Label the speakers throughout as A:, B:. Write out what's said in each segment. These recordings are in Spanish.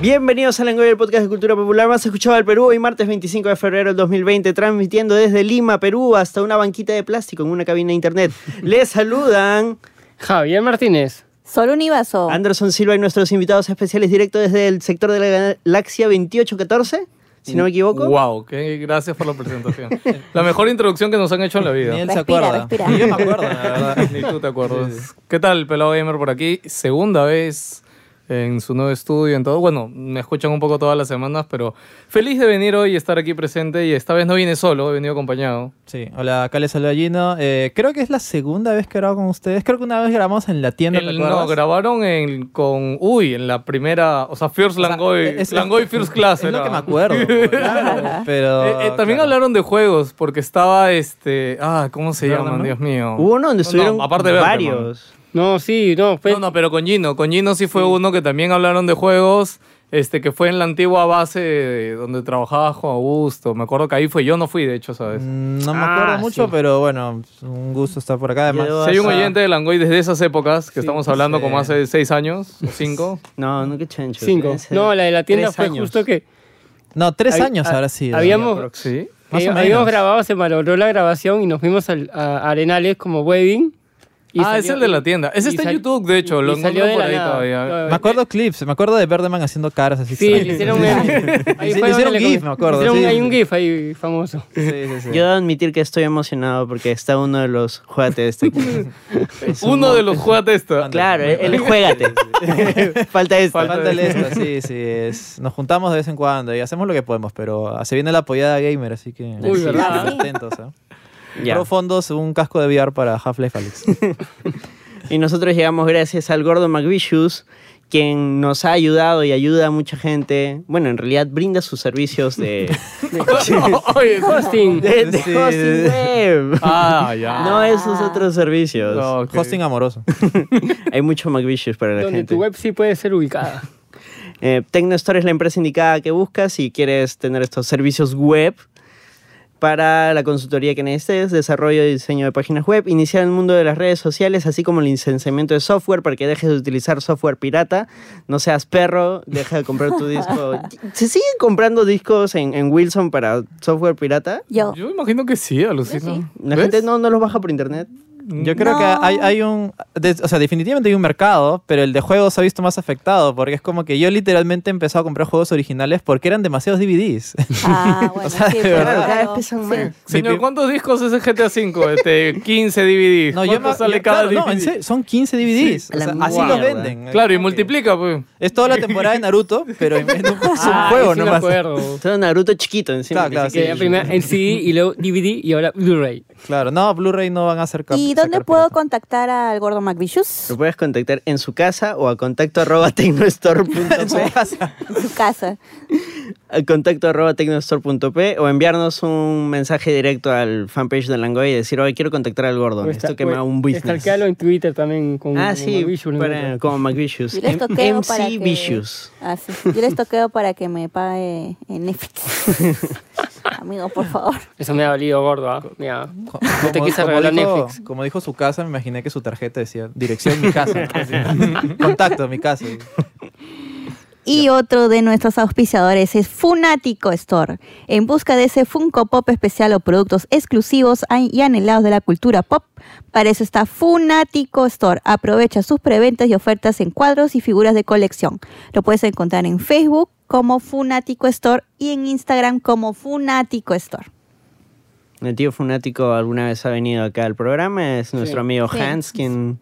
A: Bienvenidos a Langoy, el podcast de cultura popular más escuchado del Perú, hoy martes 25 de febrero del 2020, transmitiendo desde Lima, Perú, hasta una banquita de plástico en una cabina de internet. Les saludan
B: Javier Martínez.
C: Solo un Ibaso.
A: Anderson Silva y nuestros invitados especiales directo desde el sector de la galaxia 2814, si no me equivoco.
B: Wow, qué gracias por la presentación. la mejor introducción que nos han hecho en la vida.
D: Ni él
C: Respira,
D: se acuerda.
C: respira.
D: Ni yo me acuerdo, la
B: La
D: verdad.
B: verdad, Ni tú te acuerdas. ¿Qué tal, Pelado Gamer por aquí? Segunda vez en su nuevo estudio, en todo. Bueno, me escuchan un poco todas las semanas, pero feliz de venir hoy y estar aquí presente. Y esta vez no vine solo, he venido acompañado.
D: Sí, hola, acá les saluda Gino. Eh, creo que es la segunda vez que grabo con ustedes. Creo que una vez grabamos en la tienda, ¿te
B: El-
D: acuerdas?
B: no, grabaron en, con. Uy, en la primera. O sea, First
D: sea,
B: Langoy.
D: es- es-
B: Langoy First Class.
D: Es lo
B: era.
D: que me acuerdo. pues, claro, pero...
B: Eh, eh, también
D: claro.
B: hablaron de juegos, porque estaba este. Ah, ¿cómo se
A: ¿Verderman?
B: llaman? Dios mío.
A: Hubo uno donde
B: No,
A: estuvieron
B: no, aparte de Verderman.
A: varios.
E: No, sí, no, fue-
B: No, no, pero con Gino. Con Gino sí fue uno que también hablaron de juegos. Este, que fue en la antigua base de- donde trabajaba Juan Augusto. Me acuerdo que ahí fue. Yo no fui, de hecho, ¿sabes?
D: Mm, No me
A: Ah,
D: acuerdo mucho,
A: sí.
D: pero bueno, un gusto estar por acá. Además,
A: Yo-
B: Si hay un
A: Pasa.
B: oyente de Langoy desde esas épocas, que estamos
E: pues,
B: hablando
D: sí.
E: eh,
B: como hace seis años o cinco.
A: No, no, qué chancho.
E: cinco.
A: Deben ser
E: No, la de la tienda
A: tres
E: fue
A: años.
E: justo que
D: no, tres
E: Habi-
B: ah,
D: años
E: ha-
D: ahora sí.
E: habíamos-
D: ¿no?
B: Sí.
D: Más
E: eh,
D: o menos.
E: habíamos grabado, se malogró la grabación y nos fuimos al- a Arenales como wedding. y
B: ah,
E: salió-
B: es el de la tienda. Ese
E: y
B: está en
E: sal-
B: YouTube, de hecho.
E: y-
B: Lo
E: y salió
B: encuentro
E: de
B: por
E: la
B: ahí
E: nada.
B: todavía.
E: No,
D: Me acuerdo clips, me acuerdo de Birdman haciendo caras así.
E: Sí,
D: extrañas.
E: le hicieron un, ahí
D: Le
E: fue
D: hicieron
E: donde le-
D: GIF, me acuerdo,
E: hicieron
D: sí.
E: un- hay un GIF ahí famoso.
D: Sí, sí, sí.
A: Yo debo admitir que estoy emocionado porque está uno de los juegate de este equipo. Es un
B: Uno de los jugadores está.
A: Claro, el, el juégate. Falta esto.
B: Falta-
D: Falta el esto, sí, sí. es- Nos juntamos de vez en cuando y hacemos lo que podemos, pero ah, se viene la apoyada gamer, así que
E: Uy,
D: sí,
E: ¿verdad?
D: atentos. ¿eh?
A: este. Ya.
D: Pro fondos, un casco de VR para Half-Life Alyx.
A: Y nosotros llegamos gracias al gordo McVicious, quien nos ha ayudado y ayuda a mucha gente. Bueno, en realidad brinda sus servicios de,
B: Oye,
E: Hosting.
A: de, de
D: Sí.
A: hosting web.
B: Ah, ya.
A: No esos otros servicios.
B: No, ok.
D: Hosting amoroso.
A: Hay mucho McVicious para la
E: Donde
A: gente.
E: tu web sí puede ser ubicada.
A: Eh, Tecnostore es la empresa indicada que buscas si quieres tener estos servicios web para la consultoría que necesites, desarrollo y diseño de páginas web, iniciar el mundo de las redes sociales, así como el licenciamiento de software para que dejes de utilizar software pirata, no seas perro, deja de comprar tu disco. ¿Se siguen comprando discos en, en Wilson para software pirata?
C: Yo.
B: Yo imagino que sí, alucino.
A: La
B: ¿Ves?
A: gente no, no los baja por internet.
D: Yo creo que hay, hay un. de- o sea, definitivamente hay un mercado, pero el de juegos se ha visto más afectado porque es como que yo literalmente he empezado a comprar juegos originales porque eran demasiados DVDs.
C: Ah, bueno, sí,
D: de
C: pero
D: verdad.
C: claro.
A: cada vez pesan más.
B: Señor,
D: Mi-
B: ¿cuántos discos es el GTA V? Este, 15 DVDs.
D: No, yo
B: ¿Cuánto
D: me,
B: sale
D: yo-
B: cada
D: claro, no, en
B: DVD?
D: serio, son 15 DVDs.
A: Sí,
D: O
A: la
D: sea, así los
A: mierda.
D: venden.
B: Claro, y multiplica, pues.
D: Es toda la temporada de Naruto, pero en, en un, es un
E: Ah,
D: juego
E: sí me
D: nomás.
E: acuerdo.
A: Todo Naruto chiquito encima.
D: Claro,
A: ni
D: claro,
E: Que
A: siquiera-
E: era primero en CD y luego DVD y ahora Blu-ray.
D: Claro, no, Blu-ray no van a hacer cap-
C: ¿Y dónde
D: sacar
C: puedo
D: pirata.
C: contactar al gordo McVicious?
A: Lo puedes contactar en su casa o a contacto arroba tecnostore.com.
D: En su casa.
C: En su casa.
A: al eh, contacto arroba tecnostore.p o enviarnos un mensaje directo al fanpage de Langoy y decir, oye, quiero contactar al gordo, esto que me
E: pues,
A: haga un business.
E: Descargalo en Twitter también con
A: Ah,
E: con
A: sí,
E: Visual,
A: para-
E: ¿no?
A: como McVicious.
C: Yo les
A: M-
C: toqueo para
A: MC
C: que-
A: Vicious.
C: Ah, sí. Yo les toqueo para que me pague en Netflix. Amigo, por favor.
E: Eso me ha valido gordo, ¿ah? Mira, no te
D: Como-
E: quise
D: como
E: regalar
D: dijo-
E: Netflix.
D: Como dijo su casa, me imaginé que su tarjeta decía dirección mi casa. ¿no? Así. contacto mi casa.
C: Y otro de nuestros auspiciadores es Funático Store. En busca de ese Funko Pop especial o productos exclusivos an- y anhelados de la cultura pop, para eso está Funático Store. Aprovecha sus preventas y ofertas en cuadros y figuras de colección. Lo puedes encontrar en Facebook como Funático Store y en Instagram como Funático Store.
A: El tío Funático alguna vez ha venido acá al programa, es nuestro amigo
C: Sí.
A: Hans, quien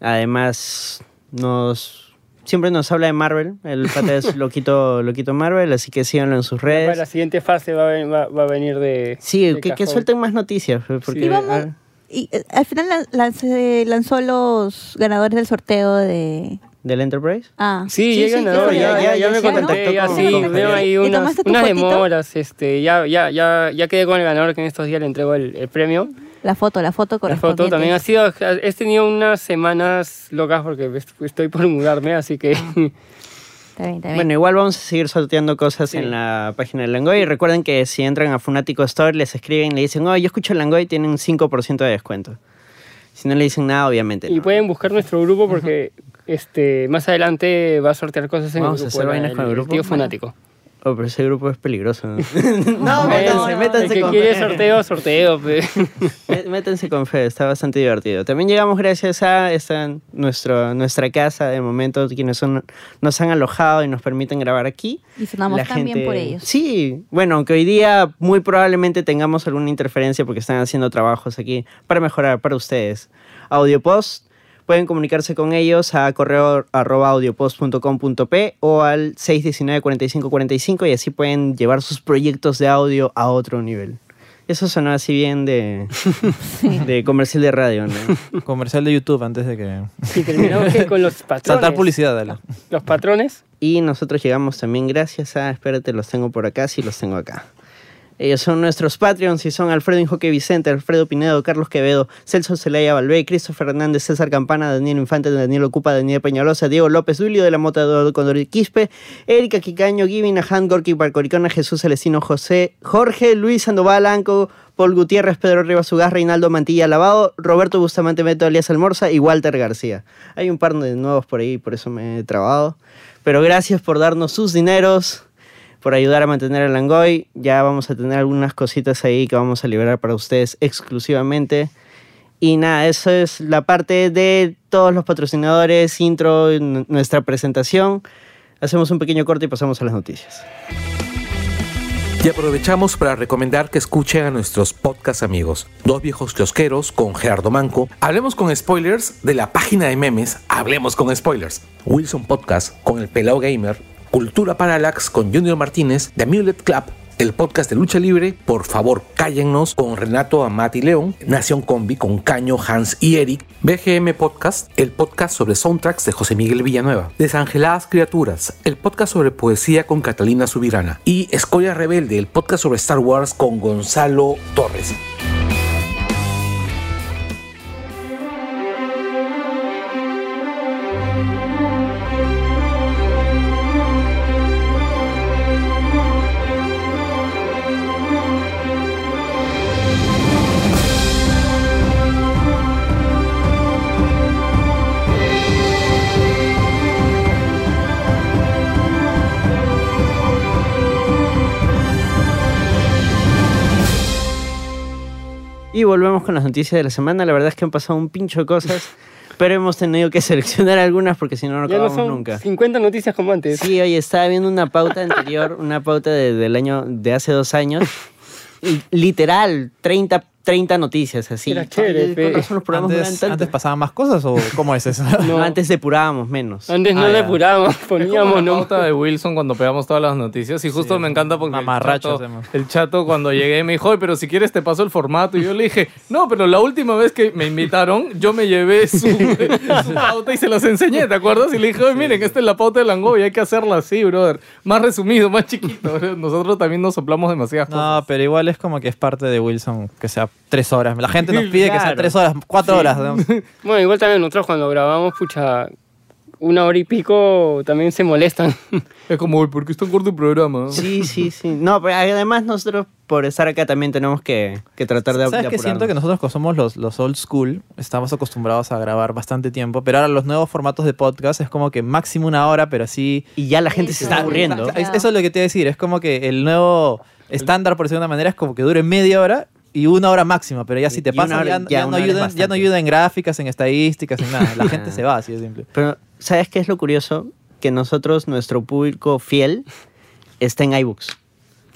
A: además nos... Siempre nos habla de Marvel, el pata es loquito, loquito Marvel, así que síganlo en sus
E: Para la
A: redes.
E: siguiente fase va a, ven- va- va a venir de.
A: Sí,
E: de
A: que, que
E: cajón.
A: suelten más noticias. pues, Porque, ah,
E: Y
C: vamos- Y eh, al final lan- lan- se lanzó los ganadores del sorteo de,
A: del Enterprise.
C: Ah,
E: Sí, ya hay ganador,
C: sí,
E: ya,
C: sí,
E: ya, ya me
C: sí, ¿no?
E: contactó
A: con-
E: sí,
A: con-
E: veo ahí
C: ¿Te
E: unas,
C: tomaste tu
E: unas
C: fotito?
E: demoras, este, ya, ya, ya, ya quedé con el ganador que en estos días le entrego el, el premio.
C: La foto, la foto
E: La
C: correspondiente.
E: foto también ha sido, he tenido unas semanas locas porque est- estoy por mudarme, así que
C: Está bien, está bien.
A: Bueno, igual vamos a seguir sorteando cosas en la página de Langoy. Y recuerden que si entran a Funatico Store, les escriben y le dicen, oh, yo escucho Langoy, tienen un 5% de descuento. Si no le dicen nada, obviamente.
E: y
A: no.
E: pueden buscar nuestro grupo porque este más adelante va a sortear cosas en
A: Vamos a
E: el grupo.
A: hacer
E: la-
A: vainas con el grupo.
E: tío fanático.
A: Oh, pero ese grupo es peligroso. No,
E: No,
A: métanse,
E: el-
A: métanse
E: Eh, el que
A: con
E: quiere
A: fe.
E: sorteo, sorteo. pe.
A: Mé- Métanse con fe, está bastante divertido. También llegamos gracias a esta, nuestro, nuestra casa de momento, quienes son, nos han alojado y nos permiten grabar aquí.
C: Y sonamos
A: La
C: tan bien
A: gente-
C: por ellos.
A: Sí, bueno, aunque hoy día muy probablemente tengamos alguna interferencia porque están haciendo trabajos aquí para mejorar para ustedes. Audiopost, pueden comunicarse con ellos a correo arroba audiopost.com.p o al 619-4545 y así pueden llevar sus proyectos de audio a otro nivel. Eso sonó así bien de, de comercial de radio, ¿no?
D: Comercial de YouTube antes de que.
E: Y terminamos ¿qué? con los patrones.
D: Saltar publicidad, dale.
E: Los patrones.
A: Y nosotros llegamos también gracias a, espérate, los tengo por acá, sí los tengo acá. Ellos son nuestros Patreons y son Alfredo Injoque Vicente, Alfredo Pinedo, Carlos Quevedo, Celso Celaya Valvé, Christopher Fernández, César Campana, Daniel Infante, Daniel Ocupa, Daniel Peñalosa, Diego López, Julio de la Mota, Eduardo Condori Quispe, Erika Quicaño, Givina, Han, Gorky Barcoricona, Jesús Celestino, José, Jorge, Luis Sandoval, Anco, Paul Gutiérrez, Pedro Rivas Ugaz, Reinaldo Mantilla Lavado, Roberto Bustamante Beto, Alias Almorza y Walter García. Hay un par de nuevos por ahí, por eso me he trabado. Pero gracias por darnos sus dineros, por ayudar a mantener el Langoy. Ya vamos a tener algunas cositas ahí que vamos a liberar para ustedes exclusivamente. Y nada, eso es la parte de todos los patrocinadores, intro, n- nuestra presentación. Hacemos un pequeño corte y pasamos a las noticias.
F: Y aprovechamos para recomendar que escuchen a nuestros podcast amigos, Dos Viejos Kiosqueros con Gerardo Manco, Hablemos con Spoilers de la página de memes Hablemos con Spoilers, Wilson Podcast con El Pelao Gamer, Cultura Parallax con Junior Martínez, The Amulet Club, el podcast de lucha libre, por favor cállennos con Renato Amati León, Nación Combi con Caño, Hans y Eric, BGM Podcast, el podcast sobre soundtracks de José Miguel Villanueva, Desangeladas Criaturas, el podcast sobre poesía con Catalina Subirana y Escoria Rebelde, el podcast sobre Star Wars con Gonzalo Torres.
A: Y volvemos con las noticias de la semana. La verdad es que han pasado un pincho de cosas, pero hemos tenido que seleccionar algunas porque si no, no
E: ya no
A: acabamos
E: son
A: nunca.
E: 50 noticias como antes.
A: Sí, oye, estaba viendo una pauta anterior, una pauta de- del año de hace dos años. y literal, 30, 30 noticias así.
E: Era chévere,
A: Y
E: pe.
A: Con razón los programas duran
D: Antes,
A: tanto.
D: antes pasaban más cosas o cómo es eso?
A: No, antes depurábamos menos.
E: Antes no
D: Ah, ya.
E: depurábamos,
B: Es como
E: poníamos
B: la
E: no.
B: pauta de Wilson cuando pegamos todas las noticias y justo me encanta porque el
D: mamarracho
B: chato,
D: hacemos.
B: el chato cuando llegué me dijo, "Oye, pero si quieres te paso el formato y yo le dije, no, pero la última vez que me invitaron yo me llevé su, su pauta y se las enseñé, ¿te acuerdas? Y le dije, "Oye, miren, esta es la pauta de Langoy, hay que hacerla así, brother, más resumido, más chiquito, brother. nosotros también nos soplamos demasiadas
D: No, pero igual es como que es parte de Wilson que sea tres horas. La gente nos pide que sea
A: Claro.
D: tres horas, cuatro horas. ¿no?
E: Bueno, igual también nosotros cuando grabamos, pucha, una hora y pico también se molestan.
B: cosas. Es como, "Uy, ¿por qué es tan corto el programa?
A: Sí, sí, sí. No, pero además nosotros por estar acá también tenemos que, que tratar de, de
D: ¿Sabes qué?
A: apurarnos.
D: Siento que nosotros que somos los, los old school, estamos acostumbrados a grabar bastante tiempo, pero ahora los nuevos formatos de podcast es como que máximo una hora, pero así...
A: Y ya la gente se
C: Eso.
A: está aburriendo.
D: Claro, es- Eso es lo que te iba a decir, es como que el nuevo estándar, por decirlo de una manera, es como que dure media hora y una hora máxima, pero ya si
A: Y
D: te
A: una
D: pasa,
A: hora-
D: ya,
A: ya
D: ya no
A: una hora es
D: ayuda, en- ya no
A: bastante. Ah.
D: ayuda en gráficas, en estadísticas, en nada. La gente se va, así de simple.
A: Pero, ¿sabes qué es lo curioso? Que nosotros, nuestro público fiel, está en iBooks.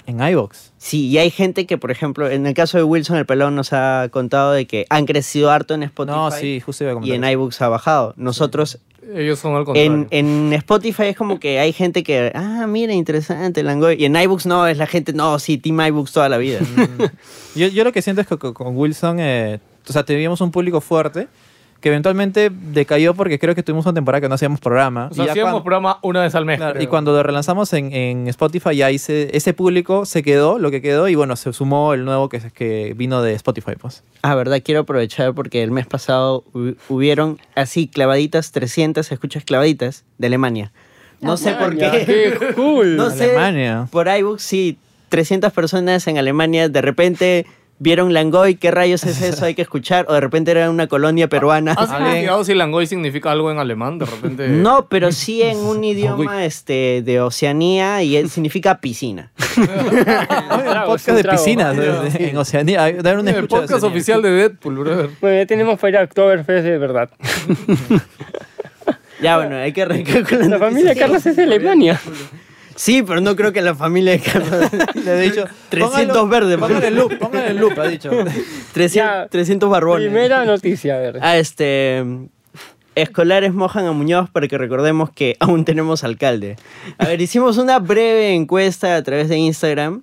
D: En iVox.
A: Sí, y hay gente que, por ejemplo, en el caso de Wilson, el pelón nos ha contado de que han crecido harto en Spotify.
D: No, sí, justo iba a
A: Y
D: comentar.
A: en
D: eso.
A: iBooks ha bajado. Nosotros
B: Ellos son al contrario.
A: en, en Spotify es como que hay gente que, ah, mira, interesante, Langoy. Y en iBooks no, es la gente, no, sí, Team iBooks toda la vida.
D: Yo, yo lo que siento es que co- con, Wilson, eh, o sea, teníamos un público fuerte, que eventualmente decayó porque creo que tuvimos una temporada que no hacíamos programa.
B: O sea,
D: Y ya
B: hacíamos
D: cuando-
B: programa una vez al mes.
D: Claro, y
B: creo.
D: cuando lo relanzamos en, en Spotify, ya ese, ese público se quedó, lo que quedó, y bueno, se sumó el nuevo que, se- que vino de Spotify, pues.
A: Ah, verdad, quiero aprovechar porque el mes pasado hu- hubieron así clavaditas, 300 escuchas clavaditas de Alemania. No sé por
E: Maña,
A: qué.
E: cool.
A: No sé.
D: Alemania.
A: Por iBooks sí, 300 personas en Alemania de repente vieron Langoy, ¿qué rayos es eso? Hay que escuchar. O de repente era una colonia peruana.
E: Ah,
B: ¿Has investigado Ah, si Langoy significa algo en alemán? De repente.
A: No, pero sí en un idioma este, de Oceanía y él significa piscina.
B: Ah,
D: Oye, un
E: trago,
D: podcast
E: es un
D: de
E: trago.
D: piscinas ¿no? en Oceanía. Hay- Dar una
B: El
D: escucha de
B: podcast
D: Oceanía.
B: oficial de Deadpool, brother.
E: Bueno, ya tenemos para ir a Oktoberfest de verdad.
A: Ya, bueno, hay que arrancar con la
E: La
A: noticia.
E: familia Carlos es de Alemania.
A: Sí, pero no creo que la familia de Carlos...
D: Le he dicho,
A: 300
D: póngalo-
A: verdes,
D: Póngale el loop, póngale el loop, ha dicho.
A: 300,
E: Ya.
A: 300 barbones.
E: Primera noticia, a ver.
A: Ah, este... Escolares mojan a Muñoz para que recordemos que aún tenemos alcalde. A ver, hicimos una breve encuesta a través de Instagram.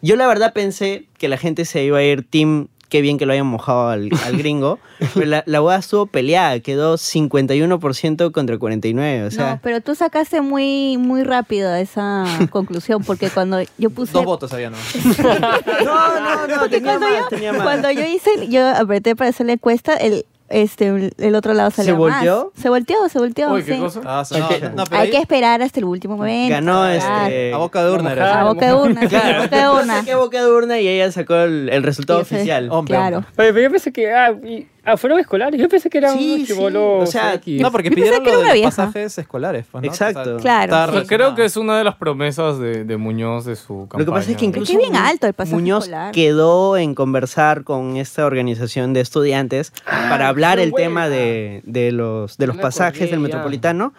A: Yo la verdad pensé que la gente se iba a ir team, qué bien que lo hayan mojado al, al gringo, pero la, la boda estuvo peleada, quedó 51% contra 49, o sea...
C: no, pero tú sacaste muy, muy rápido esa conclusión porque cuando yo puse...
D: Dos votos había, ¿no?
A: No, no, no, tenía
C: cuando,
A: más,
C: yo,
A: tenía más.
C: cuando yo hice, yo apreté para hacer la encuesta, el, este, el otro lado salió más.
A: volteó?
C: Se volteó, se volteó,
B: Uy, qué
C: sí.
B: cosa.
D: Ah, no,
A: Ok.
D: no, pero
C: Hay
D: ahí- eh,
C: que esperar hasta el último momento.
A: Ganó
C: esperar.
A: este...
D: a boca de urna era.
C: A boca de urna, sí, a
A: Claro,
C: boca de
A: yo
C: urna.
A: saqué boca de urna y ella sacó el, el resultado
C: Sí, Oh, sí.
A: oficial.
D: Hombre,
C: Claro.
D: hombre.
E: Oye, pero yo pensé que. Ah, y- ah, fueron escolares. Yo pensé que eran
A: Sí,
E: unos
A: sí,
E: chibolos
A: o sea,
E: X.
D: No, porque
C: Yo pensé
D: pidieron
C: que era
D: lo de
C: una
D: los
C: vieja.
D: pasajes escolares, pues, ¿no?
A: Exacto.
C: Claro.
D: estaba
C: O sea,
B: O sea, creo
D: relacionado.
B: que es una de las promesas de, de Muñoz de su campaña.
A: Lo que pasa es que
C: Pero
A: incluso
C: qué bien alto el pasaje
A: Muñoz
C: escolar.
A: quedó en conversar con esta organización de estudiantes para hablar
E: Ah, qué
A: el
E: buena.
A: tema de, de los, de los
E: me
A: pasajes
E: acordé,
A: del
E: ya.
A: metropolitano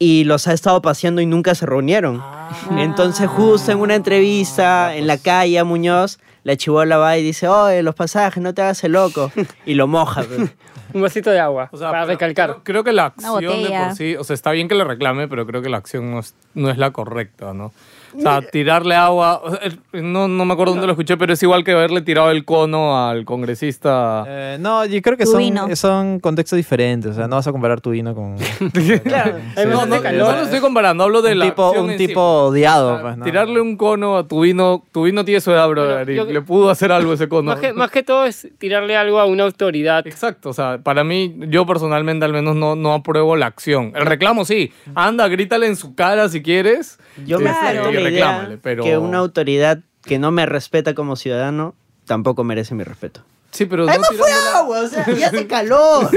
A: y los ha estado paseando y nunca se reunieron.
E: Ah.
A: Entonces justo en una entrevista
E: pues.
A: en la calle a Muñoz, la chivola va y dice, oye, los pasajes, no te hagas el loco. Y lo moja. pues.
E: Un vasito de agua.
B: O sea,
E: para
B: pero
E: recalcar.
B: Creo, creo que la acción de
C: botella.
B: por sí, o sea, está bien que le reclame, pero creo que la acción no es, no es la correcta, ¿no? O sea, tirarle agua, o sea, el- no, no me acuerdo dónde lo escuché, pero es igual que haberle tirado el cono al congresista.
D: Eh, no, yo creo que
C: Tu
D: son, eh,
C: vino.
D: son contextos diferentes. O sea, no vas a comparar tu vino con.
A: claro.
D: Sí,
B: no,
D: sí,
B: no,
D: sí,
B: no,
D: sí.
B: no lo estoy comparando, hablo de
D: un
B: la
D: tipo,
B: acción
D: un
B: en sí.
D: tipo odiado.
B: O sea,
D: pues, ¿no?
B: Tirarle un cono a tu vino, tu vino tiene su edad, brother,
E: yo-
B: y le pudo hacer algo ese cono.
E: Más que, más que todo es tirarle algo a una autoridad.
B: Exacto, o sea, para mí, yo personalmente al menos no, no apruebo la acción. El reclamo sí, anda, grítale en su cara si quieres.
A: Yo me
B: Este,
A: salto
B: y
A: la idea
B: reclámale, pero...
A: que una autoridad que no me respeta como ciudadano tampoco merece mi respeto.
B: Sí, pero no
A: Además fue
B: tirándole-
A: agua, o sea, ya se caló.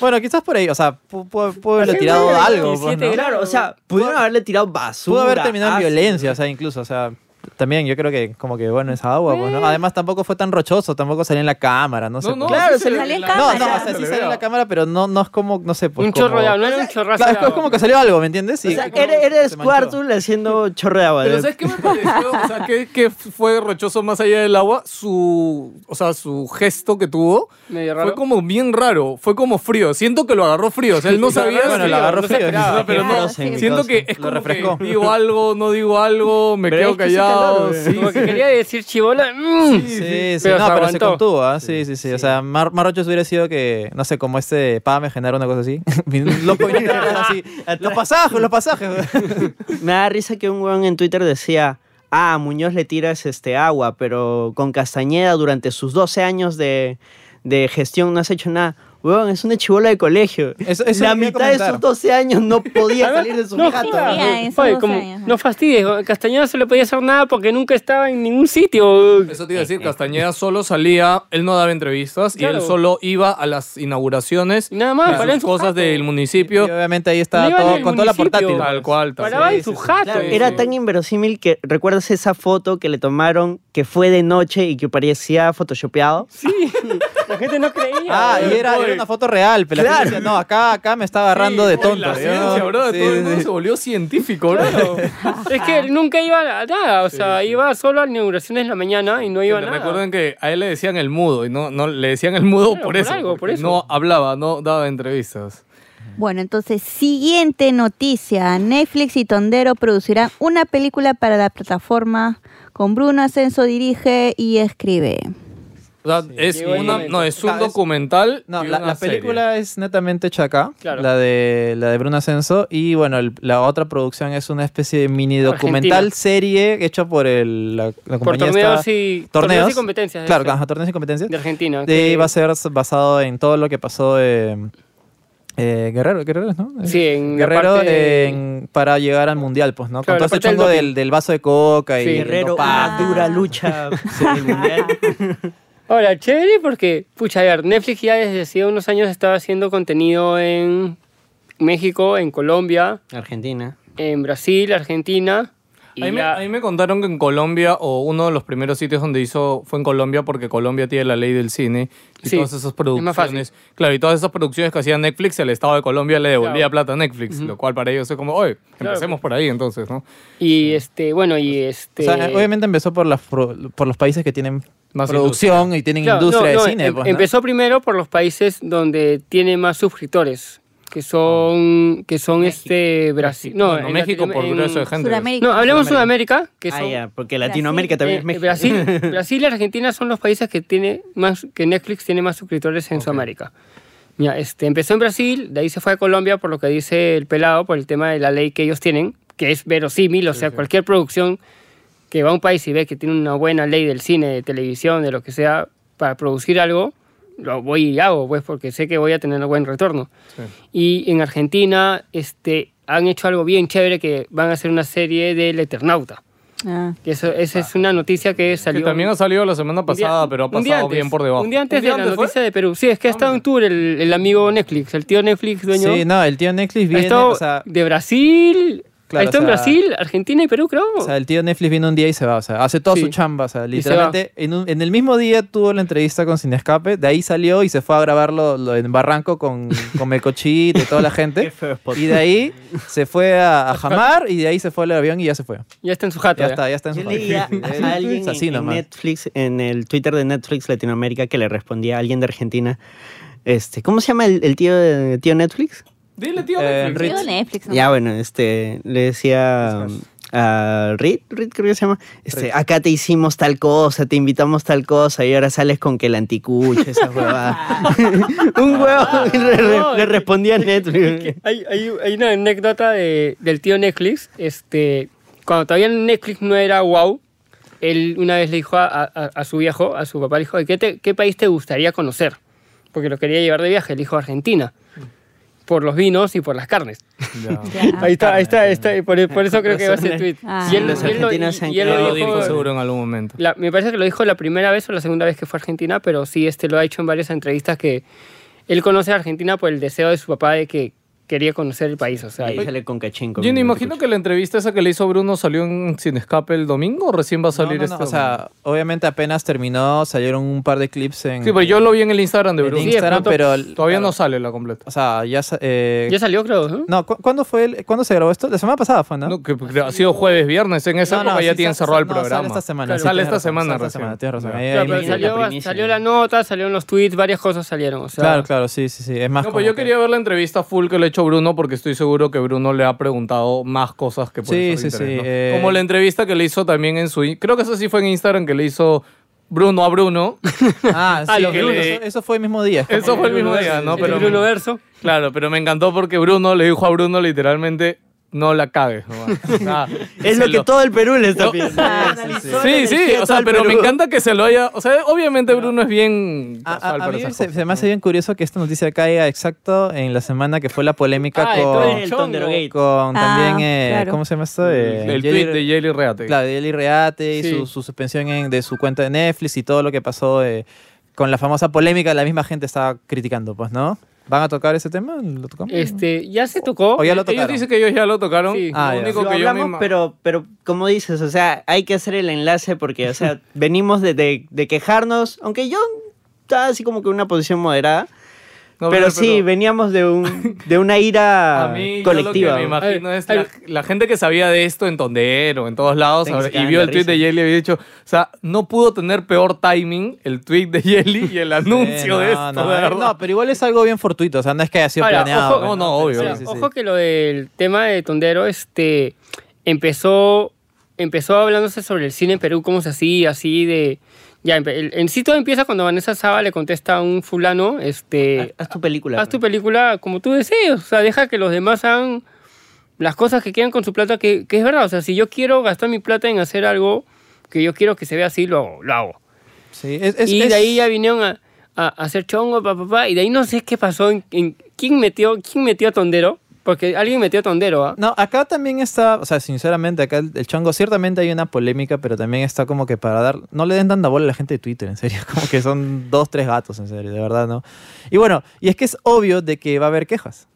D: Bueno, quizás por ahí, o sea, pu- pu- pudo haberle
E: Hace
D: tirado
E: menos de
D: algo. pues,
E: 17
D: ¿no?
A: Claro, o sea, pudieron haberle tirado basura.
D: Pudo haber terminado en
A: ácido.
D: violencia, o sea, incluso, o sea, también yo creo que como que, bueno, esa agua, pues,
C: Eh.
D: ¿no? Además tampoco fue tan rochoso, tampoco salió en la cámara, no sé.
B: No, no,
D: pues.
A: Claro,
B: sí
A: se le-
B: ve
C: Salió en
B: la-
D: No,
C: cámara.
D: no, o sea, sí
B: le
D: salió en
B: veo.
D: la cámara, pero no, no es como, no sé, pues,
E: un chorro
D: como-
E: de agua. No era un chorrazo
D: Claro,
E: de
D: es
E: agua.
D: como que salió algo, ¿me entiendes?
A: O
D: Y-
A: sea,
D: como-
A: eres, eres
D: se manchó.
A: Squirtle haciendo chorro de agua.
B: Pero ¿sabes qué me pareció? O sea, ¿qué, qué fue rochoso más allá del agua? Su, o sea, su gesto que tuvo
E: Medio raro.
B: fue como bien raro, fue como frío. Siento que lo agarró frío, o sea, él no sabía.
D: Bueno,
B: si-
D: lo agarró
B: no se
D: frío.
B: esperaba,
D: Ah,
B: pero
C: claro,
B: no,
C: sí.
B: siento que es
D: Lo
B: como
D: refrescó.
B: que digo algo, no digo algo, me
A: Pero
B: quedo
A: es que sí está
B: callado.
A: largo,
B: sí,
E: Como que
B: sí.
E: quería decir chibola. mm.
D: Sí, sí,
E: Pero
D: no,
E: se
D: pero se
E: aguantó.
D: contuvo, ¿ah? Sí, sí, sí. O sea, más, más rochoso hubiera sido que, no sé, como este Pame generar una cosa así. los puñetazos así. Los pasajes, los pasajes.
A: Me da risa que un weón en Twitter decía, ah, a Muñoz le tiras este agua, pero con Castañeda durante sus 12 años de, de gestión no has hecho nada. Weón, es una chibola de colegio.
D: Eso- eso
A: la
D: quería
A: mitad de
D: comentar.
A: sus 12 años no podía salir de su
E: No,
A: jato.
E: jodas.
C: Mira, esos
E: Oye,
C: dos
E: como,
C: años, ¿no?
E: no fastidies, Castañeda no se le podía hacer nada porque nunca estaba en ningún sitio.
B: Eso te iba a
D: Eh,
B: decir, Castañeda solo salía, él no daba entrevistas y
E: Claro.
B: él solo iba a las inauguraciones
E: Y nada más,
B: a
E: paraba en
B: las
E: su
B: cosas
E: jato.
B: del
D: Y
B: municipio.
D: obviamente ahí está
E: Iba en
D: todo,
E: el
D: con toda la
E: municipio.
D: portátil.
B: Tal cual, tal
E: Paraba
B: cual.
E: en su jato.
A: Claro,
E: sí,
A: era
E: sí.
A: tan inverosímil que recuerdas esa foto que le tomaron que fue de noche y que parecía photoshopeado.
E: Sí, la gente no creía.
D: Ah, y era, era una foto real, pero la gente decía, no, acá, acá me está agarrando de
B: Sí,
D: tonto.
B: La
D: ¿sí?
B: ciencia, bro,
D: Sí,
B: todo el
D: sí,
B: mundo
D: sí.
B: se volvió científico, bro.
E: Es que él nunca iba a nada, o sea, iba solo a inauguraciones en la mañana y no iba a nada.
B: Recuerden que a él le decían el mudo y no, no le decían el mudo
E: Claro,
B: por
E: por
B: eso.
E: algo, por
B: porque
E: eso.
B: No hablaba, no daba entrevistas.
C: Bueno, entonces, siguiente noticia. Netflix y Tondero producirán una película para la plataforma con Bruno Ascenso dirige y escribe.
B: O sea, es
E: Llegó el
B: una,
E: momento.
B: no, es un
D: Ah, es-
B: documental.
D: No,
B: y
D: la,
B: una
D: la
B: serie.
D: película es netamente hecha acá,
E: Claro.
D: la, de, la de Bruno Ascenso, y bueno, el- la otra producción es una especie de mini documental
E: Argentina.
D: serie hecha por el, la, la
E: Por
D: compañía
E: torneos
D: esta-
E: y, torneos. y competencias.
D: Claro,
E: eso,
D: ajá, torneos y competencias.
E: De Argentina.
D: De
E: que-
D: va a ser basado en todo lo que pasó en eh, Guerrero, Guerrero, ¿no?
E: Sí, en la
D: Guerrero
E: parte de-
D: en- para llegar al mundial, pues, ¿no?
E: Claro, la
D: Con todo
E: parte
D: ese
E: del
D: chongo
E: doping.
D: del, del vaso de coca y
E: Sí.
D: el
A: Guerrero,
D: dopaje.
A: una dura lucha por el mundial.
E: Ahora, chévere porque, pucha, a ver, Netflix ya desde hacía unos años estaba haciendo contenido en México, en Colombia,
A: Argentina.
E: en Brasil, Argentina. Y
B: A mí, me,
E: ya-
B: a mí me contaron que en Colombia, o uno de los primeros sitios donde hizo fue en Colombia, porque Colombia tiene la ley del cine y
E: Sí,
B: todas esas
E: es más fácil.
B: producciones. Claro, y todas esas producciones que hacía Netflix, el Estado de Colombia le devolvía
E: Claro.
B: plata a Netflix, lo cual para ellos es como, oye,
E: Claro. pues.
B: empecemos por ahí entonces, ¿no?
E: Y este, bueno, y este.
D: O sea, obviamente empezó por, las pro- por los países que tienen
B: Más
D: producción y tienen
E: claro,
D: industria
E: no, no,
D: de cine.
E: em-
D: pues, ¿no?
E: Empezó primero por los países donde tiene más suscriptores, que son, que son este Brasil. No,
B: Bueno,
E: en
B: México por
E: Latinoam- en-
B: grueso de gente.
C: Sudamérica.
E: No, hablemos de Sudamérica, que
A: Ah,
E: son-
A: ya, porque Latinoamérica
E: Eh,
A: también es México.
E: Brasil, Brasil y Argentina son los países que tiene más que Netflix tiene más suscriptores en Sudamérica. Ya, este, empezó en Brasil, de ahí se fue a Colombia por lo que dice el pelado, por el tema de la ley que ellos tienen, que es verosímil, o sea, cualquier producción que va a un país y ve que tiene una buena ley del cine, de televisión, de lo que sea, para producir algo, lo voy y hago, pues, porque sé que voy a tener un buen retorno. Y en Argentina este, han hecho algo bien chévere, que van a hacer una serie del Eternauta.
C: Ah.
E: Que eso, esa es una noticia que
B: Que
E: salió.
B: también ha salido la semana
E: un día-
B: pasada, pero ha
E: un día
B: pasado
E: antes,
B: bien por debajo.
E: Un día antes
B: ¿Un día
E: de la
B: antes fue?
E: noticia de Perú. Sí, es que ha estado en tour el, el amigo Netflix, el tío Netflix dueño.
D: Sí, no, el tío Netflix
E: ha
D: viene,
E: estado
D: o sea,
E: de Brasil.
D: Claro,
E: ha estado
D: o
E: en
D: sea-
E: Brasil, Argentina y Perú, creo.
D: o sea, el tío Netflix viene un día y se va, o sea, hace toda
E: Sí.
D: su chamba, o sea,
E: Y se va.
D: literalmente en, un- en el mismo día tuvo la entrevista con Sin Escape, de ahí salió y se fue a grabarlo lo, en Barranco con, con Melcochita y toda la
A: Qué
D: gente,
A: feo spot.
D: y de ahí se fue a, a Jamar y de ahí se fue al avión y ya se fue.
E: ya está en su jato.
D: Ya
E: ya.
D: está, ya está en su
A: Yo
D: país.
A: leía a alguien
D: Es
A: en,
D: así
A: en
D: nomás.
A: Netflix, en el Twitter de Netflix Latinoamérica, que le respondía a alguien de Argentina. Este, ¿Cómo se llama el, el tío de tío Netflix?
B: Dile, tío.
D: Eh,
B: Netflix.
D: Ritz.
C: Digo Netflix, ¿no?
A: Ya, bueno, este, le decía um, a Reed, Reed creo que se llama, este, acá te hicimos tal cosa, te invitamos tal cosa, y ahora sales con que el anticucho, esas huevadas. Un
B: Ah.
A: huevo le,
E: No,
A: le- le respondía a Netflix.
E: Hay, hay- hay una anécdota de- del tío Netflix. Este, cuando todavía Netflix no era wow, él una vez le dijo a, a- a su viejo, a su papá, le dijo, "Oye, ¿qué, te- qué país te gustaría conocer? Porque lo quería llevar de viaje, le dijo Argentina. Por los vinos y por las carnes.
B: Ya.
E: Ahí está, ahí está, está, y Por, por eso creo que va a ser
A: razones.
E: tweet.
C: Ah.
E: Y él-
A: Los
E: y él lo-
A: argentinos se han
E: y él
B: Ya lo
A: quedado
B: dijo
A: con-
B: seguro en algún momento.
E: la- me parece que lo dijo la primera vez o la segunda vez que fue a Argentina, pero sí este, lo ha hecho en varias entrevistas que él conoce a Argentina por el deseo de su papá de que quería conocer el país. O sea,
A: Ahí sale con cachín. con
B: Yo
A: el
B: ni imagino que la entrevista esa que le hizo Bruno salió en Sin Escape el domingo o recién va a
D: No, no,
B: salir este
D: no,
B: esta.
D: este, o sea, obviamente apenas terminó, salieron un par de clips en,
B: Sí, pero yo lo vi en el Instagram de
D: en
B: Bruno.
E: Sí,
D: Instagram,
E: pronto-
D: pero...
B: Todavía no sale la completa.
D: O sea, ya... sa- eh,
E: ya salió creo, ¿no?
D: No, ¿cu- ¿cuándo fue el- cuándo se grabó esto? La semana pasada fue, ¿no?
B: No, que que ha sido jueves, viernes. En esa
D: No, no,
B: época ya
D: sí,
B: tienen
D: sa-
B: cerrado el
D: no,
B: programa.
D: Sale esta semana.
B: Claro,
D: sí,
B: sale
D: tienes
B: esta
D: razón,
B: semana
D: sale esta
B: recién.
D: semana, tienes razón.
B: Ya.
D: Ahí-
E: Claro,
D: ahí
E: pero
D: me-
E: salió,
A: la primicia.
E: salió la nota, salieron los tweets, varias cosas salieron. O sea,
D: Claro, claro, sí, sí, sí. Es más
B: No,
D: Ah, como
B: pues yo
D: que-
B: quería ver la entrevista full que le ha hecho Bruno porque estoy seguro que Bruno le ha preguntado más cosas que por eso
D: Sí,
B: le
D: sí, sí,
B: interesa, ¿no?
D: eh.
B: Como la entrevista que le hizo también en su... in- Creo que eso sí fue en Instagram que le hizo Bruno a Bruno.
D: Ah,
E: Ah,
D: sí,
E: los
D: que
B: Brunos.
D: eso, eso fue el mismo día. es como-
B: eso fue el mismo día, ¿no?
E: El
B: Pero
E: Bruno Verso.
B: Claro, pero me encantó porque Bruno le dijo a Bruno literalmente, no la cagues. nomás". O sea,
A: Es lo
B: se
A: que todo el Perú le está pidiendo.
B: Sí, sí, o sea, pero me encanta que se lo haya... O sea, obviamente Bruno es bien...
D: Ah, A, a-
B: casual
D: a
B: para
D: mí
B: esas
D: se,
B: cosas,
D: se me
B: ¿no?
D: hace bien curioso que esta noticia caiga exacto en la semana que fue la polémica
E: Ah,
D: con,
E: entonces-
A: El Thundergate.
D: con
C: Ah,
D: también, eh,
C: claro.
D: ¿cómo se llama esto? Eh,
B: El
D: Jelly-
B: tweet de Jelly Reate.
D: Claro, de Eli Reate y
E: Sí.
D: su, su suspensión en- de su cuenta de Netflix y todo lo que pasó eh, con la famosa polémica, la misma gente estaba criticando, pues, ¿no? ¿Van a tocar ese tema? ¿Lo tocamos?
E: Este, ya se tocó.
D: O ya lo
B: Ellos
D: tocaron.
B: dicen que ellos ya lo tocaron.
E: Sí.
D: Ah,
B: lo
D: ya.
B: único
A: Lo
B: que yo me
A: hablamos,
B: ima-
A: pero, pero como dices, o sea, hay que hacer el enlace porque, o sea, venimos de, de- de quejarnos, aunque yo estaba así como que en una posición moderada,
B: No,
A: pero, sí, veníamos de, un, de una
B: A
A: ira
B: mí yo
A: colectiva.
B: lo que me imagino
E: Ay,
B: es la,
E: ay.
B: la gente que sabía de esto en Tondero, en todos lados,
A: Tengo que
B: ahora-
A: cagar
B: y vio
A: de
B: el tweet
A: risa.
B: de Jelly y había dicho, o sea, no pudo tener peor timing el tweet de Jelly y el
D: Sí,
B: anuncio
D: no,
B: de esto.
D: no,
B: de
D: eh,
B: verdad.
D: no, pero igual es algo bien fortuito, o sea, no es que haya sido
E: Ahora,
D: planeado.
E: ojo-
D: pues,
B: no, no, obvio.
D: Sí,
E: Ahora,
D: sí, sí.
E: Ojo que lo del tema de Tondero, este, empezó, empezó hablándose sobre el cine en Perú, cómo se hacía, así de... Ya, empe- el, el sitio empieza cuando Vanessa Saba le contesta a un fulano,
D: Ah,
E: este,
A: Haz tu película.
E: haz tu película como tú desees, o sea, deja que los demás hagan las cosas que quieran con su plata, que, que es verdad, o sea, si yo quiero gastar mi plata en hacer algo que yo quiero que se vea así, lo hago, lo hago.
D: Sí, es- es-
E: y de
D: es-
E: ahí ya vinieron a, a- a hacer chongo, papá, y de ahí no sé qué pasó, en, en- quién, metió, quién metió a Tondero, porque alguien metió a Tondero, ¿ah?
D: No, acá también está, o sea, sinceramente, acá el, el chongo, ciertamente hay una polémica, pero también está como que para dar, no le den tanta bola a la gente de Twitter, en serio, como que son dos, tres gatos, en serio, de verdad, ¿no? Y bueno, y es que es obvio de que va a haber quejas.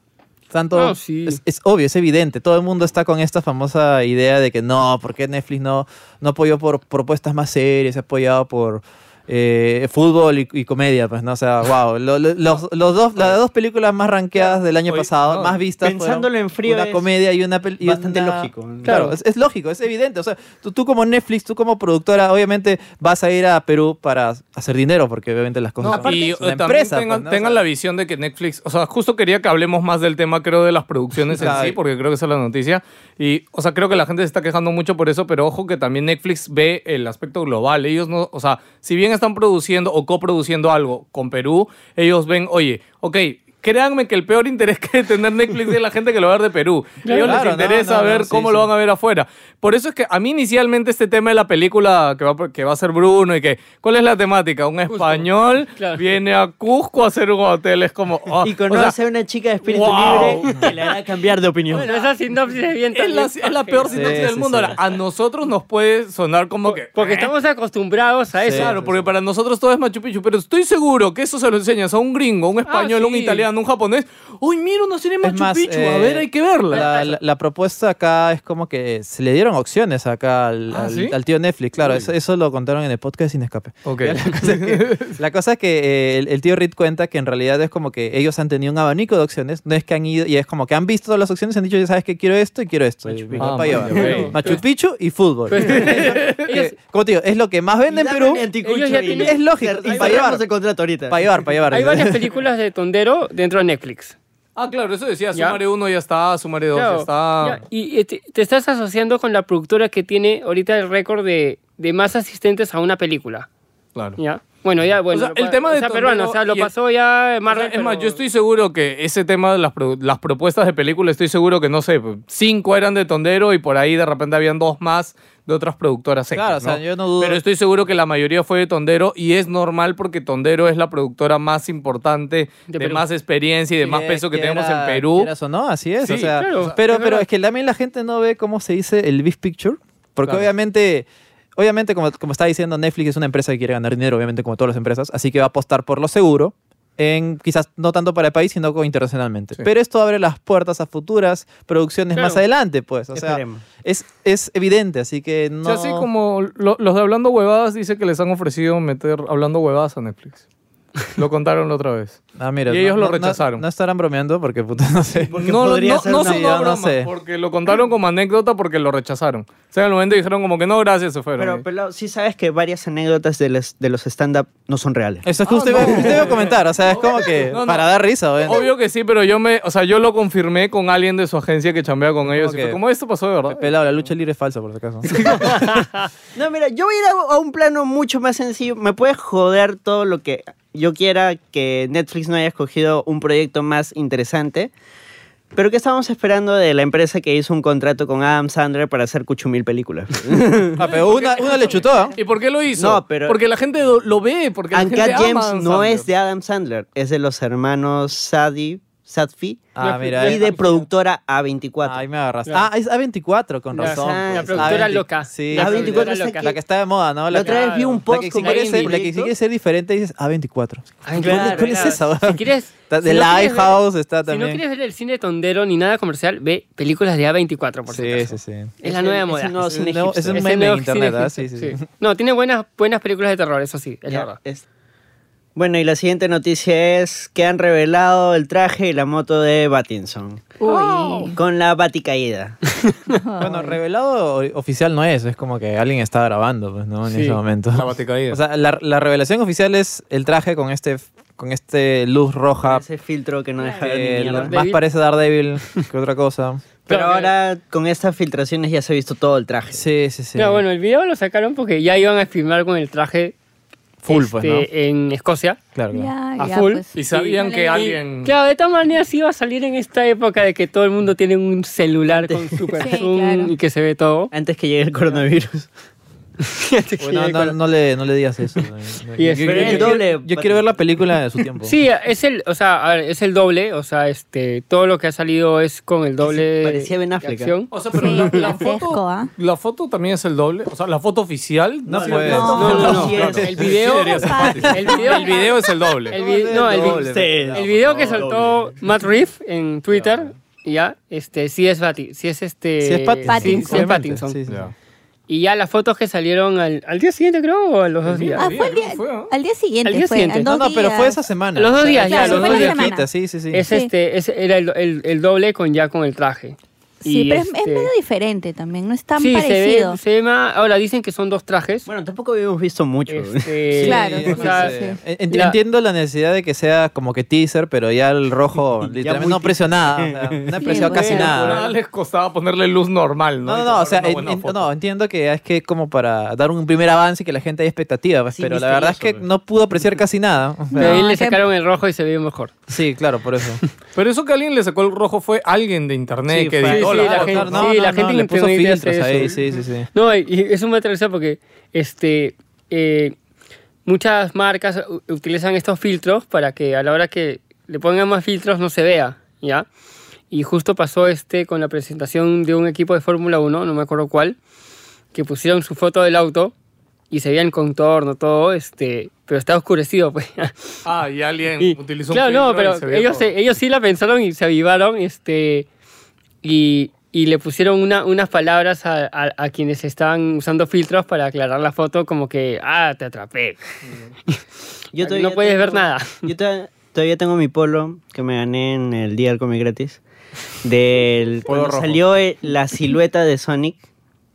D: Tanto,
E: No, sí.
D: es, es obvio, es evidente, todo el mundo está con esta famosa idea de que no, ¿por qué Netflix no, no apoyó por propuestas más serias, ha apoyado por... eh, fútbol y, y comedia, pues no, o sea, wow, lo- lo- los, los dos, las dos películas más rankeadas del año
B: Oye,
D: pasado,
B: no,
D: más vistas, fueron
A: pensándolo en frío
D: una
A: es-
D: comedia comedia y una pel- y
A: Bastante
D: una-
A: lógico.
D: Claro,
E: Claro.
D: Es, es lógico, es evidente. O sea, tú, tú como Netflix, tú como productora, obviamente vas a ir a Perú para hacer dinero, porque obviamente las cosas son
B: y
D: es
B: eh,
D: una
B: también
D: empresa,
B: tengan,
D: pues, ¿no? O
B: tengan
D: sea,
B: la visión de que Netflix, o sea, justo quería que hablemos más del tema, creo, de las producciones en sí,
D: Ay.
B: porque creo que esa es la noticia. Y, o sea, creo que la gente se está quejando mucho por eso, pero ojo que también Netflix ve el aspecto global. Ellos no, o sea, si bien están produciendo o coproduciendo algo con Perú, ellos ven, oye, ok. Créanme que el peor interés que debe tener Netflix es la gente que lo va a ver de Perú. A ellos
D: Claro,
B: les
D: no,
B: interesa
D: no, no,
B: ver
D: sí,
B: cómo
D: sí.
B: lo van a ver afuera. Por eso es que a mí inicialmente este tema de la película que va, por- que va a ser Bruno y que... ¿Cuál es la temática? Un español
E: Claro.
B: viene a Cusco a hacer un hotel. Es como... ah,
A: y
B: o sea,
A: conoce a una chica de espíritu
B: ¡Wow!
A: libre que le hará cambiar de opinión.
E: Bueno, esa sinopsis es bien
B: es, la,
E: también,
B: es la peor
D: Sí,
B: sinopsis del
D: sí,
B: mundo.
D: sí.
B: Ahora, a nosotros nos puede sonar como que... ¿eh?
E: Porque estamos acostumbrados a eso.
B: Claro, porque para nosotros todo es Machu Picchu, pero estoy seguro que eso se lo enseñas a un gringo, un español, un
E: sí.
B: italiano, un japonés. Uy, mira una serie de
D: Es
B: Machu
D: más,
B: Picchu, a
D: eh,
B: ver, hay que verla.
D: La, la- la propuesta acá es como que se le dieron opciones acá al,
B: Ah,
D: al-
B: ¿sí?
D: al tío Netflix, claro, eso, eso lo contaron en el podcast sin escape.
B: Ok.
D: Ya, La cosa es que, la cosa es que, eh, el, el tío Reed cuenta que en realidad es como que ellos han tenido un abanico de opciones, no es que han ido, y es como que han visto todas las opciones y han dicho, ya sabes que quiero esto y quiero esto. Y
B: Picchu.
D: va
B: Ah,
D: para allá.
B: Machu Picchu.
D: Machu Picchu y fútbol.
E: ellos,
D: Que, como te digo, es lo que más vende en Perú.
E: ellos ya tienen-
D: Es lógico, y
A: Y
D: para llevar.
A: el contrato ahorita.
D: Para llevar, para llevar.
E: hay varias películas de Tondero dentro de Netflix.
B: Ah, claro, eso decía,
E: Ya.
B: Sumare 1 ya está, Sumare 2
E: Claro,
B: ya está.
E: ya, y eh, te, te estás asociando con la productora que tiene ahorita el récord de, de más asistentes a una película.
B: Claro.
E: ¿ya? Bueno, ya, bueno.
B: O sea,
E: lo
B: el
E: pa-
B: tema de
E: o sea,
B: Tondero
E: peruano, o sea, lo
B: y el-
E: pasó ya
B: O sea,
E: Marvel.
B: es más,
E: pero-
B: yo estoy seguro que ese tema de las, pro- las propuestas de películas, estoy seguro que, no sé, cinco eran de Tondero y por ahí de repente habían dos más de otras productoras. X,
D: Claro, o sea, yo no dudo-
B: Pero estoy seguro que la mayoría fue de Tondero y es normal porque Tondero es la productora más importante,
E: De
B: de,
E: Perú.
B: más experiencia y de
D: eh,
B: más peso que tenemos en Perú.
D: Eso no, así es.
B: Sí,
D: o sea,
E: claro,
D: pero,
E: es
D: pero
E: verdad.
D: es que también la gente no ve cómo se dice el big picture. Porque
B: Claro.
D: obviamente, obviamente como, como está diciendo, Netflix es una empresa que quiere ganar dinero, obviamente, como todas las empresas. Así que va a apostar por lo seguro. En, quizás no tanto para el país, sino como internacionalmente.
B: Sí.
D: Pero esto abre las puertas a futuras producciones
E: Claro.
D: más adelante, pues. O sea,
A: Esperemos.
D: es, es evidente, así que no.
B: O sea, así como lo- los de Hablando Huevadas dice que les han ofrecido meter Hablando Huevadas a Netflix. Lo contaron la otra vez.
D: Ah, mira,
B: Y
D: no-
B: ellos lo
D: no- no-
B: rechazaron.
D: No, estarán bromeando porque puta, no sé.
A: Porque podría ser una-
B: sonó
D: Sí, yo no
B: broma,
D: sé.
B: porque lo contaron como anécdota porque lo rechazaron. O sea, en el momento dijeron como que no, gracias, se fueron.
A: Pero, pero sí sabes que varias anécdotas de los, de los stand-up no son reales.
D: Eso es que usted, iba- usted iba a comentar, o sea, es como que
B: No, no.
D: para dar risa, obviamente.
B: Obvio que sí, pero yo me, o sea, yo lo confirmé con alguien de su agencia que chambea con ellos. Y
D: que-
B: fue como esto pasó de verdad.
D: Pelado, la lucha libre es falsa, por si acaso.
A: No, mira, yo voy a ir a, a un plano mucho más sencillo. Me puede joder todo lo que yo quiera que Netflix no haya escogido un proyecto más interesante. Pero ¿qué estábamos esperando de la empresa que hizo un contrato con Adam Sandler para hacer cuchumil películas?
D: Ah, pero una, una le chutó, ¿ah?
B: ¿Y por qué lo hizo?
A: No, pero-
B: Porque la gente lo, lo ve, porque la
A: Uncut
B: gente ama a
A: James
B: Adam
A: no
B: Sandler.
A: es de Adam Sandler, es de los hermanos Sadi, Sadfi
D: Ah, mira,
A: y
D: eh.
A: de productora A24.
D: Ahí me agarraste. Ah, es A24, con
E: La-
D: razón.
A: la
D: pues.
E: productora
D: A20,
E: loca.
D: Sí,
E: La
D: sí,
A: A24
D: sí.
A: está
E: loca.
D: La que está de moda, ¿no?
A: La otra
D: que-
A: vez vi un post
E: Claro.
D: la que, si
A: con
D: quiere
A: varios
D: ser, la que si
A: proyectos.
D: quiere ser diferente dices A24.
E: Ay,
A: ¿Cuál-
E: claro,
D: cuál es
E: claro.
D: esa,
E: Si quieres,
D: Está- de
E: si no quieres ver-
D: Lighthouse está
E: Si no
D: también.
E: quieres ver el cine de Tondero ni nada comercial, ve películas de A24, por si
D: Sí,
E: acaso.
D: sí, sí.
E: Es la nueva
A: el-
E: moda.
A: el nuevo
D: Es
A: cine
D: el nuevo-
A: hipster.
D: es un
E: el
D: meme en
E: nuevo
D: internet,
E: cine
D: ¿ah? Sí,
E: hipster,
D: sí, sí.
E: No, tiene buenas, buenas películas de terror, eso sí, es
A: Ya,
E: la verdad.
A: es- Bueno, y la siguiente noticia es que han revelado el traje y la moto de Battinson.
B: Oh.
C: Uy.
A: Con la baticaída.
D: Bueno, revelado o- oficial no es, es como que alguien está grabando, pues, ¿no? En
E: Sí,
D: ese momento.
B: la baticaída.
D: O sea, la, la revelación oficial es el traje con este, con este luz roja,
A: Ese filtro que no deja ver
D: que
A: ni
D: la-
A: mierda.
D: más
E: Daredevil.
D: parece Daredevil que otra cosa.
A: Pero
E: Claro,
A: ahora con estas filtraciones ya se ha visto todo el traje.
D: Sí, sí, sí.
E: No, bueno, el video lo sacaron porque ya iban a filmar con el traje
D: Full,
E: este,
D: pues, ¿no?
E: en Escocia.
D: Claro, claro.
C: Ya,
E: A
C: ya,
E: full.
C: pues.
B: Y sabían
C: Sí,
B: que
C: dale.
B: alguien...
E: Claro, de todas maneras iba a salir en esta época de que todo el mundo tiene un celular con super
C: Sí,
E: zoom
C: claro.
E: y que se ve todo.
A: Antes que llegue el coronavirus.
D: Bueno, no, no le, no le digas eso. Yo-
E: Y
D: yo-
E: es-
D: yo-
E: pero
D: yo-
E: el
A: doble,
D: yo- yo quiero ver la película de su tiempo.
E: Sí, es el, o sea, a ver, es el doble, o sea, este, todo lo que ha salido es con el doble
A: parecía Ben
E: de
A: Affleck,
E: acción.
B: O sea, pero
C: Sí,
B: la, la
C: grotesco,
B: foto,
C: ¿ah?
B: la foto también es el doble. O sea, la foto oficial.
D: No,
B: sí,
D: pues.
B: la-
C: No,
A: no, sí es.
E: El video,
B: debería ser.
E: el video,
B: El video es el doble.
E: el vi- no, el vi-
D: Doble,
A: Sí.
E: el video que soltó Matt Reeves en Twitter, ya, este, sí es Bati, sí es este,
D: Si es Pattinson.
E: sí, sí es
D: obviamente.
E: Pattinson.
D: Sí, sí, sí.
B: Ya.
E: Y ya las fotos que salieron al, al día siguiente, creo, o a los dos días.
C: Ah,
B: día,
C: fue el
B: creo
C: día,
B: que fue, ¿no?
C: al día siguiente.
E: Al día
C: fue,
E: siguiente.
C: en
D: No,
C: dos
D: no, pero
C: días.
D: fue esa semana.
E: Los dos días,
C: ya,
D: fue
C: los
D: la
C: dos días.
D: quita, Sí, sí, sí.
E: Es
C: Sí.
E: este, es, era el, el- el doble con ya con el traje.
C: Sí,
E: Y
C: pero es- es
E: este-
C: medio diferente también, no es tan
E: sí,
C: parecido.
E: Se ve, se ve más- ahora dicen que son dos trajes.
A: Bueno, tampoco habíamos visto mucho.
E: Este,
C: Claro,
D: o
C: sí,
D: sea,
C: sí,
D: eh,
C: sí.
D: ent-
E: La-
D: Entiendo la necesidad de que sea como que teaser, pero ya el rojo literalmente
A: muy
D: no presiona nada. o sea, no ha
C: Sí,
D: presionado
C: pues.
D: casi nada.
B: Nada les costaba ponerle luz normal, ¿no?
D: Ah. No, no,
B: Y
D: no, o
B: sacar
D: sea,
B: una
D: en-
B: buena
D: en-
B: foto.
D: no, entiendo que es que como para dar un primer avance y que la gente haya expectativa, pues,
A: Sí,
D: pero la verdad es que
A: misterioso,
D: no pudo apreciar casi nada. o sea,
E: de ahí
C: No,
E: le
C: que-
E: sacaron el rojo y se ve mejor.
D: sí, claro, por eso.
B: Pero eso que alguien le sacó el rojo fue alguien de internet
D: Sí,
B: que
D: fue-
B: editó
E: sí,
B: la
E: la
B: foto.
E: gente-
D: no,
E: sí,
D: no,
E: la
D: no,
E: gente
D: le
E: en
D: puso
E: internet hace
D: filtros
E: eso.
D: ahí, sí, sí, sí.
E: No, y, y es un material porque este, eh, muchas marcas u- utilizan estos filtros para que a la hora que le pongan más filtros no se vea, ¿ya? Y justo pasó este con la presentación de un equipo de Fórmula 1, no me acuerdo cuál, que pusieron su foto del auto y se veía el contorno, todo, este, pero está oscurecido, pues.
B: Ah, y alguien
E: Y-
B: utilizó
E: claro,
B: un
E: no,
B: filtro y se
E: pero
B: veía
E: ellos,
B: todo.
E: se- eh, ellos sí la pensaron y se avivaron este, y, y le pusieron una, unas palabras a, a- a quienes estaban usando filtros para aclarar la foto como que, ah, te atrapé.
A: Yo
E: No
A: todavía
E: puedes ver
A: tengo-
E: nada.
A: Yo to- todavía tengo mi polo que me gané en el día del cómic gratis. Del,
D: Polo
A: cuando
D: rojo.
A: salió eh, la silueta de Sonic,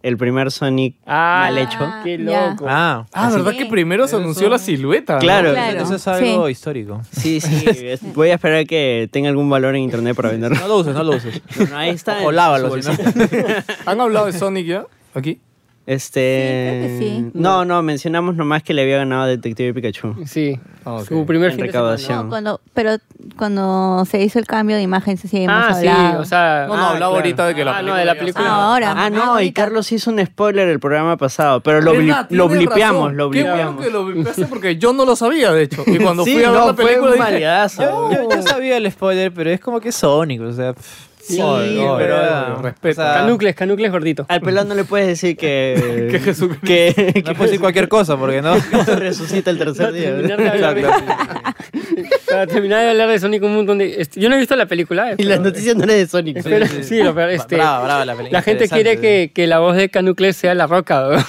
A: el primer Sonic
E: Ah,
A: mal hecho.
E: Qué
C: ya.
E: loco.
D: Ah,
B: Ah, ¿verdad que primero se anunció la silueta? no?
A: Claro.
C: Claro.
D: eso es algo
C: sí.
D: histórico.
A: Sí, sí. es- Voy a esperar que tenga algún valor en internet para venderlo.
D: No lo uses, no lo uses.
A: Bueno, ahí está. en
D: O
A: su
D: lávalo, si no.
A: bolsita.
B: ¿Han hablado de Sonic ya? ¿Aquí?
A: Este.
C: Sí, creo que sí.
A: No, no, mencionamos nomás que le había ganado a Detective Pikachu.
E: Sí,
B: Ah, ok.
E: su primer
A: En
E: fin de
A: recaudación.
E: semana.
A: Acción.
C: No, cuando, pero cuando se hizo el cambio de imagen, sí, sí, hemos
E: Ah, sí,
C: hablado.
E: o sea...
B: No, no,
E: ah,
B: hablaba ahorita de que la
E: Ah, no, de la
B: película
E: película.
C: Ahora.
A: Ah, no, y
C: ahorita.
A: Carlos hizo un spoiler el programa pasado, pero lo, bli-
B: Verdad,
A: lo
B: tienes
A: blipeamos,
B: razón.
A: lo
B: Qué bueno
A: blipeamos.
B: que lo blipeaste porque yo no lo sabía, de hecho. Y cuando
A: Sí,
B: fui a ver
A: no,
B: la
A: fue
B: película
A: un
B: dije,
A: maleazo.
D: Yo, yo sabía el spoiler, pero es como que es Sonic, o sea. pff.
A: Sí,
B: Oy, oy,
A: pero-
B: oy,
D: o
B: respeta.
D: sea,
E: Canucles, Canucles gordito.
A: Al pelado no le puedes decir que.
B: Que Jesucristo.
A: Que, que
D: No puedo decir cualquier cosa, porque no.
A: Jesucristo resucita el tercer
E: Para terminar de
A: día.
E: hablar de- para terminar de hablar de Sonic un montón de... este, yo no he visto la película. eh,
A: Y las
E: pero-
A: noticias no eran de Sonic.
E: Pero- sí, lo peor, este,
D: Brava, brava la película.
E: la gente quiere que, que la voz de Canucles sea la roca. weón.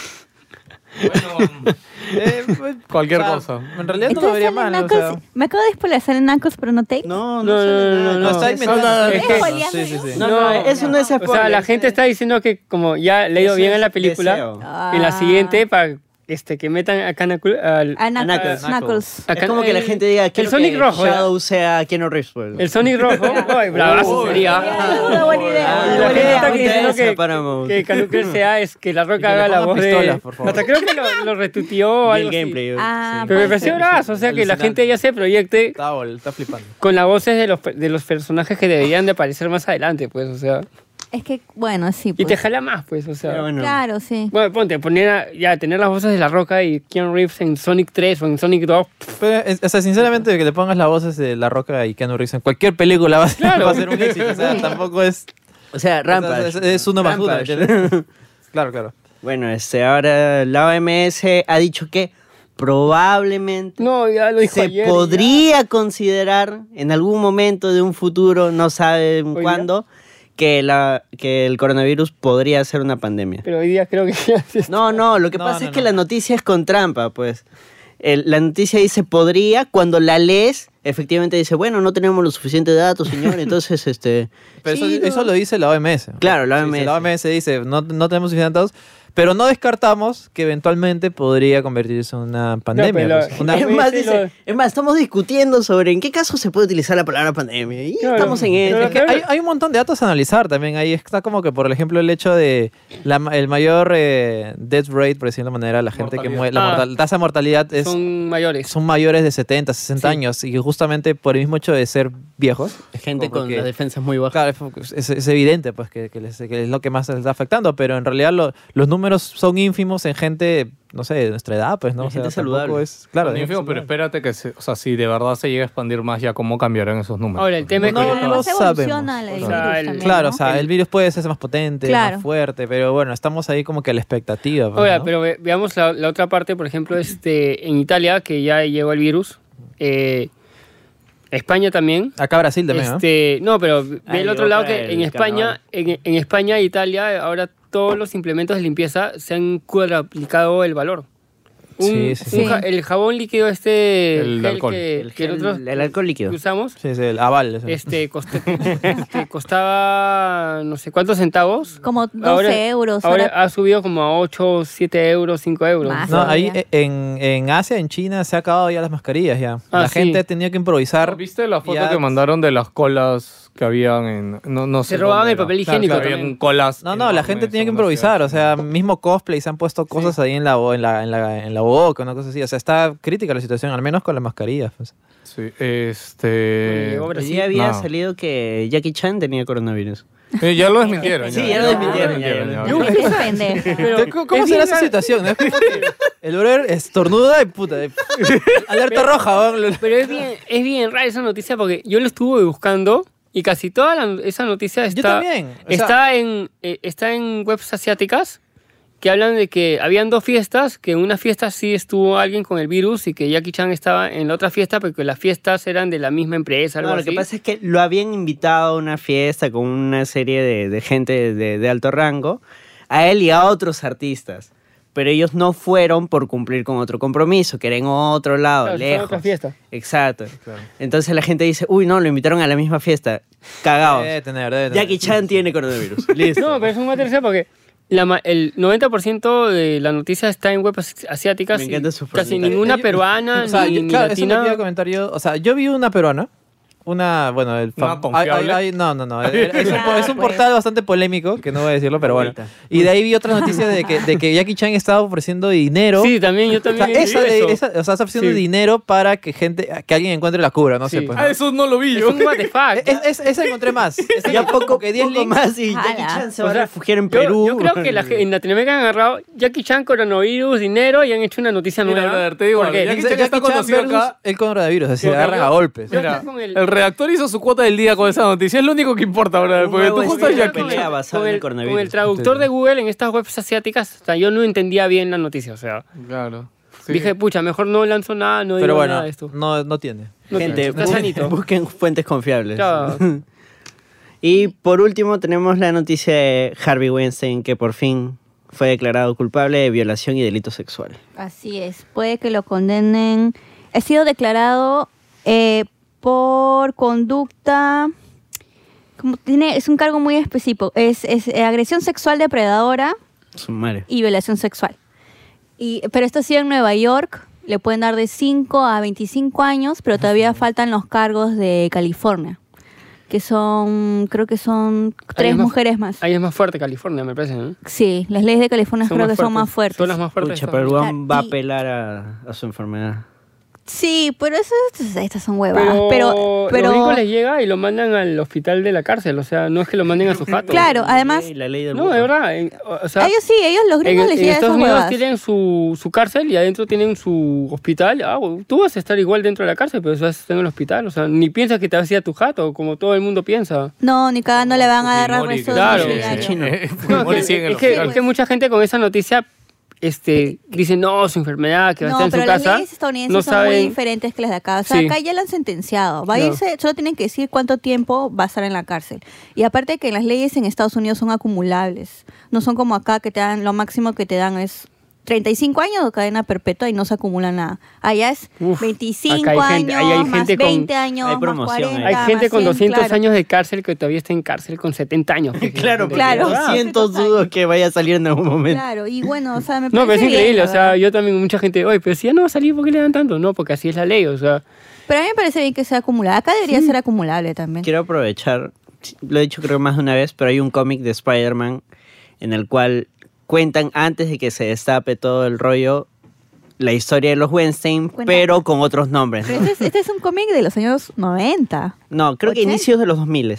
D: Eh,
B: Cualquier cosa.
D: pues, En realidad no
C: Entonces
D: lo vería
C: sale
D: mal, o
C: Knuckles-
D: sea.
C: Me acabo de spoilear en Knuckles, pero no te.
A: No,
E: No,
A: no,
E: no, no,
A: no,
D: No,
A: no.
D: está inventando.
B: no,
D: es
B: es
D: que-
C: spoileando,
D: sí, sí, sí.
A: No, no, eso no es
E: O sea, la gente está diciendo que como ya le ha ido
A: Eso
E: bien
A: es
E: en la película,
A: deseo.
E: en la siguiente para este, que metan a Canucles... al-
C: A Ah, Knuckles.
A: Knuckles.
C: Knuckles.
A: Es
E: acá-
A: como que la
E: el-
A: gente diga que
E: el Sonic rojo.
A: Shadow sea Keanu Reeves. pues.
E: El Sonic rojo. Ay, bravazo sería.
C: Una buena
A: Ah,
E: Y la
A: buena
C: idea.
E: gente
A: idea,
E: está
A: buena
E: diciendo
A: esa,
E: que,
A: Paramount.
E: que Canucles sea es que la
D: Y que le
E: roca haga la
D: pongan
E: voz
D: pistolas,
E: de...
D: por favor.
E: Hasta creo que lo, lo retuiteó o
A: Bien
E: algo así.
A: gameplay. yo-
C: Ah,
E: Pero me
C: puede
E: pareció
C: ser.
E: bravazo, o sea que la
D: Alucinante.
E: gente ya se proyecte
D: Está, bol- está flipando.
E: con las voces de los, pe- de los personajes que deberían de aparecer más adelante, pues, o sea.
C: Es que, bueno, sí.
E: Y
C: Pues.
E: te jala más, pues, o
A: Pero
E: sea.
A: bueno.
C: Claro, sí.
E: Bueno, ponte, poner a- ya tener las voces de La Roca y Keanu Reeves en Sonic 3 o en Sonic 2.
D: Pero, es- o sea, sinceramente, que le pongas las voces de La Roca y Keanu Reeves en cualquier película va a, ser-
E: Claro.
D: va a ser un éxito. O sea, tampoco es.
A: O sea, Rampage.
D: Es, es uno más uno.
A: Rampage.
D: ¿entiendes? Claro, claro.
A: Bueno, este, ahora la OMS ha dicho que probablemente
E: No, ya lo dijo
A: se
E: ayer,
A: podría considerar en algún momento de un futuro, no saben
E: Hoy día.
A: cuándo, que, la, que el coronavirus podría ser una pandemia.
E: ya. Pero hoy día creo que ya se está-
A: No, no, lo que
D: No,
A: pasa
D: no,
A: es que
D: no.
A: la noticia es con trampa, pues. El- la noticia dice podría, cuando la lees, efectivamente dice, bueno, no tenemos los suficientes datos, señor, entonces, este...
D: Pero
A: sí,
D: eso,
A: no.
D: eso lo dice la OMS.
A: Claro, la
D: Sí,
A: OMS.
D: La OMS dice, no, no tenemos suficientes datos, Pero no descartamos que eventualmente podría convertirse en una pandemia.
E: pero-
D: pues, una-
E: Claro,
A: Es más,
E: sí, lo-
A: dice, es más, estamos discutiendo sobre en qué caso se puede utilizar la palabra pandemia. Y
E: Claro,
A: estamos en
E: pero-
A: eso.
D: Es que hay, hay un montón de datos a analizar también. Ahí está como que, por ejemplo, el hecho de la ma- el mayor eh, death rate, por decirlo de manera, la gente que muere, la
E: Ah.
D: mortal- tasa de mortalidad es, son,
E: Son mayores.
D: mayores de 70, 60
E: Sí.
D: años. Y justamente por el mismo hecho de ser viejos.
A: Gente
D: como
A: con
D: que-
A: las defensas muy bajas.
D: Claro, es, es- es evidente pues que, que les- que es lo que más les está afectando, pero en realidad lo- los números son ínfimos en gente, no sé, de nuestra edad, pues, ¿no?
A: En gente
D: tampoco
A: saludable.
D: Es, claro,
B: Son
D: de gente
B: ínfimos, pero
D: saludable.
B: espérate que, se- o sea, si de verdad se llega a expandir más ya, ¿cómo cambiarán esos números?
E: Ahora, el tema es
D: No,
E: que...
D: no, no.
C: Además,
D: sabemos.
C: evoluciona el
E: O sea,
C: virus
E: el-
C: también,
D: Claro, o
C: ¿no?
D: sea, el virus puede ser más potente,
C: Claro.
D: más fuerte, pero bueno, estamos ahí como que a la expectativa. pues,
E: Ahora,
D: ¿no?
E: pero ve- veamos la, la otra parte, por ejemplo, este, en Italia, que ya llegó el virus. eh, España también.
D: Acá Brasil también, ¿no?
E: Este, no, pero ve
A: Ah,
E: el
A: llegó
E: otro lado
A: para
E: que
A: el
E: en España,
A: carnaval.
E: en, en España e Italia, ahora todos los implementos de limpieza se han cuadruplicado el valor. Un-
D: Sí, sí,
E: un
C: sí.
E: ja- el jabón líquido este
B: El
E: gel
B: alcohol.
E: que,
A: El,
E: que
A: gel-
E: nosotros
A: el alcohol líquido.
E: usamos
D: Sí, es el aval. es el-
E: este, costa- este, costaba no sé cuántos centavos.
C: Como 12 euros.
E: Ahora
C: ahora-
E: ha subido como a 8, 7 euros, 5 euros.
C: Más.
D: No, ahí
C: Ah, todavía.
D: eh, en, en Asia, en China, se ha acabado ya las mascarillas ya.
E: Ah,
D: la
E: sí.
D: gente ha tenido que improvisar.
B: ¿Viste la foto
D: Ya-
B: que mandaron de las colas que habían en... No, no sé
E: Se robaban
B: dónde
E: el
B: era?
E: papel
D: Claro,
E: higiénico
D: claro,
E: también.
B: Habían colas.
D: No, no, la
B: enormes
D: gente tenía que
B: en una ciudad.
D: improvisar, o sea, mismo cosplay, se han puesto cosas ahí en la, bo- en la, en la, en la boca, una cosa así, o sea, está crítica la situación, al menos con las mascarillas. pues.
B: Sí, este...
E: Llegó
A: Hoy
E: Brasil.
A: día había
B: no.
A: salido que Jackie Chan tenía coronavirus.
B: Eh, ya lo desmintieron.
A: Sí, ya lo desmintieron, ya, ya
E: Ah,
A: lo
C: Yo creo que es pendeja.
D: Pero, ¿Cómo, cómo será esa situación? no? Es como que El brother estornuda y puta, eh, alerta roja. weón.
E: Pero es bien, es bien rara esa noticia porque yo lo estuve buscando y casi toda la- esa noticia está,
D: también, o sea-
E: está, en, eh, está en webs asiáticas que hablan de que habían dos fiestas, que en una fiesta sí estuvo alguien con el virus y que Jackie Chan estaba en la otra fiesta porque las fiestas eran de la misma empresa. Algo
D: Ah,
A: No, lo
E: así.
A: que pasa es que lo habían invitado a una fiesta con una serie de, de gente de, de alto rango, a él y a otros artistas. Pero ellos no fueron por cumplir con otro compromiso, que era en otro lado,
E: Claro, estaba en
A: lejos.
E: otra fiesta.
A: Exacto. Entonces la gente dice, uy, no, lo invitaron a la misma fiesta. Cagados.
D: Debe tener, debe tener.
A: Jackie Chan tiene coronavirus. Listo.
E: No, pero es un tercera porque la ma- el 90% de la noticia está en webs asiáticas.
A: Me
E: y
A: encantan sus
E: casi
A: preguntas.
E: ninguna peruana
D: O sea,
E: ni,
D: yo-
E: ni
D: claro, eso
E: latina.
D: lo quería comentar yo. O sea, yo vi una peruana. Una, bueno, el
B: Una
D: fam-
B: confiable.
D: ay, ay, ay, no, no, no. Es un, po- es un
C: pues.
D: portal bastante polémico, que no voy a decirlo, pero bueno.
A: Ahorita.
D: Y de ahí vi otras noticias de que, de que Jackie Chan estaba ofreciendo dinero.
E: Sí, también yo
D: o sea,
E: también. he
D: esa
E: leído
D: de-
E: eso.
D: esa- o sea, está ofreciendo
E: Sí.
D: dinero para que gente, que alguien encuentre la cura, no sé.
E: Sí.
D: Pues,
B: Ah, eso no lo vi
E: Es
B: yo.
E: un what the fuck.
D: Es- es- esa encontré más. Esa
A: ya
D: encontré
A: poco,
D: como que 10
A: poco
D: links.
A: más y
C: Ala.
A: Jackie Chan se
E: O
A: va
E: sea,
A: a refugiar en
E: Yo-
A: Perú.
E: Yo, creo que la ge- en Latinoamérica han agarrado Jackie Chan, coronavirus, dinero y han hecho una noticia
B: Mira,
E: nueva.
B: brother, te digo
E: ¿Por qué?
B: algo, Jackie
D: Dice,
B: Chan está conocido
D: versus
B: acá.
D: El coronavirus, así
B: Porque
D: agarran
B: yo-
D: a golpes.
E: yo-
B: Mira,
E: estoy con el-
B: el redactor hizo su cuota del día con esa noticia. Es lo único que importa, brother.
A: Un
B: Porque tú
A: nuevo
B: justo
A: estilo de
B: Jackie
A: pelea
B: Chan.
A: basado
E: pues, con
A: en
E: el,
A: el coronavirus.
E: con el traductor de Google en estas webs asiáticas, o sea, yo no entendía bien la noticia. O sea,
B: Claro. sí.
E: dije, pucha, mejor no lanzo nada, no
D: Pero
E: digo
D: bueno,
E: nada de esto.
D: no, no tiene.
E: No,
A: Gente,
E: está
A: bu-
E: sanito.
A: busquen fuentes confiables.
E: Claro.
A: Y por último tenemos la noticia de Harvey Weinstein que por fin fue declarado culpable de violación y delito sexual.
C: Así es, puede que lo condenen. He sido declarado eh, por conducta. Como tiene, es un cargo muy específico. Es, es, eh, agresión sexual depredadora
A: Su madre.
C: y violación sexual. Y, pero esto ha sido en Nueva York. Le pueden dar de 5 a 25 años, pero todavía faltan los cargos de California, que son, creo que son tres
E: es más-
C: mujeres más.
E: Ahí es más fuerte California, me parece, ¿no?
C: Sí, las leyes de California creo que son más fuertes.
E: Son las más fuertes.
A: Pucha, pero el
C: Claro,
A: Juan va a
C: y-
A: apelar a, a su enfermedad.
C: Sí, pero eso, estas son huevadas.
E: pero,
C: Ah, Pero,
E: los
C: pero,
E: gringos les llega y lo mandan al hospital de la cárcel. O sea, no es que lo manden a su jato.
C: claro, además,
A: Ey, la ley del
E: No,
A: burro.
E: de verdad. en- o- o sea,
C: ellos sí, ellos los
E: En,
C: gringos
E: en
C: les llegan esas
E: Estados Unidos
C: huevadas.
E: tienen su, su cárcel y adentro tienen su hospital. Ah, bueno, tú vas a estar igual dentro de la cárcel, pero vas a estar en el hospital. O sea, ni piensas que te vas a ir a tu jato, como todo el mundo piensa.
C: No, ni cada no le van a dar
B: Fujimori,
C: arresto
E: claro,
C: domiciliario.
A: sí, sí. Chino.
B: Eh,
E: No,
B: Fujimori
E: que-
B: sigue en el
E: es, que,
B: hospital.
E: es que mucha gente con esa noticia este, dice, no, su enfermedad, que va
C: No,
E: a
C: pero
E: estar en su
C: las
E: casa.
C: leyes estadounidenses
E: no
C: son muy
E: saben.
C: diferentes que las de acá. O sea,
E: Sí.
C: acá ya la han sentenciado. Va a
E: Claro.
C: irse, solo tienen que decir cuánto tiempo va a estar en la cárcel. Y aparte que las leyes en Estados Unidos son acumulables. No son como acá que te dan, lo máximo que te dan es 35 años de cadena perpetua y no se acumula nada. Allá es
E: Uf,
C: 25
E: acá hay gente-
C: años,
E: ahí hay
C: más
E: gente con-
C: 20 años,
A: Hay
C: más
A: promoción,
C: 40,
A: eh.
E: Hay
C: más
E: gente con
C: 100,
E: 200
C: claro.
E: años de cárcel que todavía está en cárcel con 70 años.
A: Claro,
C: Claro.
A: claro. Siento dudo que vaya a salir en algún momento.
C: Claro, y bueno, o sea, me
E: No, pero es
C: parece bien,
E: increíble,
C: la
E: o sea,
C: verdad.
E: yo también, mucha gente, oye, pero si ya no va a salir, ¿por qué le dan tanto? No, porque así es la ley, o sea,
C: Pero a mí me parece bien que sea acumulable. Acá debería ser acumulable también.
A: Quiero aprovechar, lo he dicho creo más de una vez, pero hay un cómic de Spider-Man en el cual cuentan antes de que se destape todo el rollo la historia de los Weinstein,
C: Cuenta.
A: pero con otros nombres.
C: Pero este, es, este es un cómic de los años 90,
A: No, creo que
C: ¿Ochenta?
A: inicios de los 2000.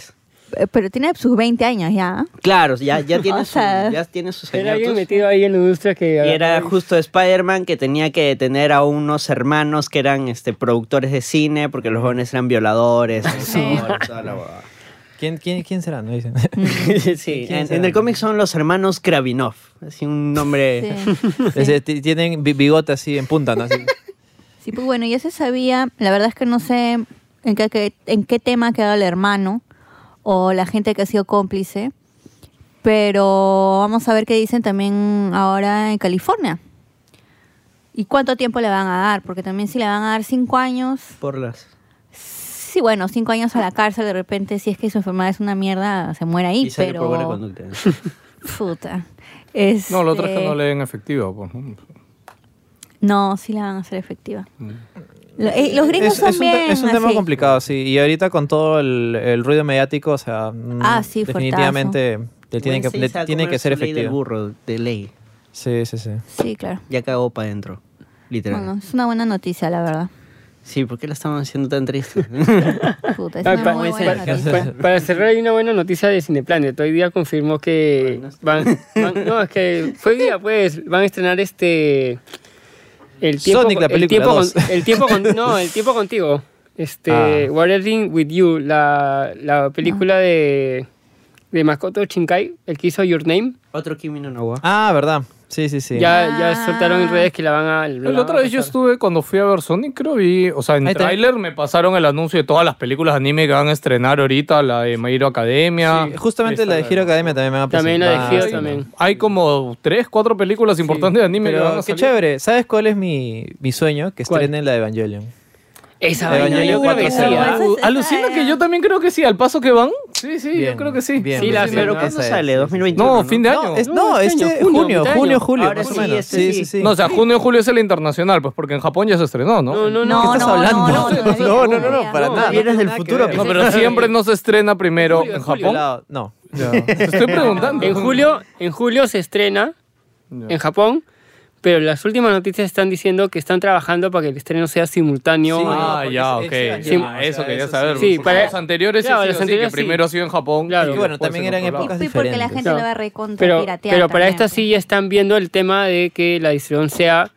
C: eh, pero tiene sus 20 años ya.
A: Claro, ya, ya, tiene,
C: O
A: su-
C: sea,
A: ya tiene sus
E: era alguien
A: añitos.
E: metido ahí en la industria que...
A: Y era justo Spider-Man que tenía que detener a unos hermanos que eran este, productores de cine porque los jóvenes eran violadores. agresores, toda la huevada.
D: ¿Quién, quién, quién será? No dicen.
A: sí,
D: ¿Quién
A: en,
D: será?
A: en el cómic son los hermanos Kravinov. Así un nombre.
C: Sí.
D: Ese, ti- Tienen bi- bigote así en punta, ¿no? Así.
C: Sí, pues bueno, ya se sabía, la verdad es que no sé en qué, qué- en qué tema ha quedado el hermano o la gente que ha sido cómplice, pero vamos a ver qué dicen también ahora en California. ¿Y cuánto tiempo le van a dar? Porque también si le van a dar cinco años,
A: Por las.
C: sí, bueno, cinco años a la cárcel de repente, si es que su enfermedad es una mierda, se muere ahí,
A: Y Pues sale por buena
C: pero...
A: conducta.
C: Puta. Este,
B: No, lo otro es que no leen efectivo. Pues. ¿no?
C: No, sí la van a hacer efectiva. Lo- eh, los gringos
D: Mm. es,
C: son
D: es un, te-
C: bien
D: es un tema
C: así.
D: complicado, sí. Y ahorita con todo el, el ruido mediático, o sea, mm,
C: Ah, sí, fuertazo.
D: definitivamente le tienen que, le
A: Weinstein se va a
D: tiene
A: comer
D: que ser
A: su ley del
D: efectivo.
A: burro, de ley.
D: Sí, sí, sí.
C: Sí, claro.
A: Ya cagó para adentro. Literal.
C: Bueno, es una buena noticia, la verdad.
A: Sí, ¿por qué la estamos haciendo tan triste?
C: Puta, es
E: Ah,
C: una
E: pa-
C: muy
E: pa-
C: buena
E: pa-
C: noticia.
E: pa- para cerrar, hay una buena noticia de Cineplanet. Hoy día confirmó que van, van- No, es que fue hoy día, pues. Van a estrenar este. El tiempo,
D: Sonic, la película,
E: El tiempo,
D: dos.
E: con- el tiempo con- no, el tiempo contigo. Este.
D: Ah.
E: Watering with You, la, la
C: Ah.
E: película de. De Makoto Shinkai, el que hizo Your Name.
A: Otro Kimi no Nawa.
D: Ah, verdad. Sí, sí, sí.
E: Ya,
C: Ah.
E: ya soltaron en redes que la van a. la
B: La
E: van a
B: otra vez yo
E: pasar.
B: estuve, cuando fui a ver Sonic, creo vi, o sea, en
D: Ahí está.
B: tráiler me pasaron el anuncio de todas las películas de anime que van a estrenar ahorita, la de My Hero Academia.
D: Justamente la de Hero Academia también me va a
E: También la de
D: presentar,
E: Hero
D: sí,
E: también.
B: Hay como tres, cuatro películas importantes de anime que van
D: Pero
B: a
D: qué
B: salir.
D: chévere. ¿Sabes cuál es mi, mi sueño? Que
E: ¿Cuál?
D: estrenen la de Evangelion.
E: Esa
D: Pero
E: vaina,
D: yo-
E: yo
D: yo
E: creo que
D: cuatro
E: sí.
D: segundos.
E: ¿ah?
C: Esa es-
B: Alucina
C: esa
B: que
C: es-
B: yo también creo que sí, al paso que van. Sí, sí,
D: Bien,
B: yo creo que sí.
D: bien,
B: Sí,
E: bien,
B: la
E: bien.
A: pero
D: no,
A: ¿cuándo
D: esa es,
A: sale?
D: sí,
A: ¿2020?
B: No, fin de año.
D: No, es,
E: No,
D: no,
E: este
D: este
E: año, junio,
D: junio,
E: mitad de
D: junio,
E: año.
D: julio,
A: Ahora
D: más o
A: sí,
D: menos.
A: este sí.
D: Sí, sí, sí.
B: No, o sea, junio julio es el internacional, pues porque en Japón ya se estrenó,
E: No,
B: ¿no?
E: no,
C: No,
E: no.
C: no,
D: estás
C: no,
D: hablando?
C: No, no, todavía
D: No, no, no, no, para
C: No,
D: nada.
A: vienes
D: no
A: del
D: tiene
A: futuro,
D: nada que
B: No,
D: ver.
B: pero siempre no se estrena primero
E: Julio,
B: en
E: julio.
B: Japón.
D: Lado, No.
B: Te estoy preguntando.
E: En julio, en julio se estrena en Japón, pero las últimas noticias están diciendo que están trabajando para que el estreno sea simultáneo.
B: ah,
D: porque
B: ya,
D: es- es
B: ok.
D: el año,
B: Sí,
D: o sea,
B: eso quería
D: eso
B: saber.
E: sí. Sí,
B: porque
E: para-
B: los anteriores sí
E: Claro,
B: ha sido
E: los
B: así,
E: anteriores
B: que
E: sí.
B: primero ha sido en Japón.
E: Claro.
D: Y bueno,
B: después
D: también
B: en
D: eran
B: otro lado.
C: Y
D: épocas
C: fue porque la
D: diferentes.
C: gente lo
E: Claro.
C: va a recontra
E: Pero,
C: piratear
E: pero para
C: también.
E: esta sí ya están viendo el tema de que la distribución sea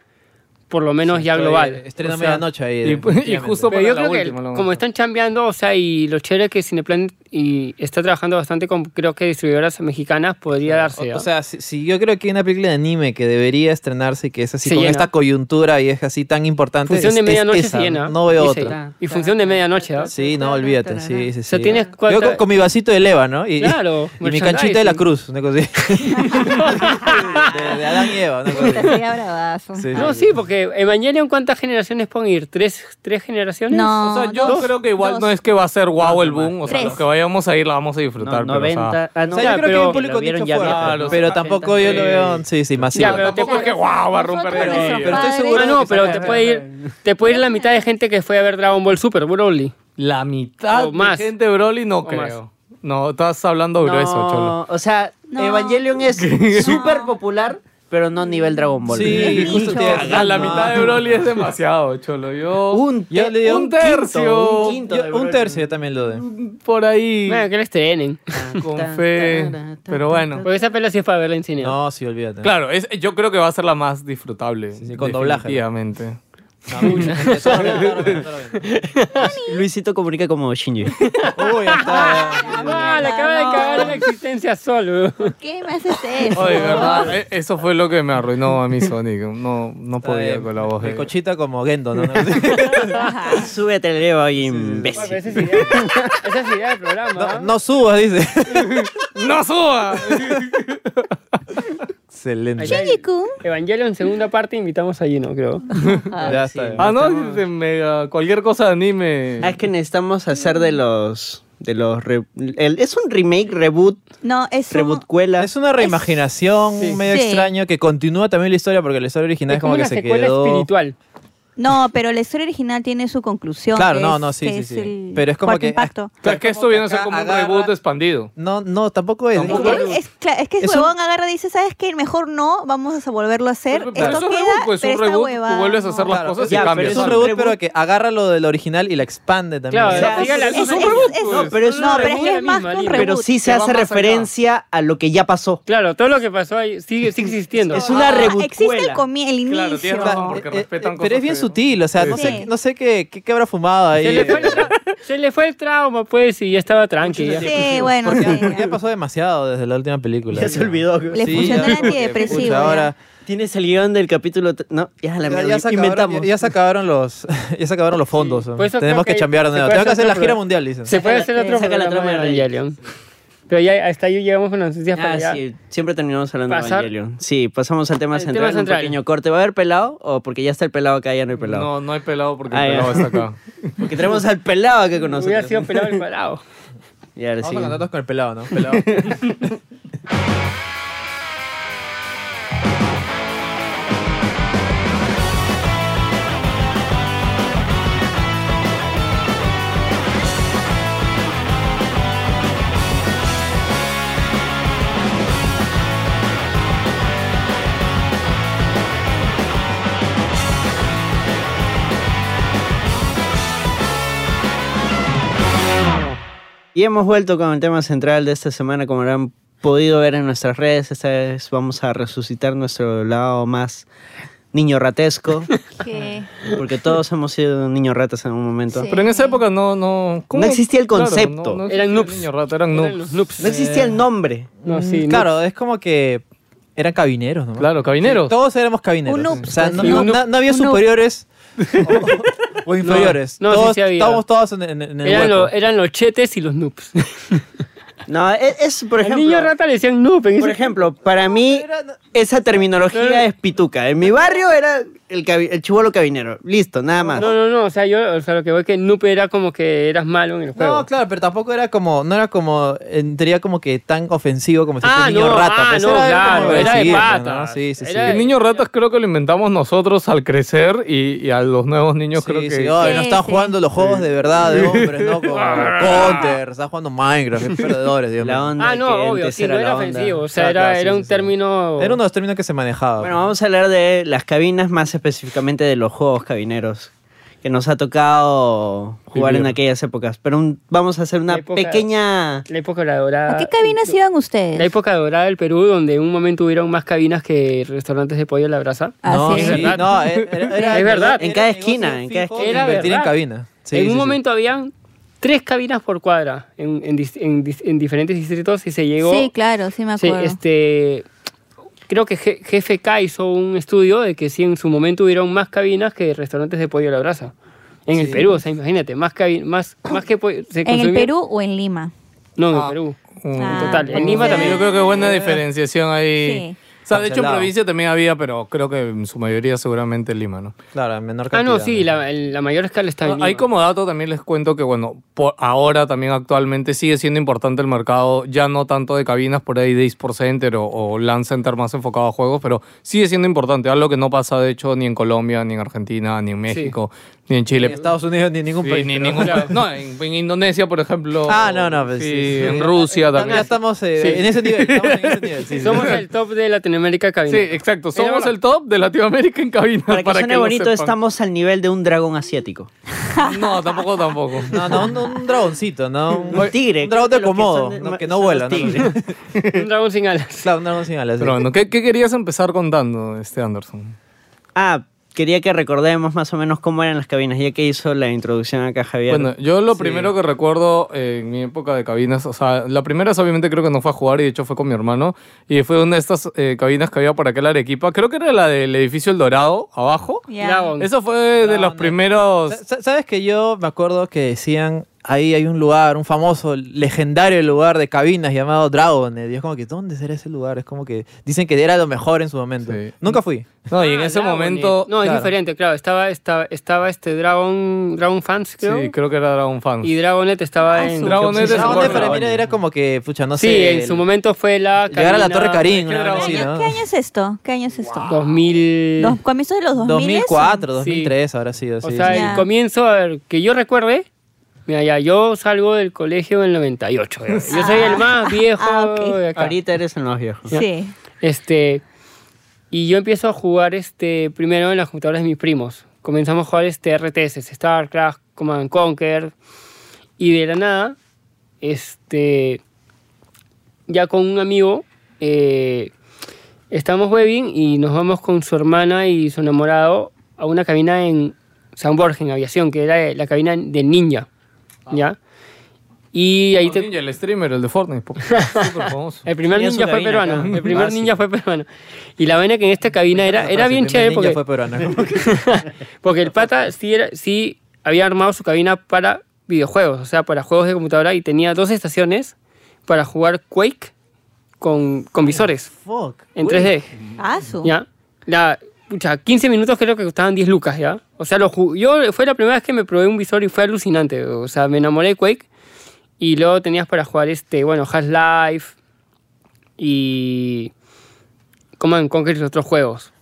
E: por lo menos ya
D: Estoy-
E: global.
D: Estrena
E: O sea,
D: medianoche ahí.
B: Y, y
D: definitivamente.
B: justo
E: Pero
B: para
E: yo
B: la
E: creo que
B: última, la
E: como
B: última.
E: están chambeando, o sea, y lo chévere que Cineplanet y está trabajando bastante con creo que distribuidoras mexicanas podría darse.
D: O,
E: ¿ah?
D: o sea, si, si yo creo que hay una película de anime que debería estrenarse y que es así
E: Se
D: con
E: llena.
D: esta coyuntura y es así tan importante.
E: función
D: es-
E: de
D: es
E: medianoche
D: esa,
E: se llena.
D: No veo
E: dice.
D: otra.
E: Y función de medianoche, ¿ah?
D: Sí, no, olvídate. Sí, sí, sí.
E: sea, tienes
D: Yo
E: cuatro-
D: con, con mi vasito de leva, ¿no? Y,
E: Claro,
D: Y mi canchita de la
E: merchandising.
D: cruz, una cosa así. de, de Adán y Eva, una cosa así.
C: Puta, sería bravazo.
D: Sí,
E: No, sí, porque Evangelion, ¿cuántas generaciones pueden ir? ¿Tres, tres generaciones?
C: No,
B: O sea, yo
C: dos,
B: creo que igual
C: dos.
B: no es que va a ser guau el boom. O sea,
C: Tres.
B: los que vayamos a ir la vamos a disfrutar.
A: No,
B: pero, o sea,
A: 90. Ah, no,
D: O sea,
E: Ya,
D: yo creo que hay
E: pero-
D: un público
A: lo vieron
D: nicho
A: ya
D: fuerte,
A: viejo,
B: Ah,
D: pero,
B: los-
D: tampoco yo lo veo, sí, sí, masivo.
E: Ya, pero te-
B: Tampoco es que guau, va a romper
C: Nosotros,
B: la
D: Pero-
C: nuestros
D: pero estoy
C: padres,
D: seguro
E: Ah, no,
D: que
E: pero
D: saca-
E: te puede ir, te puede ir la mitad de gente que fue a ver Dragon Ball Super, Broly.
B: La mitad
E: O más.
B: de gente Broly no
E: O
B: creo. No, estás hablando grueso, cholo.
A: No, o sea,
C: No.
A: Evangelion es súper popular, pero no nivel Dragon Ball.
D: Sí, justo te-
B: A la mitad de Broly es demasiado, cholo. Yo
A: Un,
D: Yo
A: te-
D: le digo
A: un
D: un
A: tercio.
B: quinto,
A: un quinto.
D: Yo-
A: de
D: un
A: Broly.
D: tercio yo también lo de.
B: por ahí
E: Bueno, que les estrenen.
D: Ah.
B: con
A: tan,
B: fe.
A: tan, tan,
B: Pero bueno.
E: Porque esa pela sí es para verla en cine.
D: No, sí, olvídate.
B: Claro, es, yo creo que va a ser la más disfrutable.
D: sí, con doblaje.
B: Definitivamente.
D: No, mucho. Todo bien, todo bien, todo bien.
A: Luisito comunica como Shinji.
D: Uy, ya está.
E: Ah, le acaba de cagar la existencia solo.
C: ¿Por qué me haces eso?
B: Oye, verdad, eh, eso fue lo que me arruinó a mí Sonic. No, no
D: Está
B: podía
D: bien.
B: con la voz eh.
D: El
B: de...
D: cochita como Gendo, ¿no?
A: Ah, Súbete el Leo ahí, imbécil.
E: Esa es idea, esa es idea del ¿ah? programa.
D: No, no subas, dice.
B: ¡No suba!
D: Excelente.
E: Ahí está.
C: Shinji-kun.
E: Evangelion, segunda parte, invitamos a Gino, creo.
D: Ya está.
B: Ah, no, de mega- cualquier cosa de anime.
A: Ah, es que necesitamos hacer de los. De los re- el- es un remake, reboot,
C: No, es un-
A: rebootcuela.
D: Es una reimaginación
E: Sí.
D: medio
C: Sí.
D: extraña que continúa también la historia porque la historia original es, como,
E: una
D: que se
E: secuela
D: quedó.
E: espiritual.
C: No, pero la historia original tiene su conclusión.
D: Claro,
C: que
D: no,
C: es-
D: no, sí,
C: que
D: sí,
C: es
D: sí.
C: el
D: Pero es como
C: cuarto
D: que- ah,
C: impacto.
B: Claro, es que esto viene a ser como un
D: Agarra-
B: reboot expandido.
D: No, no, tampoco es.
C: Es, es- cla- es que el
D: Es un-
C: huevón agarra y dice, ¿sabes qué? Mejor no, vamos a volverlo a hacer.
B: Pero- pero
C: Esto
B: eso es
C: queda,
B: reboot, pues,
C: pero
B: un
C: esta
B: reboot,
C: huevada,
B: tú vuelves a
C: no.
B: hacer las
D: Claro,
B: cosas
A: ya,
B: y
A: pero
B: cambias.
D: es un
B: algo.
D: reboot, pero que agarra lo del original y la expande también.
E: Claro,
D: O sea,
A: es-
E: sigue la
A: eso es
E: misma-
A: un
C: reboot, pues.
E: No,
A: pero es
C: No,
A: una
C: pero es que
E: la
C: es más
E: misma
C: que un
E: línea.
C: reboot.
A: pero sí se
B: que va
A: hace
B: más allá.
A: referencia a lo que ya pasó.
E: Claro, todo lo que pasó ahí sigue, sigue existiendo.
A: Es una rebootcuela.
C: Ah, Existe el, comi- el inicio.
B: Claro, tienes razón, porque
D: eh, eh,
B: respetan
D: pero es
B: cosas
D: bien
B: que-
D: sutil, o sea, no
C: Sí.
D: sé, no sé qué, qué, qué habrá fumado ahí.
E: Se le, fue el tra- se le fue el trauma, pues, y ya estaba tranquila.
C: Sí, bueno,
D: Porque,
C: sí,
D: porque
C: ya.
D: ya pasó demasiado desde la última película.
A: Ya se olvidó.
C: Le funcionó el antidepresivo,
D: pucha,
C: ya.
D: ahora,
A: Tienes el guión del capítulo. tre- No, ya la
D: ya,
A: mierda.
D: ya se acabaron,
A: inventamos.
D: ya, ya se acabaron los, ya se acabaron los fondos.
E: por Pues eso
D: Tenemos
E: creo que
D: que chambear
E: se
D: de nuevo.
E: puede
D: Tengo que
E: hacer
D: hacer la
E: otro
D: gira
E: programa.
D: mundial, dicen.
E: Se puede hacer otro
A: Saca la
E: programa
A: trama
E: de
A: de
E: Evangelion. Pero ya hasta ahí llegamos con las noticias para
A: Ah,
E: allá.
A: sí, siempre terminamos hablando de
E: Pasar-
A: Evangelion. Sí, pasamos al tema
E: Al tema
A: central,
E: central.
A: un pequeño corte. ¿Va a haber pelado o porque ya está el pelado acá, ya no hay pelado?
B: No, no hay pelado porque
A: Ah,
B: el
A: ya.
B: pelado está acá.
A: Porque tenemos al pelado acá con
E: Hubiera
A: nosotros.
E: sido ah, pelado el parado.
A: Y ahora
D: Vamos
A: sí.
D: a cantarnos con el pelado, ¿no? Pelado.
A: Y hemos vuelto con el tema central de esta semana, como habrán podido ver en nuestras redes. Esta vez vamos a resucitar nuestro lado más niño ratesco,
C: Que-
A: porque todos hemos sido niños ratas en un momento.
C: Sí.
B: Pero en esa época no... No,
A: No existía el concepto.
E: Eran
B: no existía
E: noobs.
B: niño rato, eran
E: Eran
B: noobs.
E: los noobs.
A: No existía el nombre.
E: No, sí,
D: Mm, Claro, es como que eran cabineros, ¿no?
B: Claro, cabineros.
D: Todos éramos cabineros.
C: Un noob,
D: o sea, no,
C: pues,
D: no-
E: un noob.
D: no- no había
C: Un noob.
D: superiores o, o inferiores.
E: no, sí,
D: todos,
E: sí había.
D: Estábamos todos en, en- en el
E: Eran, lo-
D: hueco.
E: eran los chetes y los noobs.
A: No, es, es, por
E: Al
A: ejemplo.
E: niño rata le decían noob. En
A: Por
E: ese-
A: ejemplo, para mí esa terminología es pituca. En mi barrio era el, cabi- el chivolo cabinero. Listo, nada más.
E: No, no, no. O sea, yo o sea, lo que voy es que noob era como que eras malo en el juego.
D: No, claro, pero tampoco era como, no era como, en teoría como que tan ofensivo como si
E: Ah,
D: fuera un niño
E: no,
D: rata.
E: ah,
D: pues,
E: no,
D: era
E: claro,
D: como
E: era de
D: decir,
E: patas.
D: ¿no? Sí, sí, sí.
E: Era-
B: El niño ratas creo que lo inventamos nosotros al crecer y, y a los nuevos niños
D: Sí, oh.
B: creo que...
D: sí, ay, no
C: Sí,
D: están
C: sí.
D: jugando los juegos de verdad de hombres, ¿no? Como Counter, están jugando Minecraft, qué perdedores, Dios
A: La
D: mío.
A: onda
E: Ah,
A: que
E: no, obvio.
A: antes
E: Sí, no
A: la
E: era
A: onda.
E: ofensivo. O sea,
D: Claro,
E: era,
D: claro, sí,
E: era
D: sí,
E: un
D: sí.
E: término...
D: Era uno de los términos que se manejaba.
A: Bueno, vamos a hablar de las cabinas, más específicamente de los juegos cabineros, que nos ha tocado jugar en
B: Vivir.
A: aquellas épocas. Pero un- vamos a hacer una
E: Época-
A: pequeña...
E: La época dorada.
C: ¿A qué cabinas iban ustedes?
E: La época dorada del Perú, donde en un momento hubieron más cabinas que restaurantes de pollo a la brasa.
C: Ah,
D: no,
C: sí.
D: sí,
E: Es verdad.
D: no, era- era- era-
E: Es verdad.
A: En cada
D: era negocio
A: esquina, en
D: fijo
A: cada
E: esquina. Era
D: Invertir en
E: verdad.
D: cabina. Sí,
E: en
D: sí,
E: un
D: sí.
E: momento habían tres cabinas por cuadra en, en dis- en dis- en diferentes distritos y se llegó.
C: Sí, claro, sí me
E: se-
C: acuerdo.
E: este, creo que G- GFK hizo un estudio de que sí, en su momento hubieron más cabinas que restaurantes de pollo a la brasa. En el Perú, o sea, imagínate, más, cabi- más, más que pollo. se
C: ¿En el
E: consumía-
C: Perú o en Lima?
E: No, en el Perú.
B: Un-
C: Ah,
E: Total, en
C: pues.
E: Lima
B: Yo
E: también.
B: creo que buena diferenciación ahí.
C: Sí.
B: O sea, de hecho en
D: Cancelado.
B: provincia también había, pero creo que en su mayoría seguramente en Lima, ¿no?
D: Claro, en menor
E: Ah,
D: cantidad.
E: no, sí, la, el- la mayor escala está en Lima.
B: Hay Ah, como dato también les cuento que, bueno, por ahora también actualmente sigue siendo importante el mercado, ya no tanto de cabinas por ahí de eSport Center o, o LAN Center más enfocado a juegos, pero sigue siendo importante, algo que no pasa de hecho ni en Colombia, ni en Argentina, ni en México, ni en
D: Ni
B: Chile.
D: en Estados Unidos ni en ningún
B: Sí,
D: país.
B: ni en
D: creo.
B: ningún país. No, en, en Indonesia, por ejemplo.
D: Ah, no, no, pues,
B: sí,
D: sí, sí.
B: En Rusia
D: Ya-
B: también.
D: Ya estamos eh,
B: Sí.
D: en ese nivel. Estamos en ese nivel. sí, sí.
E: Somos el top de Latinoamérica
B: Sí,
E: cabina.
B: exacto.
E: Era
B: Somos
E: verdad.
B: el top de Latinoamérica en cabina.
A: Para que suene
B: lo
A: bonito,
B: sepan.
A: estamos al nivel de un dragón asiático.
B: No, tampoco, tampoco.
D: No, no, un, un dragoncito, ¿no?
A: Un tigre.
D: Un dragón
A: creo
D: de
A: que los que
D: comodo,
A: son de-
D: no, que
A: son
D: no
A: los
D: vuela. ¿no?
A: tigres.
E: Un dragón sin alas.
D: Claro, un dragón sin alas. sí.
B: Pero bueno, ¿qué, qué querías empezar contando, este Anderson?
A: Ah, quería que recordemos más o menos cómo eran las cabinas, ya que hizo la introducción acá Javier.
B: Bueno, yo lo primero que recuerdo eh, en mi época de cabinas, o sea, la primera es, obviamente creo que no fue a jugar y de hecho fue con mi hermano y fue una de estas eh, cabinas que había para aquel Arequipa, creo que era la del edificio El Dorado, abajo.
C: Ya.
E: Dragon.
B: Eso fue de los primeros...
D: Sa- sa- ¿Sabes que yo me acuerdo que decían ahí hay un lugar, un famoso, legendario lugar de cabinas llamado Dragon. Y es como que, ¿dónde será ese lugar? Es como que dicen que era lo mejor en su momento.
B: Sí.
D: Nunca fui.
B: No, y en
E: Ah,
B: ese
E: Dragon,
B: momento.
E: y- No,
B: claro.
E: es diferente, claro. Estaba, estaba, estaba este Dragon, Dragon Fans, creo.
B: Sí, creo que era Dragon Fans.
E: Y Dragonet
C: Ah,
E: estaba en.
B: Dragonet es
D: Dragon
B: un
D: Day para mí
B: Dragon.
D: era como que, pucha, no
E: sí,
D: sé.
E: en
D: el-
E: su momento fue la.
D: Llegar a la Torre Karim,
E: ¿Qué
D: una
E: Dragon
D: vez así,
E: Net?
D: ¿no?
C: ¿Qué año es esto? ¿Qué año es esto?
E: 2000.
C: Los comienzos de los 2000.
D: 2004,
E: Sí.
D: 2003, ahora sí.
E: o sea,
C: sí.
E: el
C: Ya.
E: comienzo, a ver, que yo recuerde. Mira, ya, yo salgo del colegio en el 98. Yo soy el más viejo
C: Ah, ok.
E: de acá.
A: Ahorita eres en los viejos.
C: Sí.
E: Este, y yo empiezo a jugar este, primero en las computadoras de mis primos. Comenzamos a jugar este RTS, StarCraft, Command and Conquer. Y de la nada, este, ya con un amigo, eh, estamos webbing y nos vamos con su hermana y su enamorado a una cabina en San Borja, en aviación, que era la cabina de ninja. ¿Ya? Y ahí
B: Los
E: te...
B: ninja, el streamer, el de Fortnite. po- Súper famoso.
E: El primer
A: Tenía su
E: ninja fue
A: cabina,
E: peruano.
A: claro.
E: El primer
A: Ah, sí.
E: ninja fue peruano. Y la vaina que en esta cabina era, era bien chévere porque,
D: fue peruana. como que-
E: porque el pata sí, era, sí había armado su cabina para videojuegos, o sea, para juegos de computadora y tenía dos estaciones para jugar Quake con, con visores
D: Fuck.
E: en 3D.
C: Ah, su.
E: ¿Ya? La, pucha, 15 minutos creo que costaban 10 lucas, ¿ya? O sea, lo ju- yo fue la primera vez que me probé un visor y fue alucinante. O sea, me enamoré de Quake y luego tenías para jugar este, bueno, Half-Life y Command Conquer y otros juegos.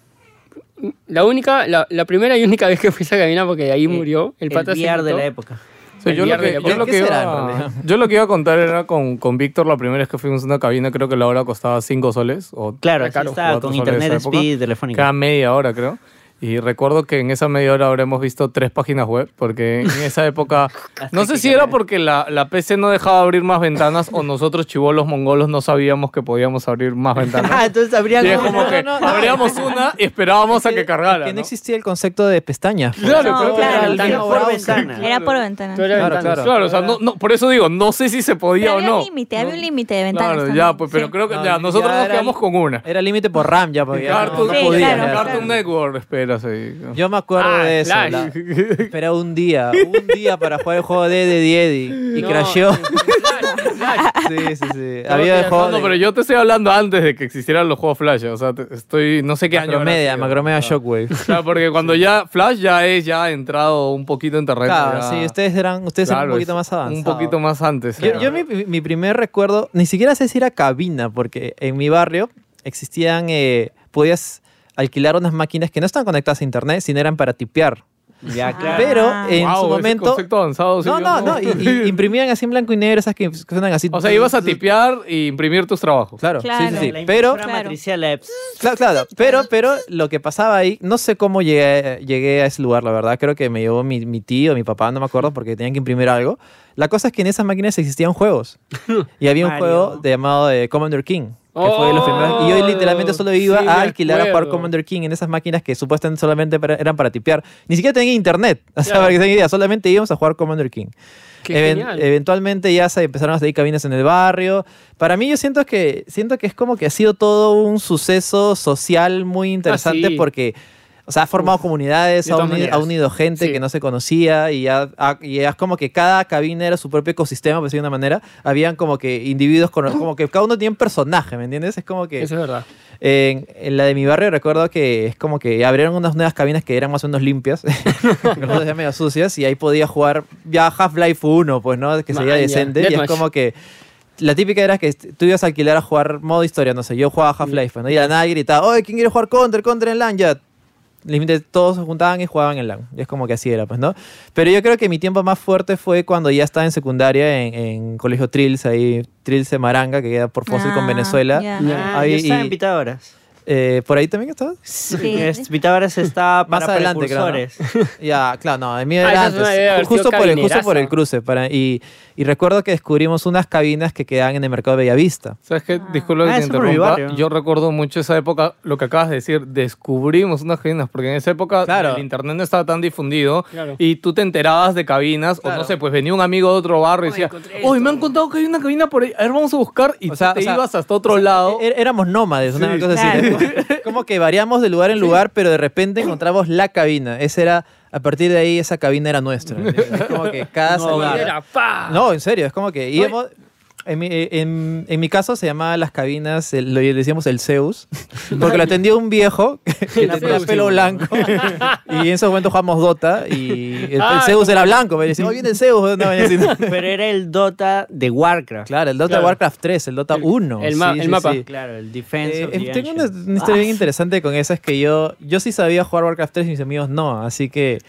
E: La única, la, la primera y única vez que fui a esa cabina porque de ahí murió el pata se
A: VR de
E: quitó.
A: la época.
B: O sea,
E: El
B: yo, lo
E: VR de
B: que,
E: la
B: yo,
E: época.
B: lo
D: ¿Qué
B: que
D: será, en
B: iba,
D: realidad?
B: yo lo que iba a contar era con, con Víctor, la primera vez que fuimos a una cabina, creo que la hora costaba 5 soles. O
A: Claro,
E: Era
A: así
E: caro
A: estaba,
B: cuatro
A: con
B: soles en
A: internet
B: esa época.
A: speed, telefónica.
B: Cada media hora, creo. Y recuerdo que en esa media hora habremos visto tres páginas web, porque en esa época. no sé si era porque la, la PC no dejaba abrir más ventanas o nosotros, chivolos mongolos, no sabíamos que podíamos abrir más
A: Ah,
B: ventanas.
A: entonces habría
B: y es
A: como-
B: como que
D: no, no, no.
B: abríamos una y esperábamos a que cargara.
D: Que no
B: ¿no?
D: existía el concepto de pestañas. pues.
B: Claro,
C: No,
B: creo que
C: claro, era
B: era el mismo
A: por
B: browser.
A: ventana.
C: Era por ventana.
E: Tú eras
D: Claro,
E: ventana.
D: claro.
B: Claro, o sea, no, no, por eso digo, no sé si se
C: Pero
B: podía o
C: había
B: no.
C: un límite, había un límite de ventanas.
B: Claro,
C: también,
B: ya, pues, pero
C: sí.
B: creo que
D: No,
B: ya, nosotros
D: ya
B: nos
D: era
B: quedamos
D: el-
B: con una.
D: Era límite por RAM ya, porque ya no,
B: Cartoon,
D: no
C: Sí,
D: podía.
C: claro,
D: ya.
C: claro.
B: Cartoon Network, espera, sí.
D: Yo me acuerdo
E: Ah,
D: de eso.
E: Flash.
D: la- Esperaba un día, un día para jugar el juego de Eddie Eddie y
E: No,
D: crasheó.
E: claro, claro.
D: Sí, sí, sí.
B: Yo estoy
D: Había el juego
B: hablando,
D: de
B: pero yo te estoy hablando antes de que existieran los juegos Flash. O sea, te- estoy, no sé qué año. habrá
D: Macromedia,
B: sido.
D: Macromedia Shockwave.
B: O sea, porque cuando ya Flash ya es, ya ha entrado un poquito en terreno.
D: Claro,
B: ya-
D: sí, ustedes eran, ustedes eran
B: Claro,
D: un poquito
B: es
D: más avanzados.
B: Un poquito más antes.
D: Yo,
B: era.
D: yo mi, mi primer recuerdo, ni siquiera sé si era cabina, porque en mi barrio existían, eh, podías alquilar unas máquinas que no estaban conectadas a internet, sino eran para tipear.
A: Ya,
C: Ah,
A: claro.
D: Pero en
B: Wow,
D: su
B: ese
D: momento...
B: concepto avanzado, sí,
D: no,
B: yo
D: no, no, y- y imprimían así en blanco y negro, esas que suenan así.
B: O sea, ibas a tipear y imprimir tus trabajos.
D: Claro, sí,
C: Claro.
D: sí,
A: La
D: sí. Pero,
A: impresora
C: Claro.
A: matricial, eh, pss,
D: claro, claro, pero, pero lo que pasaba ahí, no sé cómo llegué, llegué a ese lugar, la verdad. Creo que me llevó mi, mi tío, mi papá, no me acuerdo, porque tenían que imprimir algo. La cosa es que en esas máquinas existían juegos. Y había un
A: Mario.
D: juego de- llamado eh, Commander King. Que
B: Oh.
D: fue de los primeros. Y yo literalmente solo iba
E: Sí, me
D: a alquilar a jugar
E: acuerdo.
D: Commander King en esas máquinas que supuestamente solamente para- eran para tipear. Ni siquiera tenía internet. O sea,
E: Claro.
D: para que tengan idea, solamente íbamos a jugar Commander King.
E: Qué
D: Even-
E: genial.
D: Eventualmente ya se empezaron a salir cabinas en el barrio. Para mí yo siento que siento que es como que ha sido todo un suceso social muy interesante
E: Ah, sí.
D: porque o sea, ha formado comunidades,
E: de
D: ha
E: todas
D: unido,
E: maneras.
D: ha unido gente
E: Sí.
D: que no se conocía y ya, ha- y ya es como que cada cabina era su propio ecosistema, por decirlo de una manera. Habían como que individuos, con, como que cada uno tenía un personaje, ¿me entiendes? Es como que...
E: Eso es verdad.
D: En, en la de mi barrio recuerdo que es como que abrieron unas nuevas cabinas que eran más o menos limpias, que no eran medio sucias, y ahí podía jugar ya Half-Life 1, pues, ¿no? Que
E: Maña.
D: sería decente. Y es
E: Deathmatch.
D: como que... La típica era que tú ibas a alquilar a jugar modo historia, no sé, yo jugaba Half-Life, pues, ¿no? Y de la nada gritaba, oye, ¿quién quiere jugar Counter? Counter en LAN, ya. Límite, todos se juntaban y jugaban en LAN. Y es como que así era, pues, ¿no? Pero yo creo que mi tiempo más fuerte fue cuando ya estaba en secundaria, en, en Colegio Trills, ahí, Trills de Maranga, que queda por fósil con
C: Ah,
D: Venezuela.
C: ya.
A: ah,
D: Ahí
A: yo estaba en
D: y-
A: Pitágoras.
D: Eh, ¿Por ahí también estabas?
C: Sí.
A: Es- Pitágoras está para
D: Más adelante, creo. ¿no?
A: precursores.
D: Ya, claro, no, en mí
E: Ah,
D: era
E: esa es una idea de haber
D: antes. Ju- Justo
E: sido
D: por, el, justo por el
E: cabineraza.
D: cruce. Para, y, y recuerdo que descubrimos unas cabinas que quedaban en el mercado de Bellavista.
B: ¿Sabes qué? Disculpa que
A: Ah,
B: te
A: eso por mi
B: interrumpa.
A: barrio.
B: Yo recuerdo mucho esa época, lo que acabas de decir, descubrimos unas cabinas, porque en esa época
D: Claro.
B: el internet no estaba tan difundido
E: Claro.
B: y tú te enterabas de cabinas, o no sé, pues venía un amigo de otro barrio y decía,
E: encontré
B: ¡Uy,
E: esto".
B: me han contado que hay una cabina por ahí! A ver, vamos a buscar. Y
D: O sea,
B: tú te
D: o sea,
B: ibas hasta otro lado.
D: É- Éramos nómades, una
B: Sí.
D: cosa así. Como que variamos de lugar en lugar, pero de repente encontramos la cabina. Ese era A partir de ahí esa cabina era nuestra. Es como que cada semana-
E: Era, pa.
D: Ah. No, en serio, es como que íbamos. En mi, en- en mi caso se llamaba las cabinas, el- lo decíamos el Zeus, porque lo atendía un viejo que tenía
B: Zeus,
D: pelo
B: sí.
D: blanco y en ese momento jugamos Dota y el, el
E: Ah,
D: Zeus era blanco. Me decían, oh, viene el Zeus. No, venía así, no.
A: Pero era el Dota de Warcraft.
D: Claro, el Dota
E: Claro.
D: Warcraft 3, el Dota
E: El-
D: 1.
E: el ma- el mapa.
A: Claro, el
D: Eh,
A: Defense of the
D: tengo una,
A: Ancients.
D: una historia bien interesante con esa, es que yo, yo sí sabía jugar Warcraft 3 y mis amigos no, así que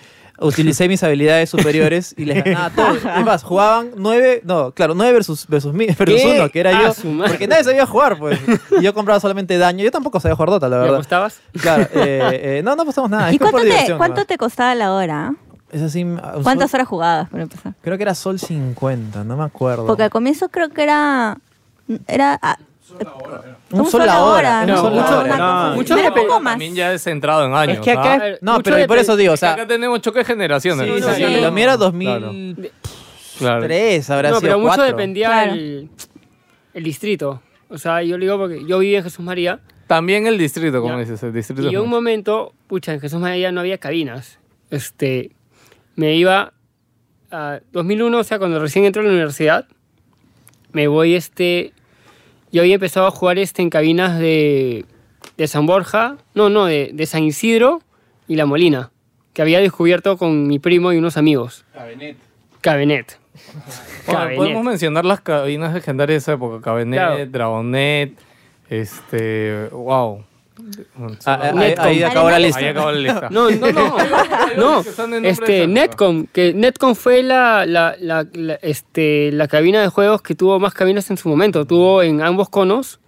D: utilicé mis habilidades superiores y les ganaba todo. Es más, jugaban 9, no, claro, 9 versus, versus, mi- versus
E: ¿Qué?
D: 1, que era
E: Ah,
D: yo,
E: su madre.
D: porque nadie sabía jugar, pues. Y yo compraba solamente daño, yo tampoco sabía jugar Dota, la
E: ¿Me
D: verdad.
E: apostabas?
D: Claro, eh, eh, no, no apostamos nada.
C: ¿Y
D: es por
C: cuánto, te,
D: diversión,
C: cuánto
D: ¿no?
C: te costaba la hora?
D: Es así, un sol-
C: ¿Cuántas horas jugabas para empezar?
D: Creo que era Sol 50, no me acuerdo.
C: Porque al comienzo creo que era. Era. ah,
D: Un sol la hora,
C: ¿no?
D: un sol la
C: Una
D: hora.
C: cosa
E: Mucho
C: así. Era
E: depende-
C: poco más.
B: También ya es centrado en años.
A: Es que acá
B: ¿ah?
A: es-
E: ver,
D: No,
E: mucho
D: pero por
E: depende-
D: eso digo, o sea,
B: acá tenemos choque de generaciones.
D: sí,
E: no,
D: sí,
E: no,
D: sí,
E: no.
D: lo mío era
B: Claro.
D: 2000,
B: Claro.
D: Tres, habrá
E: no,
D: sido
E: pero mucho
D: cuatro.
E: dependía
C: Claro.
E: el, el distrito. O sea, yo le digo porque yo viví en Jesús María
B: También el distrito, como
E: Ya.
B: dices, el distrito.
E: y
B: es
E: yo un
B: mucho.
E: momento, pucha, en Jesús María no había cabinas. Este, me iba a 2001, o sea, cuando recién entré a la universidad, me voy este, yo había empezado a jugar este en cabinas de, de San Borja, no, no, de, de San Isidro y La Molina, que había descubierto con mi primo y unos amigos. Cabinet.
B: Bueno,
E: Cabinet.
B: podemos mencionar las cabinas legendarias de esa época: Cabinet,
E: Claro.
B: Dragonet, este. ¡Wow!
D: Ah, ah, ahí,
E: Netcom.
D: ahí acabó la lista.
B: Ahí acabó la lista.
E: No, no, no. no. Este, Netcom, que Netcom fue la, la, la- la- este, la cabina de juegos que tuvo más cabinas en su momento. Tuvo en ambos conos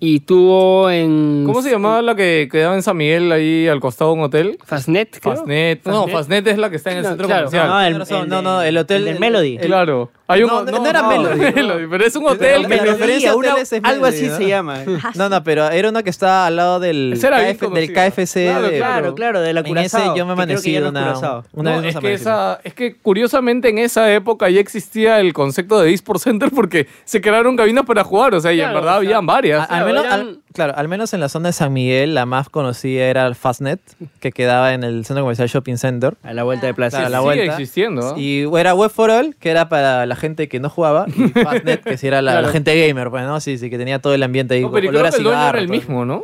E: y tuvo en.
B: ¿Cómo se llamaba la que quedaba en San Miguel ahí al costado de un hotel?
E: Fastnet, creo.
B: Fastnet. No, Fastnet es la que está en el
E: No,
B: centro
E: claro.
B: comercial.
A: No, Ah, el-
D: Tienes razón,
A: el
D: no,
A: de-
D: no, el hotel-
A: el de Melody.
D: el-
B: claro. Hay un,
D: No, no, no era Melody.
B: Pero es un hotel.
D: Melody.
B: que-
D: la referencia
A: una-
D: a hoteles es
A: algo
D: Melody,
A: así
D: ¿no?
A: se llama.
D: No, no, pero era una que estaba al lado del,
B: Esa era bien
D: KF del
B: conocida.
D: KFC.
B: Claro,
D: de-
A: Claro, claro, de la
D: En ese
A: Curazao. que
D: yo me
A: creo que
D: amanecí
A: ya no es
D: una,
A: Curazao.
D: una
B: No,
D: vez. nos
B: es, que
D: amanecimos.
B: esa- es que curiosamente en esa época ya existía el concepto de eSport Center porque se crearon cabinas para jugar, o sea, y en
E: Claro,
B: verdad
E: o sea,
B: habían varias.
D: A- al menos, al-
E: eran-
D: claro, al menos en la zona de San Miguel, la más conocida era el Fastnet, que quedaba en el centro comercial Shopping Center.
A: A la vuelta de plaza.
D: Claro, a la
B: sigue
D: vuelta.
B: existiendo, ¿ah?
D: Y era Web for All, que era para la gente que no jugaba, y Fastnet, que sí era la, la
E: Claro.
D: gente gamer, pues, ¿no? Sí, sí, que tenía todo el ambiente ahí.
B: No,
D: con
B: pero
D: olor
B: creo
D: a
B: que el dueño
D: cigarro,
B: era el
D: todo.
B: mismo, ¿no?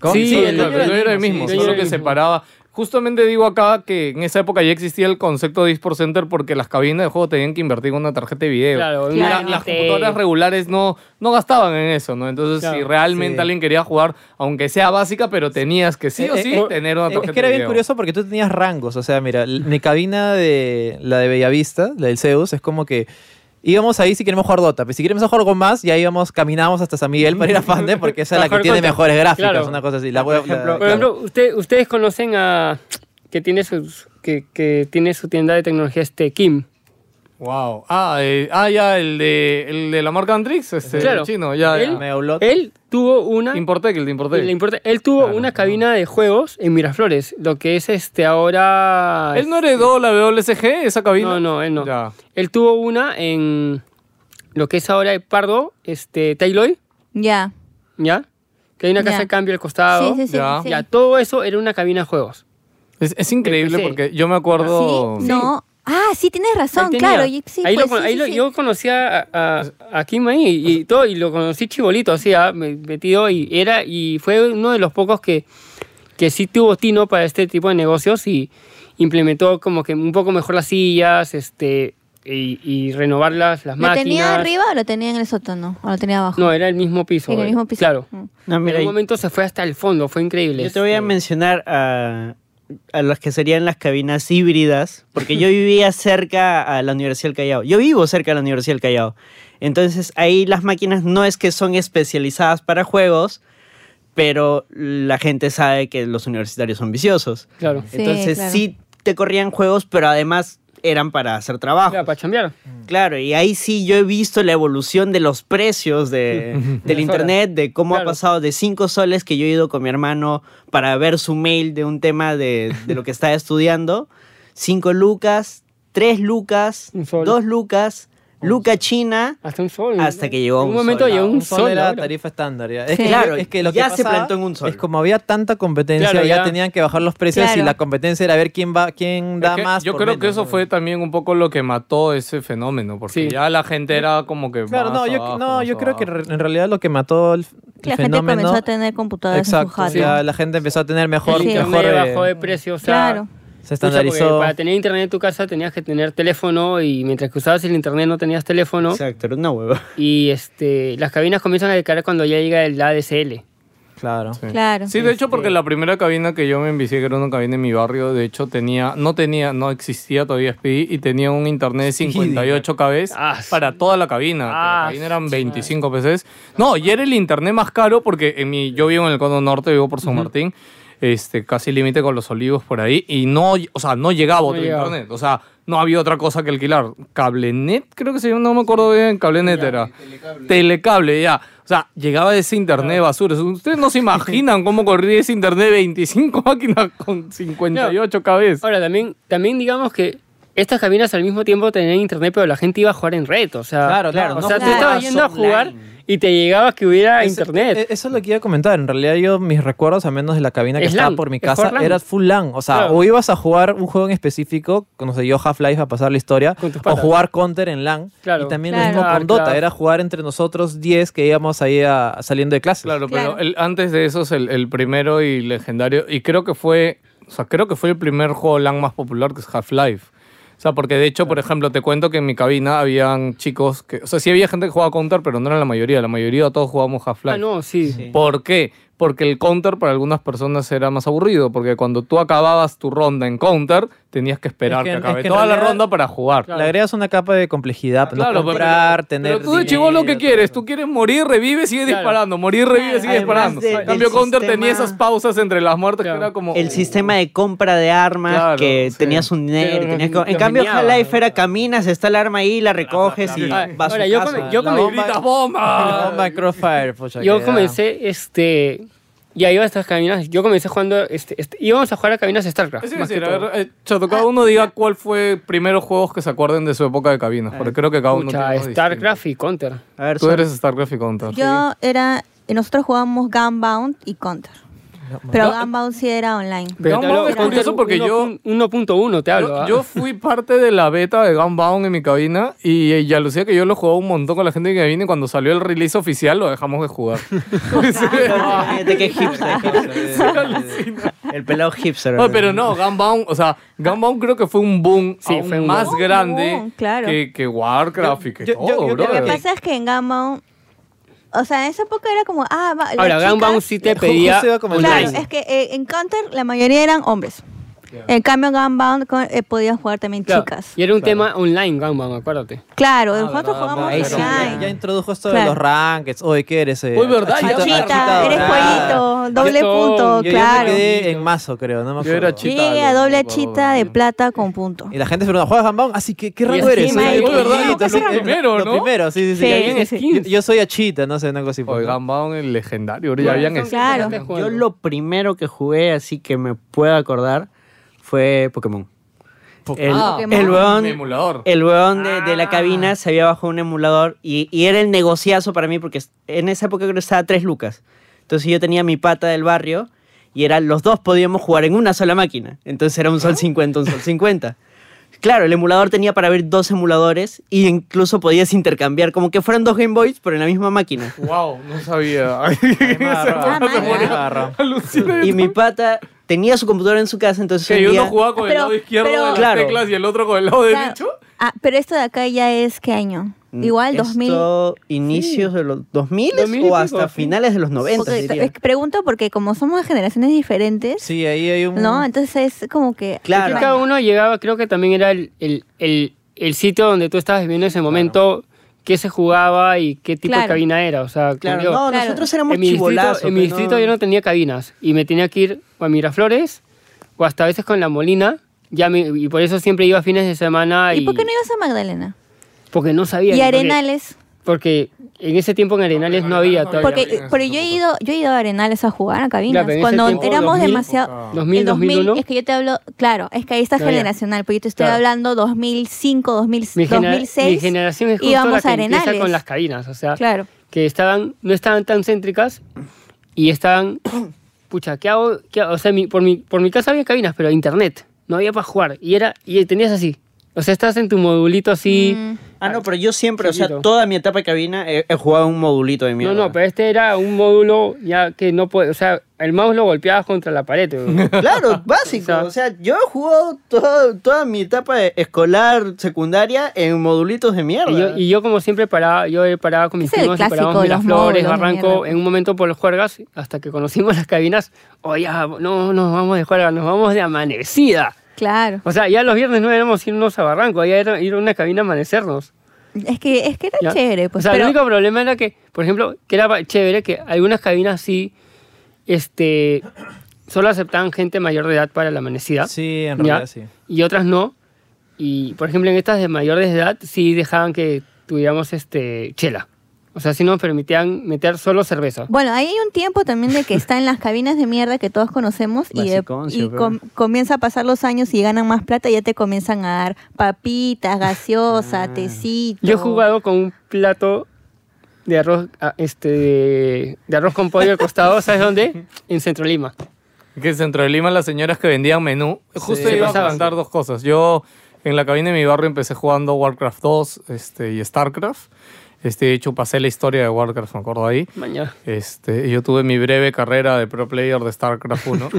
D: ¿Cómo?
E: Sí,
B: Sí,
E: el
B: el
E: dueño
B: dueño era el
D: sí,
B: mismo,
D: sí,
B: solo
D: sí.
B: que separaba. Justamente digo acá que en esa época ya existía el concepto de eSport Center porque las cabinas de juego tenían que invertir en una tarjeta de video.
E: Claro,
B: Y la-
E: claro.
B: las computadoras regulares no, no gastaban en eso, ¿no? Entonces,
E: Claro.
B: si realmente
D: Sí.
B: alguien quería jugar, aunque sea básica, pero tenías que sí o
D: Eh,
B: sí
D: eh,
B: tener una
D: eh,
B: tarjeta
D: Es que era
B: de
D: bien
B: video.
D: curioso porque tú tenías rangos. O sea, mira, l- mi cabina de la de Bellavista, la del Zeus, es como que íbamos ahí si queremos jugar Dota. Pero si queremos jugar con más, ya íbamos, caminábamos hasta San Miguel para ir a Fande porque esa es la que
E: Mejor
D: tiene
E: contra-
D: mejores gráficas,
E: Claro.
D: una cosa así. La web- la-
E: Por
D: claro.
E: ejemplo, usted- ustedes conocen a. que tiene sus. Que, que tiene su tienda de tecnología este Kim.
B: Wow. Ah, eh, ah, ya, el de, el de la marca Antrix, este,
E: Claro.
B: el chino, ya.
E: Él-
B: ya.
D: Megablot.
E: Él tuvo una.
B: Importec, el de Importec.
E: le importa- Él tuvo
B: Claro,
E: una cabina de juegos en Miraflores, lo que es este ahora.
B: ¿Él no heredó la WSG, esa cabina?
E: Este. No, no, él no.
B: Ya.
E: Él tuvo una en lo que es ahora el Pardo, este, Tayloy,
C: Ya.
E: ¿ya? Que hay una casa
C: Ya.
E: de cambio al costado.
C: Sí, sí, sí.
B: ya.
C: sí.
E: Ya, todo eso era una cabina de juegos.
B: Es, es increíble
E: PC.
B: porque yo me
C: Sí,
B: acuerdo...
C: No. Ah, sí, tienes razón,
E: Ahí tenía.
C: claro. y- sí,
E: ahí lo
C: pues,
E: con-
C: sí,
E: ahí
C: sí,
E: lo-
C: sí.
E: yo conocía a, a, a Kim ahí y, y todo, y lo conocí chibolito, así, ah, me- metido, y era, y fue uno de los pocos que, que sí tuvo tino para este tipo de negocios y implementó como que un poco mejor las sillas, este, y, y renovar las, las
C: ¿Lo
E: máquinas.
C: tenía arriba o lo tenía en el sótano? ¿O lo tenía abajo?
E: No, era el mismo piso.
C: en el
E: eh,
C: mismo piso.
E: Claro.
C: Mm.
A: No,
E: En
A: mira,
E: un momento se fue hasta el fondo, fue increíble.
A: Yo te voy a
E: Este,
A: mencionar a, a las que serían las cabinas híbridas, porque yo vivía cerca a la Universidad del Callao. Yo vivo cerca a la Universidad del Callao. Entonces ahí las máquinas no es que son especializadas para juegos, pero la gente sabe que los universitarios son viciosos.
E: Claro.
C: Sí,
A: Entonces
C: claro.
A: sí te corrían juegos, pero además eran para hacer trabajo.
E: Era para chambear.
A: Claro, y ahí sí yo he visto la evolución de los precios de,
E: De
A: del
E: las
A: internet, de cómo
E: Claro.
A: ha pasado de 5 soles que yo he ido con mi hermano para ver su mail de un tema de, de lo que estaba estudiando, 5 lucas, 3 lucas,
E: Un sol.
A: 2 lucas, Luca China
E: Hasta un sol. ¿no?
A: hasta que llegó a
E: En
A: un
E: un momento
A: sol.
E: llegó a un
D: Un sol
E: sol.
D: era
E: ahora.
D: tarifa estándar. ya. Es que,
A: Claro,
D: es que lo
A: ya
D: que
A: se
D: pasaba
A: plantó en un sol.
D: Es como había tanta competencia,
E: Claro,
D: ya,
E: ya.
D: tenían que bajar los precios
C: Claro.
D: y la competencia era ver quién va, quién da
B: Es que
D: más.
B: yo
D: por
B: creo que
D: menos,
B: eso
D: ¿no?
B: fue también un poco lo que mató ese fenómeno, porque
E: Sí.
B: ya la gente era como que.
D: Claro,
B: más
D: no, yo,
B: abajo,
D: no,
B: más
D: yo creo
B: abajo.
D: que re- en realidad lo que mató el, el
C: La gente
D: fenómeno.
C: comenzó a tener computadoras en su
D: Exacto,
C: jato.
D: ya la gente empezó a tener mejor,
E: El
D: mejor
E: internet
D: eh,
E: bajó de precio, o sea,
C: Claro.
D: se
E: pucha, porque
D: estandarizó.
E: para tener internet en tu casa tenías que tener teléfono y mientras que usabas el internet no tenías teléfono
A: Exacto, era una hueva.
E: y este las cabinas comienzan a decaer cuando ya llega el ADSL.
D: Claro.
C: Claro.
B: Sí, de hecho, porque la primera cabina que yo me envicié, que era una cabina en mi barrio, de hecho, tenía, no tenía, no existía todavía Speedy y tenía un internet de 58 kbps
E: Ah, sí.
B: para toda la cabina. que
E: Ah,
B: la cabina eran 25 PCs. No, y era el internet más caro porque en mi, yo vivo en el cono norte, vivo por San Martín, este, casi límite con los olivos por ahí, y no, o sea, no llegaba otro
E: llegaba.
B: internet. O sea, no había otra cosa que alquilar. Cablenet, creo que se llama, no me acuerdo bien, Cablenet era. Telecable. ya. O sea, llegaba ese internet basura. Ustedes no se imaginan cómo corría ese internet 25 máquinas con 58 cabezas.
E: Ahora también también digamos que estas cabinas al mismo tiempo tenían internet, pero la gente iba a jugar en red, o sea,
D: Claro, claro,
E: o
D: no
E: sea, tú
C: jugabas
E: estabas yendo a
A: online.
E: jugar y te llegabas que hubiera Ah, internet.
D: e- Eso es lo que iba a comentar. En realidad, yo, mis recuerdos, a menos de la cabina que
E: Es
D: estaba
E: LAN,
D: por mi
E: es
D: casa,
E: jugar LAN.
D: era full LAN. O sea,
E: Claro.
D: o ibas a jugar un juego en específico, no sé yo, Half-Life, a pasar la historia,
E: Con tus
D: o
E: patas.
D: jugar Counter en LAN.
E: Claro.
D: Y también
C: Claro.
D: lo mismo
E: Claro,
D: con Dota,
E: claro.
D: era jugar entre nosotros 10 que íbamos ahí a- saliendo de clases.
B: Claro,
C: Claro.
B: pero el- antes de esos, el, el primero y legendario, y creo que fue, o sea, creo que fue el primer juego LAN más popular que es Half-Life. O sea, porque de hecho, por ejemplo, te cuento que en mi cabina habían chicos que, o sea, sí había gente que jugaba Counter, pero no era la mayoría, la mayoría de todos jugábamos Half-Life.
E: Ah, no, sí.
B: ¿Por qué? Porque el counter para algunas personas era más aburrido, porque cuando tú acababas tu ronda en counter, tenías que esperar
D: Es que-
B: que, acabe
D: es que en
B: toda la
D: realidad-
B: ronda para jugar.
D: Le agregas una capa de complejidad, para no
B: pero-
D: comprar,
B: pero,
D: tener.
B: tú de
D: dinero,
B: chivolo que
D: todo
B: quieres,
D: eso.
B: tú quieres morir, revive, sigue
E: Claro.
B: disparando, morir, revive, sigue
A: Además
B: disparando.
A: de-
B: en cambio,
A: del
B: counter
A: sistema-
B: tenía esas pausas entre las muertes
E: Claro.
B: que era como "Uh,
A: El sistema de compra de armas
B: Claro,
A: que
B: sí.
A: tenías un dinero.
E: Pero
A: tenías
E: los-
A: que- En
E: los
A: cambio,
E: meneabas,
A: Half-Life
E: ¿no?
A: era caminas, está el arma ahí, la recoges y
E: Ah,
A: vas
E: ahora,
A: a
E: yo
A: casa.
E: come- yo
D: La
E: come-
D: bomba-
B: ¡Gritas bomba!
D: la bomba de Crossfire, Ah, pucha, que
E: Yo
D: ya-
E: comencé, este. Ya iba a estas cabinas. Yo comencé jugando. Este, este- íbamos a jugar a cabinas de StarCraft.
B: Es
E: más que
B: decir, a
E: todo.
B: ver, eh, Chato, cada uno diga cuál fue primeros juegos que se acuerden de su época de cabinas, porque creo que cada uno
E: Pucha,
B: tiene uno
E: StarCraft y Counter.
A: A ver,
B: distinto. Tú
A: son-
B: eres StarCraft y Counter.
C: Yo era. eh, Nosotros jugábamos Gunbound y Counter. Pero Gunbound sí era online.
E: Pero
B: Gunbound
E: te hablo de
B: es curioso porque
E: uno
B: yo-
E: pun- 1.1 te hablo.
B: Yo,
E: ¿ah?
B: yo fui parte de la beta de Gunbound en mi cabina y, eh, ya Lucía que yo lo jugaba un montón con la gente que vino y cuando salió el release oficial lo dejamos de jugar. Sí.
A: Imagínate qué hipster.
B: Sí, alucina.
A: El pelado hipster.
B: No, pero no, Gunbound, o sea, Gunbound creo que fue un boom
E: Sí,
B: aún
E: fue un
B: más
C: boom.
B: grande
C: Boom, claro.
B: que, que Warcraft y que
D: Yo- yo- yo-
B: todo,
D: yo-
B: bro.
D: lo
C: Lo que pasa es que en Gunbound. O sea, en esa época era como. Ah, va, las
E: Ahora, Gunbound
C: chicas-
E: sí te
D: Ju-
E: pedía.
D: justo iba a comentar
C: Claro,
D: eso.
E: Online.
C: es que eh, en Counter la mayoría eran hombres. En cambio, Gunbound con- eh, podían jugar también
E: Claro,
C: chicas.
E: Y era un tema online, Gunbound, acuérdate.
C: Claro, nosotros jugamos
D: Ahí sí, ya, ya
C: online.
D: introdujo esto de
C: Claro.
D: los rankings. Oye, ¿qué eres? Eh?
B: Uy, ¿verdad?
D: Achita-
B: Ya-
D: achita
C: Chita, ah, eres
D: dorada.
C: pollito, doble
E: Yo-
C: punto,
D: ah. Yo- yo
C: claro.
D: me quedé en mazo, creo, no me
B: Yo
D: acuerdo.
B: era chita.
C: Llegué a
B: loco,
C: doble
B: loco,
C: chita de plata con punto.
D: Y la gente se pregunta, ¿juegas Gambón? Así que, ¿qué rango
E: es
D: eres?
E: que,
D: Ay,
E: Mike,
D: qué
E: ¿verdad?
D: bonito,
B: Lo
D: así,
B: que era
D: eh,
B: primero,
D: lo
B: ¿no?
D: primero, sí, sí,
C: Sí,
D: sí.
C: sí, sí.
D: Yo, yo soy achita, no sé, una cosa así.
B: O de Gunbound el legendario, ya habían
E: Son
B: escenas.
C: Claro.
E: bastantes
A: Yo
E: juegos.
A: lo primero que jugué, así que me puedo acordar, fue Pokémon. El,
C: Ah. Pokémon.
A: el
B: Un
A: weón,
B: emulador.
A: el weón de, de la cabina se había bajado un emulador y, y era el negociazo para mí porque es- en esa época creo que estaba a tres lucas. Entonces yo tenía mi pata del barrio y era, los dos podíamos jugar en una sola máquina. Entonces era un sol 50, un sol 50. Claro, el emulador tenía para abrir dos emuladores e incluso podías intercambiar como que fueran dos Game Boys, pero en la misma máquina.
B: Wow, no sabía.
D: Ah,
C: Ah,
D: Agarra.
B: Alucina.
A: Y mi pata tenía su computadora en su casa, entonces
B: Que
A: un
B: uno
A: día-
B: jugaba con el
C: Pero-
B: lado izquierdo
C: pero-
B: de las
A: Claro.
B: teclas y el otro con el lado
C: Claro.
B: derecho.
C: Ah, pero esto de acá ya es qué año? Igual 2000.
A: Mm, Esto, inicios de los 2000
E: 2000 y
A: o
E: pico,
A: hasta
E: sí.
A: finales de los 90,
C: Porque-
A: diría.
C: es que pregunto porque como somos de generaciones diferentes,
D: Sí, ahí hay un...
C: ¿no? Entonces es como que
E: Creo
A: Claro.
E: que cada uno llegaba, creo que también era el, el- el- el sitio donde tú estabas viviendo en ese momento, qué se jugaba y qué tipo de
C: Claro.
E: cabina era. O sea,
A: Claro,
E: cambió.
A: no,
C: Claro.
A: nosotros éramos
E: en mi distrito,
A: chibolazos.
E: en mi
A: pues,
E: distrito yo no tenía cabinas y me tenía que ir o a Miraflores o hasta a veces con la Molina. Ya me- y por eso siempre iba fines de semana.
C: ¿Y por qué no ibas a Magdalena?
E: Porque no sabía.
C: Y
E: porque-
C: Arenales.
E: Porque en ese tiempo en Arenales no había todavía.
C: Porque, pero yo he ido, yo he ido a Arenales a jugar a cabinas.
E: Ya, pero en ese
C: cuando
E: tiempo,
C: éramos
E: 2000,
C: demasiado.
E: 2000,
C: en
E: 2001.
C: Es que yo te hablo, claro, es que ahí está
E: Ya, ya.
C: generacional, pero yo te estoy
E: Claro.
C: hablando 2005, 2000,
E: Mi, genera-
C: 2006.
E: mi generación es justo la
C: íbamos
E: que
C: a
E: empieza
C: Arenales.
E: con las cabinas, o sea,
C: Claro.
E: que estaban, no estaban tan céntricas y estaban, pucha, ¿qué hago? ¿Qué hago? O sea, mi- por, mi, por mi casa había cabinas, pero internet, no había para jugar y era y tenías así, o sea, estás en tu modulito así,
C: Mm.
A: Ah, no, pero yo siempre, o sea,
E: Chiquito.
A: toda mi etapa de cabina he, he jugado un modulito de mierda.
E: no, no, pero este era un módulo ya que no puede, o sea, el mouse lo golpeabas contra la pared, weón.
A: Claro, básico. O sea, yo he jugado todo- toda mi etapa de- escolar, secundaria, en modulitos de mierda.
E: Y yo, y yo como siempre paraba, yo paraba con mis
C: Es el
E: primos y
C: clásico,
E: parábamos
C: los
E: Miraflores,
C: módulos de
E: Barranco,
C: mierda.
E: en un momento por los juergas, hasta que conocimos las cabinas, oye, no nos vamos de juergas, nos vamos de amanecida.
C: Claro.
E: O sea, ya los viernes no éramos irnos a Barranco, ya era ir a una cabina a amanecernos.
C: Es que, es que era
E: ¿ya?
C: chévere, pues.
E: o sea,
C: pero,
E: el único problema era que, por ejemplo, que era pa- chévere que algunas cabinas sí, este, solo aceptaban gente mayor de edad para la amanecida.
D: Sí, en
E: ¿ya?
D: realidad sí.
E: Y otras no. Y, por ejemplo, en estas de mayor de edad sí dejaban que tuviéramos este, chela. O sea, sí nos permitían meter solo cerveza.
C: Bueno, ahí hay un tiempo también de que está en las cabinas de mierda que todos conocemos y, de-
A: Basiconcio,
C: y
A: pero.
C: com- comienza a pasar los años y ganan más plata y ya te comienzan a dar papitas, gaseosa, tecito.
E: Yo he jugado con un plato de arroz, ah, este, de, de arroz con pollo al costado, ¿sabes dónde? En Centro Lima.
B: Que en Centro de Lima las señoras que vendían menú, justo
E: Sí,
B: iba a
E: pasaban.
B: contar dos cosas. Yo en la cabina de mi barrio empecé jugando Warcraft 2 este, y Starcraft. Este, de hecho, pasé la historia de Warcraft, me acuerdo ahí.
E: Mañana.
B: Este, yo tuve mi breve carrera de pro player de StarCraft 1.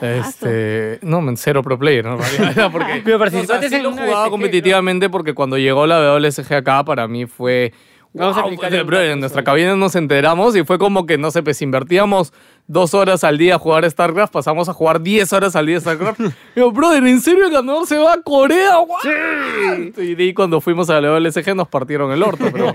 B: este, no, men, cero pro player, ¿no? En realidad, era porque,
E: Pero participaste
B: o sea, sí
E: en
B: lo
E: una
B: jugaba
E: BCG,
B: competitivamente porque cuando llegó la WSG acá, para mí fue.
E: Vamos a
B: wow,
E: explicar
B: fue de
E: un
B: bro,
E: dato
B: en nuestra
E: sobre-
B: cabina nos enteramos y fue como que, no sé, pues invertíamos dos horas al día a jugar StarCraft, pasamos a jugar 10 horas al día a StarCraft. Digo, brother, ¿en serio el ganador se va a Corea? ¡Wow! Y de ahí cuando fuimos a la WSG nos partieron el orto, pero,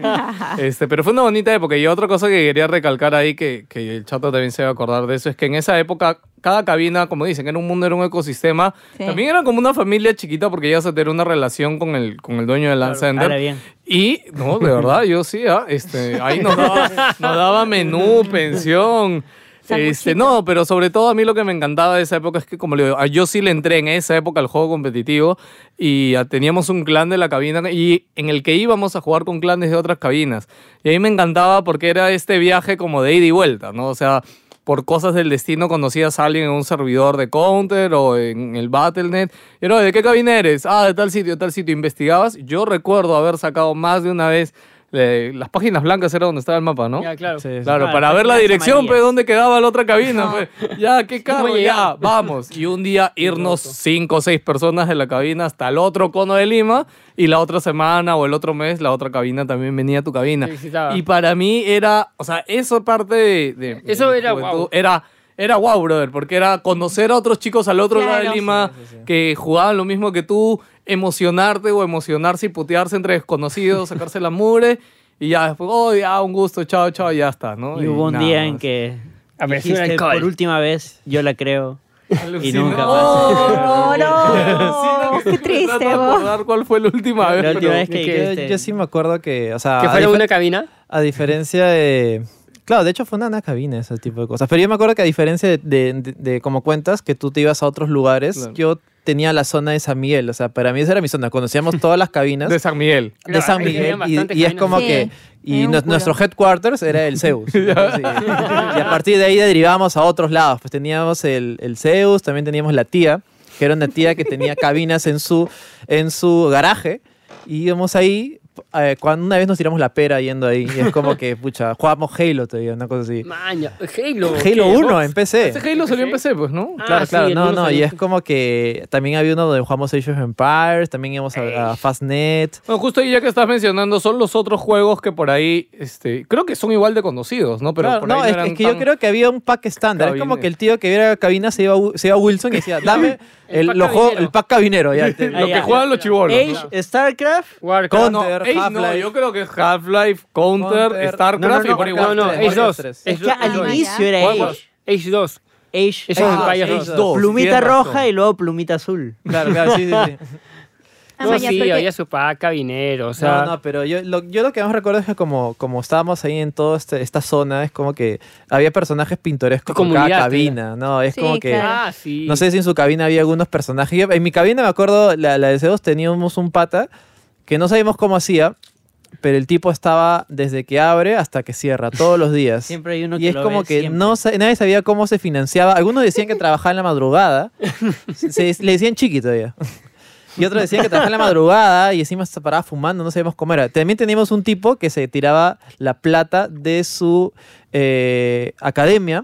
B: este, pero fue una bonita época. Y otra cosa que quería recalcar ahí, que, que el chato también se va a acordar de eso, es que en esa época cada cabina, como dicen, era un mundo, era un ecosistema.
C: Sí.
B: También era como una familia chiquita porque ya se tener una relación con el, con el dueño del Land Center.
A: Ahora bien.
B: Y, no, de verdad, yo sí, ah, este, ahí nos daba, nos daba menú, pensión. Este, no, pero sobre todo a mí lo que me encantaba de esa época es que, como le digo, ah, yo sí le entré en esa época al juego competitivo y ah, teníamos un clan de la cabina y en el que íbamos a jugar con clanes de otras cabinas. Y a mí me encantaba porque era este viaje como de ida y vuelta, ¿no? O sea, por cosas del destino conocías a alguien en un servidor de Counter o en el Battle.net. Y era, ¿de qué cabina eres? Ah, de tal sitio, de tal sitio. Investigabas. Yo recuerdo haber sacado más de una vez eh, las páginas blancas era donde estaba el mapa, ¿no?
E: Ya, claro.
D: Sí, sí.
B: Claro,
A: Ah,
B: para
A: las
B: ver la
A: páginas
B: dirección,
A: amarillas.
B: pues, dónde quedaba la otra cabina. pues. Ya, qué carro, ya,
E: llegaba?
B: vamos. Y un día irnos cinco o seis personas de la cabina hasta el otro cono de Lima y la otra semana o el otro mes la otra cabina también venía a tu cabina.
E: Te visitaba.
B: Y para mí era, o sea, eso parte de... de-
E: Eso
B: de
E: era
B: juventud,
E: guau.
B: Era, era wow, brother, porque era conocer a otros chicos al otro lado de
C: Claro.
B: Lima que jugaban lo mismo que tú, emocionarte o emocionarse y putearse entre desconocidos, sacarse la mugre. Y ya después, oh, ya, un gusto, chao, chao, y ya está, ¿no?
A: Y hubo un
B: nada
A: día en
B: más.
A: que
E: Apareció un
A: dijiste,
E: alcohol".
A: por última vez, yo la creo. Y
B: Alucina.
A: nunca
B: Oh,
A: más.
C: No, no,
B: Sí,
C: qué
B: trato
C: triste,
B: de
C: vos.
B: acordar cuál fue la última vez.
A: La última
B: pero-
A: vez que
E: ¿de qué?
D: Yo,
C: este,
A: dijiste,
D: yo sí me acuerdo que, o sea,
B: Ah,
E: Que
D: a
E: fuera
D: difer-
E: una cabina.
D: A diferencia de... Claro, de hecho fue una, una cabina ese tipo de cosas. Pero yo me acuerdo que a diferencia de, de- de- de como cuentas, que tú te ibas a otros lugares,
B: Claro.
D: yo tenía la zona de San Miguel. O sea, para mí esa era mi zona. Conocíamos todas las cabinas
B: De San Miguel.
D: de San
E: Ahí tenían
D: Miguel y-
E: bastantes
D: y, es
E: cabinas.
D: como
C: Sí,
D: que... Y
C: era un
D: nu-
C: culo.
D: nuestro headquarters era el Zeus. Sí. Y a partir de ahí derivábamos a otros lados. Pues teníamos el, el Zeus, también teníamos la tía, que era una tía que tenía cabinas en su, en su garaje. Y íbamos ahí, eh, cuando una vez nos tiramos la pera yendo ahí. Y es como que, pucha, jugábamos Halo todavía, una cosa así.
E: Maña, Halo. ¿qué?
D: Halo 1
E: ¿Vos?
D: en PC.
B: Ese Halo salió en PC, pues, ¿no?
E: Ah,
D: Claro,
E: sí,
D: claro,
E: el
D: no,
E: uno
D: no, y
E: salió.
D: es como que también había uno donde jugamos Age of Empires, también íbamos a, a Fastnet.
B: Bueno, justo ahí ya que estás mencionando, son los otros juegos que por ahí, este, creo que son igual de conocidos, ¿no? Pero
D: Claro,
B: por ahí
D: no, es,
B: eran
D: es que
B: tan-
D: yo creo que había un pack estándar. Es como
B: Cabine.
D: que el tío que viera la cabina se iba, a Wi- se iba a Wilson y decía, dame
E: El
D: el,
E: pack
D: lo juego-
E: cabinero.
D: el pack cabinero. Ya, te-
B: Lo
A: Ah,
B: que
A: ya.
B: juegan los chibolos.
A: Age,
B: Claro. eh.
A: StarCraft,
E: Warcraft.
D: Counter,
B: No, Age no,
D: Half-Life.
B: yo creo que es Half-Life, Counter,
D: Counter.
B: StarCraft y por
E: No,
B: igual.
E: no,
D: Warcraft
E: Age 2.
D: tres.
A: es que al
C: Ah, ya.
A: inicio era
E: Warcraft.
A: Age.
E: Age 2.
A: Age,
E: Age of
A: ah,
E: Empires
A: Age
D: Age
A: dos.
D: dos,
A: plumita
B: tienes razón.
A: roja y luego plumita azul.
D: Claro, claro, sí, sí, sí.
C: Ah,
E: No,
C: maña,
E: sí,
C: porque-
E: había su paca, vinero, o sea...
D: no, no, pero yo lo, yo lo que más recuerdo es que como, como estábamos ahí en toda esta zona, es como que había personajes pintorescos
E: Tu
D: con cada
E: comunidad,
D: cabina, ¿no? Es
C: Sí,
D: como que...
C: claro.
E: Ah, sí.
D: No sé si en su cabina había algunos personajes. Yo- en mi cabina, me acuerdo, la, la de Zeus, teníamos un pata que no sabíamos cómo hacía, pero el tipo estaba desde que abre hasta que cierra, todos los días.
A: Siempre hay uno que
D: Y es
A: lo
D: como
A: ve,
D: que
A: siempre.
D: no sa- nadie sabía cómo se financiaba. Algunos decían que trabajaba en la madrugada. Se- se- le decían chiqui todavía. Y otros decían que trabajaba en la madrugada y encima se paraba fumando, no sabíamos cómo era. También teníamos un tipo que se tiraba la plata de su eh, academia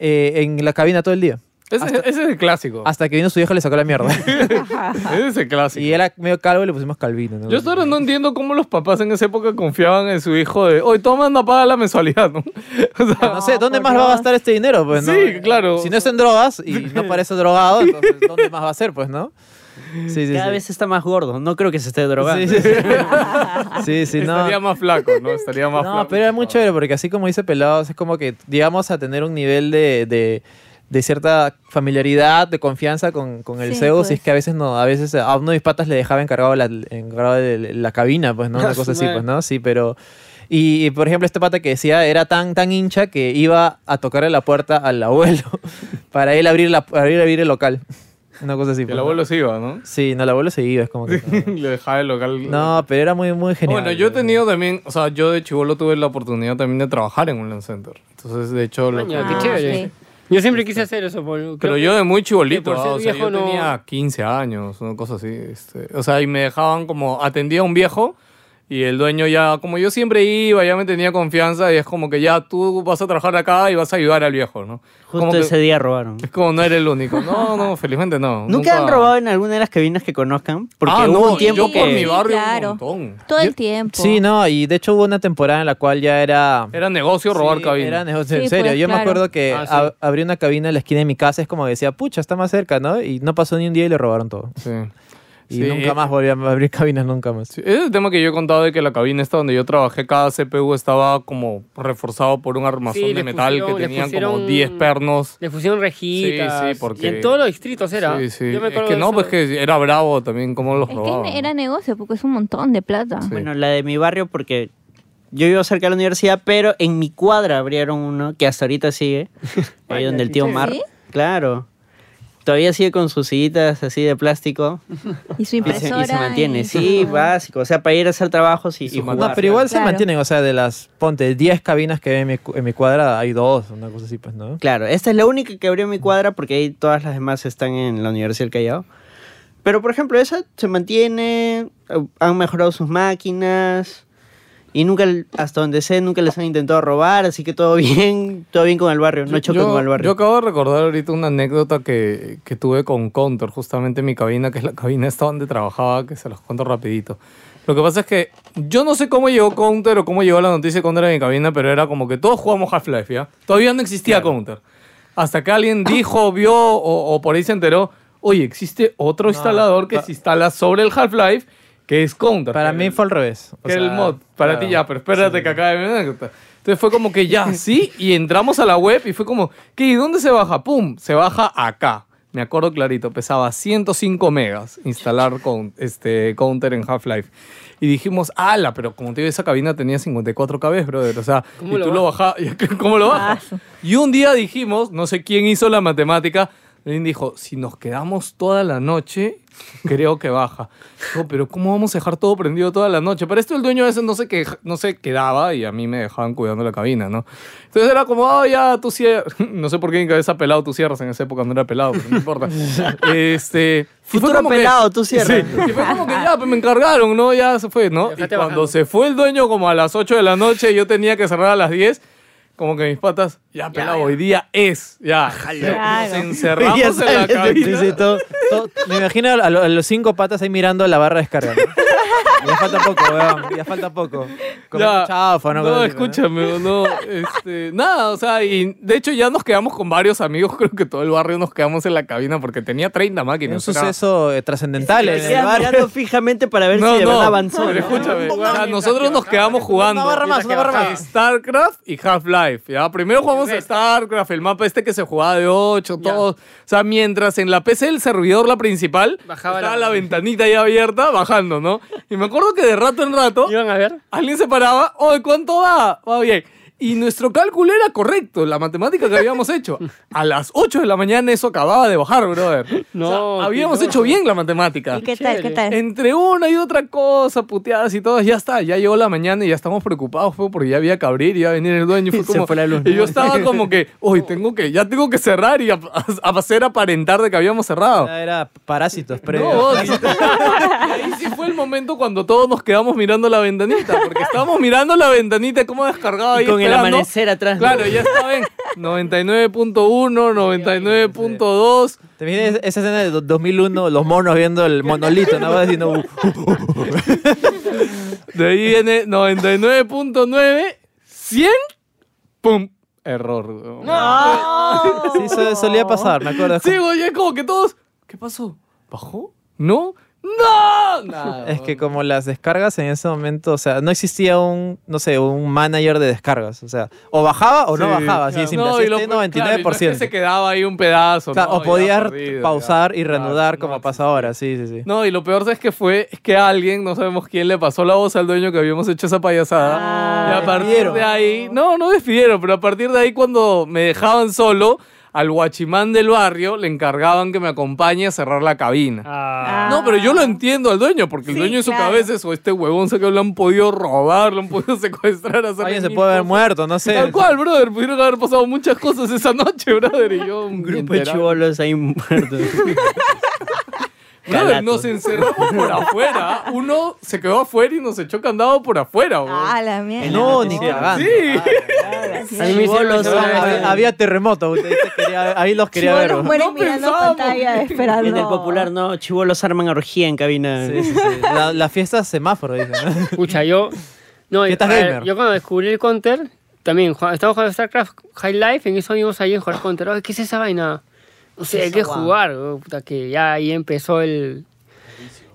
D: eh, en la cabina todo el día.
B: Ese, ese es el clásico.
D: Hasta que vino su viejo y le sacó la mierda.
B: Ese es el clásico.
D: y era medio calvo Ah. y le pusimos calvino. ¿no?
B: Yo hasta ahora no entiendo cómo los papás en esa época confiaban en su hijo de, hoy toma, no paga la mensualidad, ¿no? O sea,
D: No sé, ¿dónde
C: por
D: más va a
C: Dios.
D: gastar este dinero? Pues, ¿no?
B: Sí, claro.
D: Si no es en drogas y no parece drogado, entonces ¿dónde más va a ser? Pues, ¿no? Sí, sí,
A: Cada
D: sí.
A: vez está más gordo. No creo que se esté drogando.
D: Sí, sí, sí. Sí, sí, no.
B: estaría más flaco, ¿no? Estaría más flaco.
D: No, pero era muy chévere porque así como dice Pelados, es como que llegamos a tener un nivel de, de- de cierta familiaridad, de confianza con, con el
C: Sí,
D: Zeus. Y es
C: pues.
D: que a veces no, a veces a uno de mis patas le dejaba encargado la, encargado de la cabina, pues, ¿no? Una cosa así, pues, ¿no? Sí, pero... Y, y, por ejemplo, este pata que decía era tan, tan hincha que iba a tocarle la puerta al abuelo para él abrir, la, para ir a abrir el local. Una cosa así.
B: Y
D: pues,
B: el
D: ¿no?
B: abuelo se iba, ¿no?
D: Sí, no, el abuelo se iba, es como que...
B: Le dejaba el local.
D: No, pero era muy, muy genial.
B: Bueno, yo he tenido también, o sea, yo de chivolo tuve la oportunidad también de trabajar en un land center. Entonces, de hecho, lo
E: Coño,
B: que-
E: qué
C: Ah,
E: chévere.
C: ok.
E: Yo siempre quise hacer eso, por-
B: Pero
E: creo-
B: yo de muy chibolito,
E: que por ser
B: ah, o sea,
E: viejo
B: yo
E: no-
B: tenía 15 años, una cosa así. este, o sea, y me dejaban como, atendía a un viejo y el dueño ya, como yo siempre iba, ya me tenía confianza y es como que ya tú vas a trabajar acá y vas a ayudar al viejo, ¿no?
A: Justo
B: como que-
A: ese día robaron.
B: es como no eres el único. No, no, felizmente no.
A: ¿Nunca han robado en alguna de las cabinas que conozcan? Porque
B: Ah,
A: hubo
B: no,
A: un tiempo
B: yo por
A: que...
B: mi barrio
C: Claro.
B: un montón.
C: Todo el tiempo.
D: Sí, no, y de hecho hubo una temporada en la cual ya era...
B: Era negocio robar
D: Sí,
B: cabina.
D: era negocio, en
C: Sí,
D: serio.
C: pues,
D: yo me
C: claro.
D: acuerdo que
B: Ah, sí.
D: ab- abrí una cabina en la esquina de mi casa, es como que decía, pucha, está más cerca, ¿no? Y no pasó ni un día y le robaron todo.
B: Sí. Sí.
D: Y nunca más volví a abrir cabinas, nunca más.
B: Sí, ese es el tema que yo he contado de que la cabina esta donde yo trabajé, cada CPU estaba como reforzado por un armazón
E: Sí,
B: de
E: le
B: metal
E: pusieron-
B: que
E: le
B: tenían como
E: pusieron-
B: 10 pernos.
E: Le pusieron rejitas.
B: Sí, sí, porque-
E: Y en todos los distritos era.
B: Sí, sí.
E: Yo me
B: es
E: acuerdo
B: que
E: de
B: no,
E: eso.
B: pues que era bravo también cómo los
C: Es
B: robaban.
C: que era negocio porque es un montón de plata.
B: Oh. Sí.
A: Bueno, la de mi barrio porque yo vivo cerca de la universidad, pero en mi cuadra abrieron uno que hasta ahorita sigue, ahí donde el tío Mar.
C: ¿Sí?
A: Claro. Todavía sigue con sus sillitas así de plástico
C: Y su
A: y se,
C: impresora.
A: y se mantiene.
C: y su-
A: Sí, básico. O sea, para ir a hacer trabajos y,
B: Y su
A: y
B: mano.
A: jugar.
D: No, pero igual se
C: Claro.
D: mantienen, o sea, de las, ponte, 10 cabinas que hay en mi, cu- en mi cuadra, hay dos, una cosa así, pues, ¿no?
A: Claro, esta es la única que abrió mi cuadra porque ahí todas las demás están en la Universidad del Callao. Pero por ejemplo, esa se mantiene, eh, han mejorado sus máquinas y nunca, l- hasta donde sé, nunca les han intentado robar, así que todo bien, todo bien con el barrio, no chocan
B: yo,
A: con el
B: yo
A: barrio.
B: acabo de recordar ahorita una anécdota que, que tuve con Contor, justamente en mi cabina, que es la cabina esta donde trabajaba, que se los cuento rapidito. Lo que pasa es que yo no sé cómo llegó Counter o cómo llegó la noticia de Counter a mi cabina, pero era como que todos jugamos Half-Life, ¿ya? Todavía no existía Counter. Hasta que alguien dijo, vio o, o por ahí se enteró, oye, existe otro instalador que se instala sobre el Half-Life, que es Counter.
D: Para
B: Que
D: mí
B: el-
D: fue al revés. o
B: que el
D: sea,
B: mod. Para
D: claro.
B: ti ya, pero espérate que acabe mi anécdota. Entonces fue como que ya, sí, y entramos a la web y fue como, ¿qué? ¿Y dónde se baja? ¡Pum! Se baja acá. Me acuerdo clarito, pesaba 105 megas instalar con, este, Counter en Half-Life. Y dijimos, ala, pero como te digo, esa cabina tenía 54 KB, brother. O sea, y
E: ¿Cómo lo
B: tú lo bajabas, ¿cómo lo bajas? Y un día dijimos, no sé quién hizo la matemática, alguien dijo, si nos quedamos toda la noche, creo que baja. Dijo, pero ¿cómo vamos a dejar todo prendido toda la noche? Para esto el dueño a veces no se, queja- no se quedaba y a mí me dejaban cuidando la cabina, ¿no? Entonces era como, ah, ya, tú cierras. No sé por qué en mi cabeza pelado tú cierras, en esa época no era pelado, pero no importa. Este... y fue
A: Futuro
B: como que-
A: pelado, tú cierras.
B: Sí, y fue como que ya, pues me encargaron, ¿no? Ya se fue, ¿no?
E: Ya
B: Y
E: fuiste
B: cuando
E: bajando.
B: se fue el dueño como a las 8 de la noche, yo tenía que cerrar a las 10. Como que mis patas, ya pelado, hoy día es, ya.
C: Claro.
B: Nos encerramos
D: Y ya
B: en la
D: sales de-
B: cabina.
D: sí, sí, todo- todo- me imagino a, lo- a los cinco patas ahí mirando la barra de descarga. ¿no? ya falta poco, weón. Ya falta poco. Como
B: Ya.
D: un chaufa, una
B: no,
D: cosa así, ¿no?
B: escúchame, no, este, nada, o sea, y de hecho ya nos quedamos con varios amigos, creo que todo el barrio nos quedamos en la cabina porque tenía 30 máquinas.
D: un
B: era-
D: suceso eh, trascendental en
A: Te
D: el
A: quedas
D: barrio.
A: mirando fijamente para ver si de verdad avanzó.
B: pero
A: ¿no?
B: escúchame, o sea, nosotros nos quedamos jugando
D: Una barra más, una barra más.
B: StarCraft y Half-Life. Life, ¿ya? Primero jugamos a StarCraft, el mapa este que se jugaba de 8,
E: Ya.
B: todos. O sea, mientras en la PC del servidor, la principal,
E: Bajaba
B: estaba la,
E: la-
B: ventanita ya abierta, bajando, ¿no? Y me acuerdo que de rato en rato,
E: Iban a ver.
B: alguien se paraba, ¡oye, cuánto va! Va bien. Y nuestro cálculo era correcto, la matemática que habíamos hecho. A las 8 de la mañana eso acababa de bajar, brother.
E: No,
B: O
E: qué
B: sea, habíamos
E: loco.
B: hecho bien la matemática.
C: ¿Y qué tal? ¿Qué tal?
B: Entre una y otra cosa, puteadas y todas, ya está, ya llegó la mañana y ya estamos preocupados, fue porque ya había que abrir, iba a venir el dueño. Y, fue
A: Se
B: como-
A: fue la luz,
B: y yo
A: ¿no?
B: estaba como que, hoy tengo que, ya tengo que cerrar y a- a- a hacer aparentar de que habíamos cerrado.
D: Ya Era parásitos previos.
B: No, sí. ahí sí fue el momento cuando todos nos quedamos mirando la ventanita, porque estábamos mirando la ventanita cómo descargaba
A: Y
B: ahí
A: con el
B: esperando.
A: amanecer atrás. ¿no?
B: Claro, ya estaba en 99.1, 99.2.
D: ¿Te imaginas esa escena de do- 2001, los monos viendo el monolito, nada más diciendo... "Uh,
B: De ahí viene 99.9, 100, pum, error. weón.
D: Sí, so- solía pasar, me acuerdo.
B: Sí, güey, es como que todos, ¿qué pasó? ¿Bajó? ¿No? ¡No! Nada,
D: Es que como las descargas en ese momento, o sea, no existía un, no sé, un manager de descargas. O sea, o bajaba o no bajaba, así
B: claro.
D: simple,
B: No,
D: así
B: y lo- claro,
D: este
B: y no es que
D: 99%.
B: se quedaba ahí un pedazo.
D: o, sea,
B: no,
D: o
B: ya
D: podías
B: perdido, ya.
D: pausar y reanudar
B: Claro,
D: como
B: no,
D: pasa ahora, sí, sí, sí.
B: No, y lo peor es que fue es que alguien, no sabemos quién, le pasó la voz al dueño que habíamos hecho esa payasada.
C: Ah.
B: y a partir
D: despidieron.
B: de ahí, no, no despidieron, pero a partir de ahí cuando me dejaban solo, al guachimán del barrio le encargaban que me acompañe a cerrar la cabina.
C: Ah.
B: No, pero yo lo entiendo al dueño, porque el
C: Sí,
B: dueño en su
C: claro.
B: cabeza es o este huevón sé que lo han podido robar, lo han podido secuestrar, hacer
D: Alguien se puede haber muerto, no sé.
B: Tal cual, brother, pudieron haber pasado muchas cosas esa noche, brother, y yo
A: Un grupo de
B: enterado.
A: chivolos ahí muertos.
B: Brother,
A: Calato.
B: nos encerramos por afuera. Uno se quedó afuera y nos echó candado por afuera. bro.
C: Ah, la mierda.
D: No, ni cagando.
B: sí.
E: A mí me hicieron
A: Chibolos,
E: esa
A: ah,
D: Había,
E: vaina.
D: había terremoto, usted quería- ahí los quería ver.
C: Chibolos mueren
B: No
C: mirando
B: pensábamos.
C: pantalla esperando.
A: En el popular, no, chivolos arman orgía en cabina.
D: Sí, sí, sí. La, la fiesta semáforo, dicen. ¿no?
E: Escucha, yo. No,
D: ¿Qué estás
E: a ver,
D: gamer?
E: Yo cuando descubrí el counter, también ju- estaba jugando StarCraft High Life, en eso vimos ahí en jugar counter. Ay, ¿Qué es esa vaina? No sé, hay que jugar. oh, puta, que ya ahí empezó el.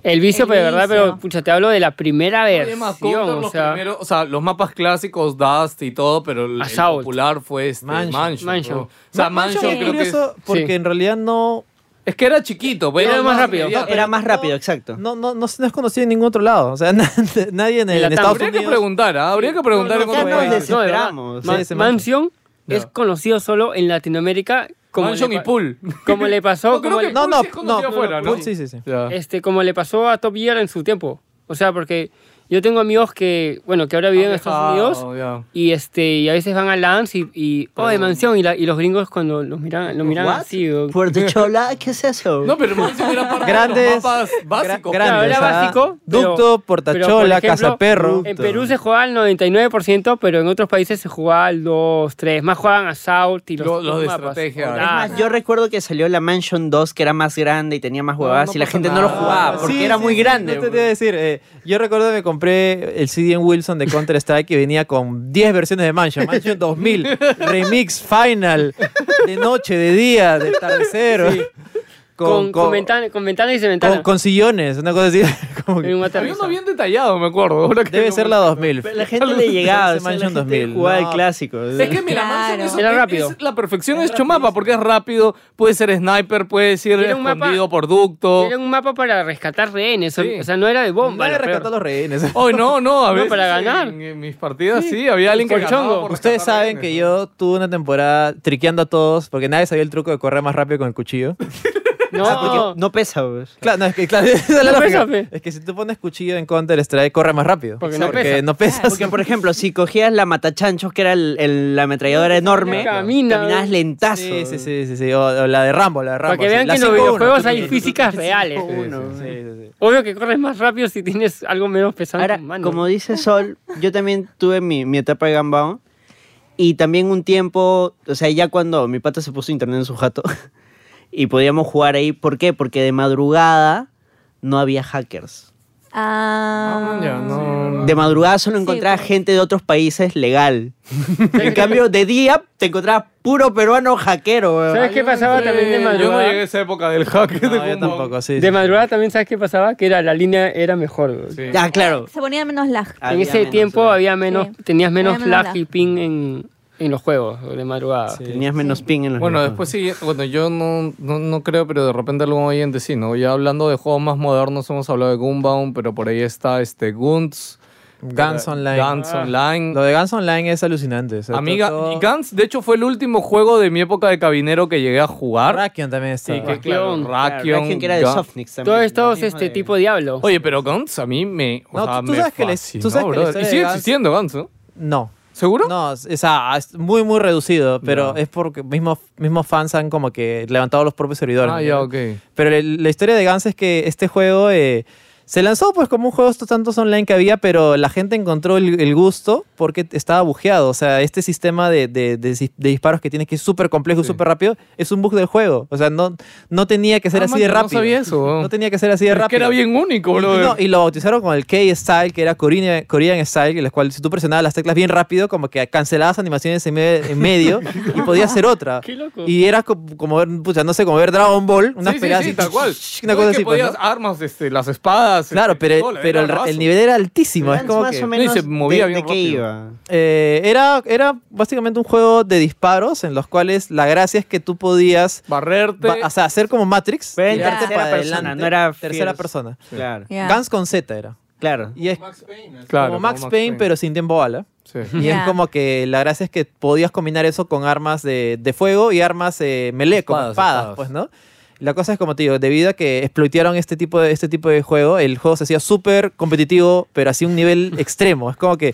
E: El vicio,
C: El
E: pero de verdad,
C: vicio.
E: pero pucha, te hablo de la primera
B: Oye,
E: versión.
B: más Counter,
E: o
B: los
E: sea,
B: primeros- o sea, los mapas clásicos, Dust y todo, pero el, el
E: Assault.
B: popular fue este, Mansion.
D: Mansion.
E: Mansion.
B: bro. O sea,
D: Mansion
B: Mansion,
D: es
B: creo que es,
D: curioso porque
E: sí.
D: en realidad no,
B: es que era chiquito, pero
E: Era más rápido.
B: inmediato.
A: Era más rápido, exacto.
D: no, no, no, no es conocido en ningún otro lado. O sea, na- nadie en,
E: En la tabla.
D: en Estados
B: Habría que
D: Unidos.
B: preguntar, ¿ah? habría que preguntar
D: no,
B: en
D: ya
B: otros
D: no
B: países.
D: decía-
E: no, de verdad,
A: desesperamos.
E: Ma-
D: Sí, se
E: Mansion es
B: Ya.
E: conocido solo en Latinoamérica. Como
B: Mansion
E: le
B: y
E: pa-
B: Pool.
E: Como le pasó.
B: No, creo
E: como
B: que
E: le-
D: No,
B: Pool
D: no,
B: sí es conocido
D: no,
B: afuera, ¿no?
D: Pool sí, sí, sí.
B: Ya.
E: este, como le pasó a Top Gear en su tiempo. O sea, porque yo tengo amigos que, bueno, que ahora viven en Estados Unidos
B: Ah, ya.
E: y este y a veces van a Lance y, y oh, de mansión y, la- y los gringos cuando los miran, los miran
A: What?
E: así. o-
A: Puerto Chola, ¿qué es eso?
B: No, pero Mansion era parte de
D: Grandes,
B: los mapas básicos.
D: gra-
E: Claro,
D: grandes,
E: era
D: o sea,
E: básico, pero-
D: Ducto,
E: pero, por
D: portachola,
E: ejemplo,
D: cazaperro.
E: En Perú se jugaba al 99%, pero en otros países se jugaba al 2, 3. Más jugaban a Salt y los,
B: Los- los de
E: mapas.
B: estrategia.
E: Ah,
B: Es
A: Es más, yo recuerdo que salió la Mansion 2, que era más grande y tenía más huevadas,
B: no
A: y la
B: pasa
A: gente no
B: nada.
A: lo jugaba porque
D: Sí,
A: era
D: sí,
A: muy
D: sí,
A: grande.
D: no te voy a decir, eh, yo recuerdo que me compré el CD en Wilson de Counter Strike que venía con 10 versiones de Mansion. Mansion 2000, Remix, Final, de noche, de día, de atardecer.
E: Con, con, ventana, con ventana y sin ventana.
D: con- con sillones, una cosa así. como que-
E: en una
B: Había
E: terraza.
B: uno bien detallado, me acuerdo. ahora que
D: debe
B: lo
D: ser la 2000.
A: la gente le llegaba,
D: Ese
A: o sea, la
D: Mansion
A: gente
D: 2000,
A: jugaba el
D: no.
A: clásico.
B: Es que mira, Manson
C: Claro.
B: eso
E: Era
B: es-
E: rápido.
B: es la perfección de hecho mapa, porque es rápido, puede ser sniper, puede ser
E: Era un mapa-
B: escondido por ducto.
E: Era un mapa para rescatar rehenes. o-
B: Sí.
E: O sea, no era de bomba. lo
D: Nadie
E: peor.
D: rescató los rehenes.
B: Oh, no, no, a
E: No,
B: veces
E: para ganar.
B: En, en mis partidas sí, había alguien que
E: Por
B: ganaba
E: chongo.
B: por
D: Ustedes
B: rescatar
D: saben que
B: rehenes,
D: yo tuve una temporada triqueando a todos porque nadie sabía el truco de correr más rápido con el cuchillo.
E: No,
A: No pesa, pues.
D: Claro, no, es que, claro, esa es la
E: No
D: lógica.
E: pesa, fe.
D: Es que si tú pones cuchillo en Counter Strike, corre más rápido.
E: Porque no pesa.
D: no pesas.
A: Porque, por ejemplo, si cogías la matachanchos, que era el- el- la ametralladora enorme,
E: Camina,
A: caminabas
E: ¿no?
A: lentazo.
D: Sí, sí, sí, sí, sí. O, o la de Rambo, la de
E: Para
D: Rambo.
E: que
D: sí.
E: vean
D: La
E: que en los
D: 5-1,
E: videojuegos
D: tú-
E: hay
D: tú-
E: físicas reales.
D: Sí,
A: Uno. eh.
D: sí, sí, sí.
E: Obvio que corres más rápido si tienes algo menos pesado
A: Ahora,
E: en tu mano.
A: como dice Sol, yo también tuve mi, mi etapa de Gambao. Y también un tiempo, o sea, ya cuando mi pata se puso internet en su jato y podíamos jugar ahí. ¿Por qué? Porque de madrugada no había hackers.
C: Ah.
B: Ya, no.
A: De madrugada solo
C: Sí,
A: encontraba
C: pues.
A: gente de otros países legal. en cambio, de día te encontrabas puro peruano hackero. weón.
E: ¿Sabes qué pasaba también de
B: Eh, Yo no
E: madrugada?
B: llegué a esa época del hack. de
D: No, yo
B: Gumball.
D: tampoco, sí. sí.
E: De madrugada también, ¿sabes qué pasaba? Que era la línea era mejor. güey.
B: Sí.
A: Ah, claro.
C: Se ponía menos lag.
E: En
A: Había
E: ese
A: menos,
E: tiempo
A: weón.
E: había menos,
C: Sí.
E: tenías menos
C: Había menos
E: lag
C: lag.
E: y ping en, en los juegos de madrugada.
A: Tenías menos ping en los
B: Bueno,
A: videojuegos.
B: después sí, bueno, yo no, no, no creo, pero de repente algún oyente sí, ¿no? Ya hablando de juegos más modernos, hemos hablado de Gunbound, pero por ahí está este Guns.
D: Guns Online.
E: Ah.
B: Guns Online.
D: Lo de Guns Online es alucinante. o sea,
B: Amiga,
D: todo-
B: y Guns, de hecho, fue el último juego de mi época de cabinero que llegué a jugar.
D: Rakion también está.
B: Sí, que
E: Rakion,
B: claro,
A: Claro,
B: Rakion,
A: Rakion que era de
B: Gun-
A: Softnix también.
E: Todos estos
A: Lo mismo
E: este
A: de-
E: tipo diablo.
B: Oye, pero Guns a mí me. O
D: No,
B: sea,
D: tú- tú
B: me
D: sabes que la- tú
B: fascinó,
D: sabes que la
B: brother.
D: historia
B: Y
D: de
B: sigue
D: Guns-
B: existiendo Guns, ¿no?
D: No.
B: ¿Seguro?
D: No, es- o sea, es muy, muy reducido, pero es porque mismos, mismos fans han como que levantado los propios servidores.
B: Ah,
D: ¿no?
B: ya, ok.
D: Pero el- la historia de Guns es que este juego eh, se lanzó pues como un juego de estos tantos online que había, pero la gente encontró el, el gusto porque estaba bugueado. O sea, este sistema de, de- de dis- de disparos que tienes que es súper complejo y súper rápido es un bug del juego. O sea, no, no tenía que ser
B: Ah,
D: así
B: man,
D: de
B: yo
D: rápido.
B: No sabía eso.
D: No tenía que ser así de
B: Es
D: rápido.
B: que era bien único,
D: Y-
B: bro.
D: no, y lo bautizaron con el K-Style, que era Korean, Korean Style, en el cual si tú presionabas las teclas bien rápido, como que cancelabas animaciones en, me- en medio y podías hacer otra.
E: Qué loco.
D: Y era co- como ver, pucha, no sé, como ver Dragon Ball, unas
B: sí, sí,
D: peleas
B: sí,
D: así,
B: tal cual.
D: una
B: No,
D: cosa
B: es que
D: así, pues, ¿no?
B: podías armas, este, las espadas.
D: Claro,
B: este,
D: pero,
B: pistola,
D: pero
B: era
D: el,
B: bravazo.
D: el nivel era altísimo. Es
A: Guns
D: como
A: más
D: que,
A: o menos
B: se movía
A: de,
B: bien
A: de qué
B: rápido.
A: iba.
D: eh, era, era básicamente un juego de disparos en los cuales la gracia es que tú podías
B: Barrerte.
D: ba- o sea, hacer como Matrix,
A: Pero en
D: tirarte
A: tercera persona, no era
D: tercera
A: fierce.
D: persona.
A: Claro.
C: Ya.
D: Guns con Z era.
A: Claro.
D: Y es
B: claro,
D: como Max, Payne, pero sin tiempo bala.
B: Sí.
D: Y
C: Ya.
D: es como que la gracia es que podías combinar eso con armas de, de fuego y armas eh, melee, como
G: Espadas,
D: espadas,
G: espadas.
D: pues, ¿no? La cosa es como te digo, debido a que explotearon este tipo de, este tipo de juego, el juego se hacía súper competitivo, pero así un nivel extremo. Es como que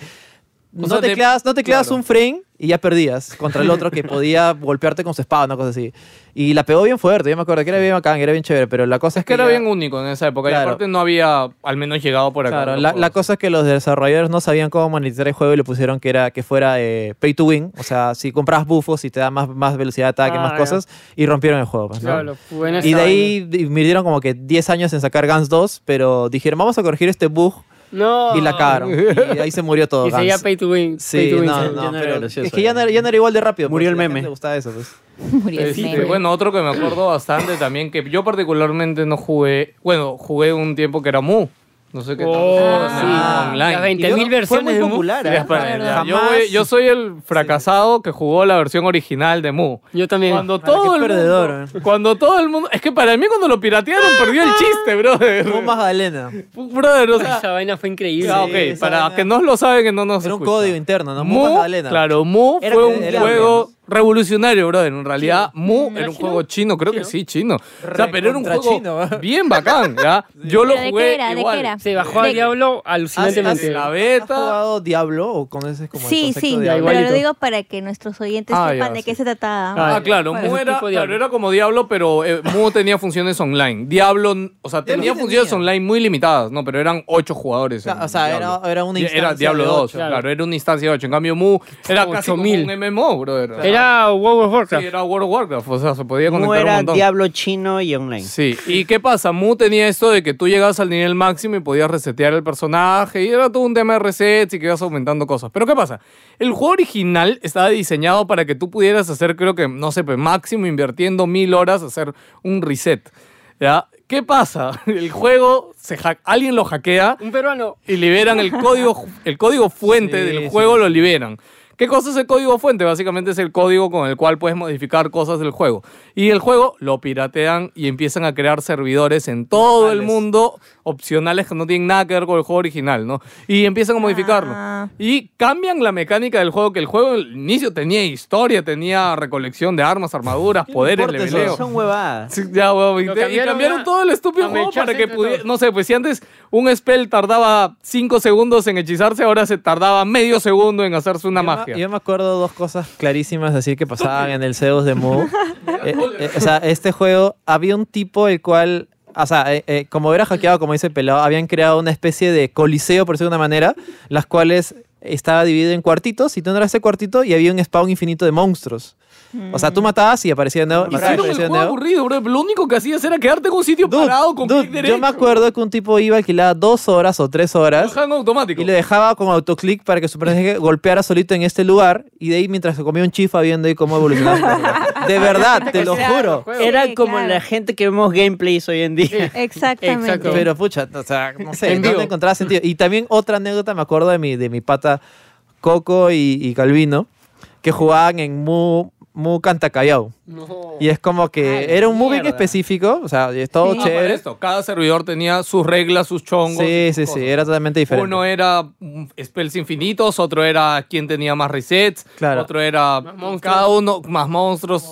D: no
B: sea,
D: te
B: de-
D: clavas, no te clavas
B: claro.
D: un frame y ya perdías contra el otro que podía golpearte con su espada, una cosa así. Y la pegó bien fuerte, yo me acuerdo que era bien bacán, que era bien chévere, pero la cosa es,
B: Es que era
D: ya-
B: bien único en esa época. Y
D: Claro.
B: aparte no había, al menos llegado por acá.
D: Claro,
B: los
D: la,
B: juegos.
D: la cosa es que los desarrolladores no sabían cómo monetizar el juego y le pusieron que era que fuera eh, pay to win, o sea, si compras bufos y te da más, más velocidad de ataque,
E: Ah,
D: más
E: ya.
D: cosas, y rompieron el juego. pues, ¿no?
E: Diablo, buena
D: Y
E: esa
D: de ahí di- midieron como que 10 años en sacar Guns 2, pero dijeron, vamos a corregir este bug,
E: vaina. No.
D: y la cagaron. Y ahí se murió
E: Ah.
D: todo.
E: Y sería
D: Guns.
E: pay to win. pay
D: Sí,
E: to win,
D: no,
E: sí.
D: no,
A: Ya no era
D: pero
A: gracioso,
D: es que ya no, era- ya no era igual de rápido.
A: Murió
D: pues,
A: el
D: la gente
A: meme.
D: le gustaba eso, pues.
C: Murió el
B: Este,
C: meme.
B: bueno, otro que me acuerdo bastante también, que yo particularmente no jugué, bueno, jugué un tiempo que era Mu. No sé qué tal.
E: Oh,
B: Ah,
E: sí. Las
B: online.
E: 20.000
A: Fue
E: versiones
A: muy
E: de Mu.
A: popular.
B: Ya,
A: ¿eh?
B: espera, ya. Yo,
D: Jamás-
B: voy- yo soy el fracasado que jugó la versión original de Mu.
E: Yo también.
B: Cuando todo el
D: perdedor, eh.
B: mundo, cuando todo el mundo, es que para mí cuando lo piratearon perdió el chiste, brother.
D: Como Magdalena.
B: Brother, o sea,
E: Esa vaina fue increíble.
B: Ah,
D: Sí,
B: ok,
D: esa
B: para
D: vaina.
B: que no lo saben, que no nos
D: Era un
B: escuchan.
D: código interno, ¿no? Mu
B: Mu,
D: Magdalena.
B: Claro, Mu
A: Era
B: fue
A: que
B: un
A: era
B: juego
D: menos.
B: revolucionario, brother. En realidad, Mu era
E: chino?
B: un juego chino, creo que sí, chino. O sea, pero era un
D: Recontra
B: juego
D: chino, ¿eh?
B: bien bacán, ¿ya? Yo lo
C: ¿Pero de
B: jugué
C: qué era? ¿De
B: igual.
C: qué era?
E: Se bajó
C: De-
E: al diablo
B: Ah,
D: Has-
E: alucinantemente.
D: has-
B: La
D: ¿Has
B: beta.
D: jugado Diablo o conoces como el
C: Sí,
D: concepto
C: sí,
D: de Diablo?
C: pero
E: igualito.
C: lo digo para que nuestros oyentes
B: Ah,
C: sepan
B: ya,
C: de
B: sí.
C: qué se trataba.
B: Ah,
E: ya.
B: claro,
E: Bueno,
B: Mu
E: es
B: era,
E: tipo Diablo.
B: claro, era como Diablo, pero eh, Mu tenía funciones online. Diablo, o sea, tenía
D: sí
B: funciones
D: tenía.
B: online muy limitadas, ¿no? Pero eran ocho jugadores.
D: Claro,
B: en
D: o sea, era-
B: Diablo.
D: era una
B: Y Era
D: instancia
B: Diablo
D: de
B: 2,
D: ocho.
B: claro. era una instancia de 8. En cambio, Mu era casi como
E: 8000.
B: un MMO, brother.
E: Era World of Warcraft.
B: Sí, era World of Warcraft, o sea, se podía
A: Mu
B: conectar un
A: era
B: montón.
A: Diablo chino y online.
B: Sí, ¿y qué pasa? Mu tenía esto de que tú llegabas al nivel máximo y podías resetear el personaje y era todo un tema de resets y que ibas aumentando cosas. Pero ¿qué pasa? El juego original estaba diseñado para que tú pudieras hacer, creo que, no sé, pues, máximo invirtiendo mil horas hacer un reset. ¿Ya? ¿Qué pasa? El juego, se hack- alguien lo hackea
E: Un peruano.
B: y liberan el código, el código fuente
D: Sí,
B: del
D: sí.
B: juego, lo liberan. ¿Qué cosa es el código fuente? Básicamente es el código con el cual puedes modificar cosas del juego. Y el juego lo piratean y empiezan a crear servidores en todo el mundo, opcionales que no tienen nada que ver con el juego original, ¿no? Y empiezan a modificarlo.
C: Ah.
B: Y cambian la mecánica del juego, que el juego al inicio tenía historia, tenía recolección de armas, armaduras, poderes,
D: importa eso?
B: leveleo.
A: Son huevadas.
B: Sí, ya, huevón, y
E: Lo
B: te- y
E: cambiaron
B: cambiaron
E: ya
B: todo el estúpido
E: a
B: juego
E: mecharse
B: para que
E: entre
B: pudiera.
E: todos.
B: No sé, pues si antes un spell tardaba 5 segundos en hechizarse, ahora se tardaba medio segundo en hacerse una
D: Yo me-
B: magia.
D: Yo me acuerdo dos cosas clarísimas así que pasaban en el Zeus de Mu. Eh, eh, o sea, este juego había un tipo el cual, o sea, eh, eh, como era hackeado, como dice Pelado, habían creado una especie de coliseo, por decirlo de una manera, las cuales estaba dividido en cuartitos y tú entras a ese cuartito y había un spawn infinito de monstruos. O sea, tú matabas y aparecía de nuevo. y
B: Mm. Hicieron el
D: aparecía de
B: juego
D: nuevo.
B: aburrido, bro. Lo único que hacías era quedarte en un sitio
D: Dude,
B: parado con
D: dude,
B: clic derecho.
D: yo me acuerdo que un tipo iba alquilaba dos horas o tres horas
B: Bajaban automático.
D: y le dejaba con autoclick para que su personaje golpeara solito en este lugar. Y de ahí, mientras se comía un chifa, viendo ahí cómo evolucionaba. su personaje. de verdad, te lo juro.
A: Era
C: Sí,
A: como
C: claro.
A: la gente que vemos gameplays hoy en día.
C: Exactamente.
E: Exacto.
D: Pero pucha, o sea, no sé,
E: En
D: no
E: vivo.
D: te encontraba sentido. Y también otra anécdota, me acuerdo de mi, de mi pata Coco y, y Calvino. que jugaban en Mu, Mu Cantacallao. Y es como que
E: Ay,
D: era un movie en
E: mierda.
D: específico, o sea, y es todo
C: Sí.
B: Ah, para
D: chévere.
B: esto, cada servidor tenía sus reglas, sus chongos.
D: ¿eh? Sí, sí,
B: sus
D: sí,
B: cosas.
D: era totalmente diferente.
B: Uno era mm, spells infinitos, otro era quién tenía más resets,
D: Claro.
B: otro era cada uno más monstruos.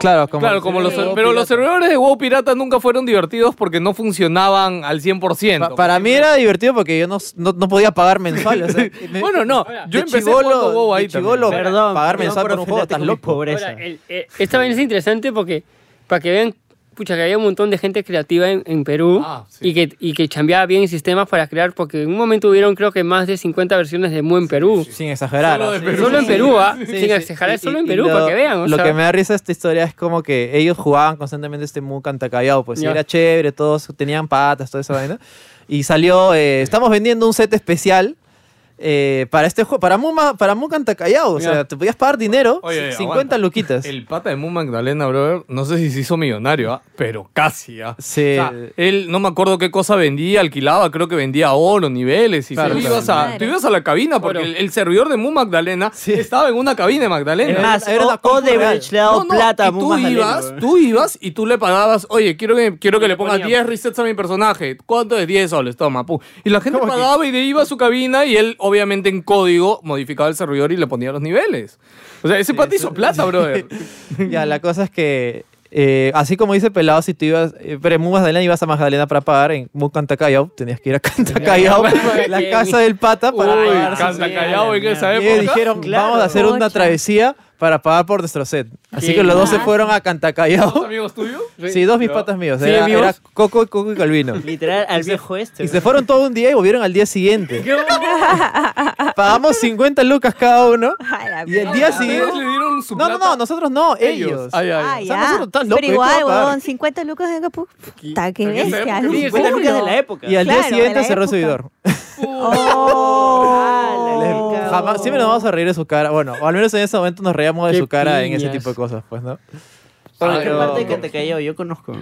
D: claro, como,
B: claro, como los,
D: Sí.
B: pero los servidores de WoW Pirata nunca fueron divertidos porque no funcionaban al 100%.
D: Pa- para mí era divertido porque yo no, no, no podía pagar mensual. o sea, me-
B: bueno, no, yo
D: de
B: empecé
D: chibolo-
B: jugando WoW
D: de
B: ahí también.
D: chibolo,
A: Perdón,
D: pagar
A: perdón
D: mensual por un juego
A: ofenderte
D: tan
A: con mi
D: loco.
A: pobreza.
E: Ahora,
C: eh,
E: el- el- esta vaina es interesante porque para que vean pucha, que había un montón de gente creativa en, en Perú
B: Ah, sí.
E: y, que, y que chambeaba bien en sistemas para crear, porque en un momento hubieron creo que más de 50 versiones de Mu en Perú.
D: Sin exagerar.
B: Solo de
D: así.
B: Perú.
E: Solo en Perú, ¿ah? Sin
D: sí.
E: exagerar,
D: Y-
E: solo
D: y-
E: en
D: y
E: Perú,
D: lo-
E: para que vean. o
D: Lo
E: sea.
D: que me da risa esta historia es como que ellos jugaban constantemente este Mu Cantacallao, pues y
E: Ya.
D: era chévere, todos tenían patas, toda esa vaina. Y salió, eh, estamos vendiendo un set especial eh, para este juego, para Mu, Ma- para Mu Cantacallao. O sea,
E: Ya.
D: te podías pagar dinero,
B: Oye, oye,
D: 50
B: aguanta.
D: luquitas.
B: El pata de Moon Magdalena, brother, no sé si se hizo millonario, ¿ah? pero casi, ¿ah?
D: Sí.
B: O sea, él no me acuerdo qué cosa vendía, alquilaba, creo que vendía oro, niveles. Y
D: Claro,
B: tú,
D: claro.
B: ibas a, tú ibas a la cabina porque
E: Oro.
B: el, el servidor de Moon Magdalena estaba en una cabina de Magdalena.
A: Es
D: Era-
A: más,
D: era la compu
A: Odebrecht
D: real.
A: le ha dado
B: No, no,
A: plata a
B: y tú
A: Mumas Galeno,
B: ibas,
A: weón.
B: tú ibas y tú le pagabas, oye, quiero que, quiero que le pongas
E: ponía.
B: 10 resets a mi personaje. ¿Cuánto es 10 soles? Toma, pum. Y la gente pagaba y de iba a su cabina y él, obviamente, en código, modificaba el servidor y le ponía los niveles. O sea, ese pata hizo plata, brother.
D: Ya, la cosa es que, eh, así como dice Pelado, si tú ibas, eh, pero en Mu Magdalena ibas a Magdalena para pagar, en Mu Cantacallao tenías que ir a Cantacallao, la casa del pata, para
B: Uy,
D: pagar sus
B: canta callado en esa
D: Y ellos
B: época.
D: dijeron,
A: Claro.
D: vamos a hacer una
C: Ocha.
D: travesía para pagar por nuestro set. Así
E: Qué
D: que los dos se
C: mal.
D: fueron a
B: ¿Dos
D: Cantacallao.
B: amigos tuyos?
D: Sí, dos mis patas míos.
E: ¿Sí,
D: Era,
E: amigos?
D: era Coco, Coco y Calvino.
A: Literal, al viejo este.
D: Y
A: weón.
D: se fueron todo un día y volvieron al día siguiente. Pagamos 50 lucas cada uno.
C: A la
D: Y el
C: mierda.
D: día
B: Ustedes
D: siguiente...
B: le dieron su
D: No, no,
B: plata
D: no, nosotros no, ellos.
B: Ay, ay,
C: Ah,
D: O sea,
C: ya.
D: nosotros tan locos,
C: Pero
D: ¿qué
C: igual,
D: puedo pagar?
C: huevón, 50 lucas de Capu. Puta, qué
B: qué
C: bestia.
B: feo, qué
C: loco.
A: 50 lucas de la época.
D: Y al
C: Claro,
D: día
C: de
D: siguiente
C: la
D: cerró el
C: época.
D: servidor.
C: Oh,
A: Ah, la
D: Les-
A: cagó.
D: Jamás, siempre nos vamos a reír de su cara. Bueno, o al menos en ese momento nos reíamos de
E: Qué
D: su cara en ese
E: piñas.
D: tipo de cosas, pues, ¿no?
A: Oye, ¿qué
D: Pero-
A: parte de Cantacallao yo conozco?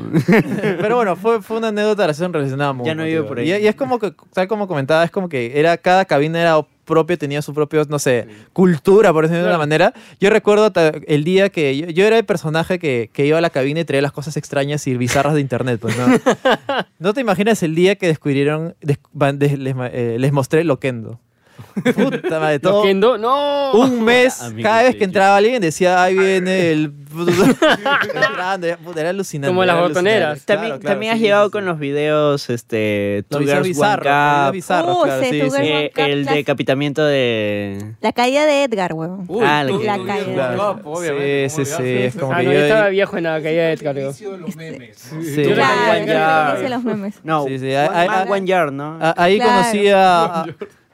D: Pero bueno, fue, fue una anécdota relación relacionada mucho.
A: Ya no vive por ahí.
D: Y, y es como que, tal como comentaba, es como que era, cada cabina era propia, tenía su propio, no sé, cultura, por decirlo de una manera. Yo recuerdo ta- el día que yo, yo era el personaje que, que iba a la cabina y traía las cosas extrañas y bizarras de internet, pues, ¿no? ¿No te imaginas el día que descubrieron, des- van- des- les, ma- eh, les mostré Loquendo? Puta madre, todo,
E: Loquendo, no.
D: un mes,
A: Amigo,
D: cada vez
A: sí,
D: que entraba alguien decía, ahí viene el... Entrando, era, puta, era alucinante.
E: Como
D: era
E: las
D: alucinante.
E: botoneras.
D: Claro,
A: También,
D: claro,
A: también has
D: sí,
A: llegado
D: sí,
A: con
D: sí.
A: los videos, este, Two
D: Lo hizo
A: Girls, One
D: bizarro, lo hizo
A: Cup,
D: bizarro,
C: Uh,
D: claro,
C: ese
D: sí,
C: Two
D: sí.
C: Girls,
A: eh,
C: One Cup,
A: el
C: claro.
A: decapitamiento de...
C: La caída de Edgar, huevón.
B: Uy,
A: Ah, la
B: tú-
A: que-
B: tú-
C: La
B: tú-
C: caída.
B: claro,
D: Claro.
B: obviamente,
D: Sí, sí,
B: ¿cómo
D: sí,
B: olvidar?
D: es como
E: Ah,
D: que
E: no,
D: yo...
E: yo estaba viejo en la caída de Edgar. digo.
D: sí.
B: Yo era
C: Claro,
B: Juan
C: ya
B: Yar.
C: hice los memes.
A: No,
D: Sí, sí, ah,
A: One
D: hay- hay-
A: Man,
D: hay-
A: One Yard, ¿no?
D: a- ahí
C: Claro.
D: conocí a... a-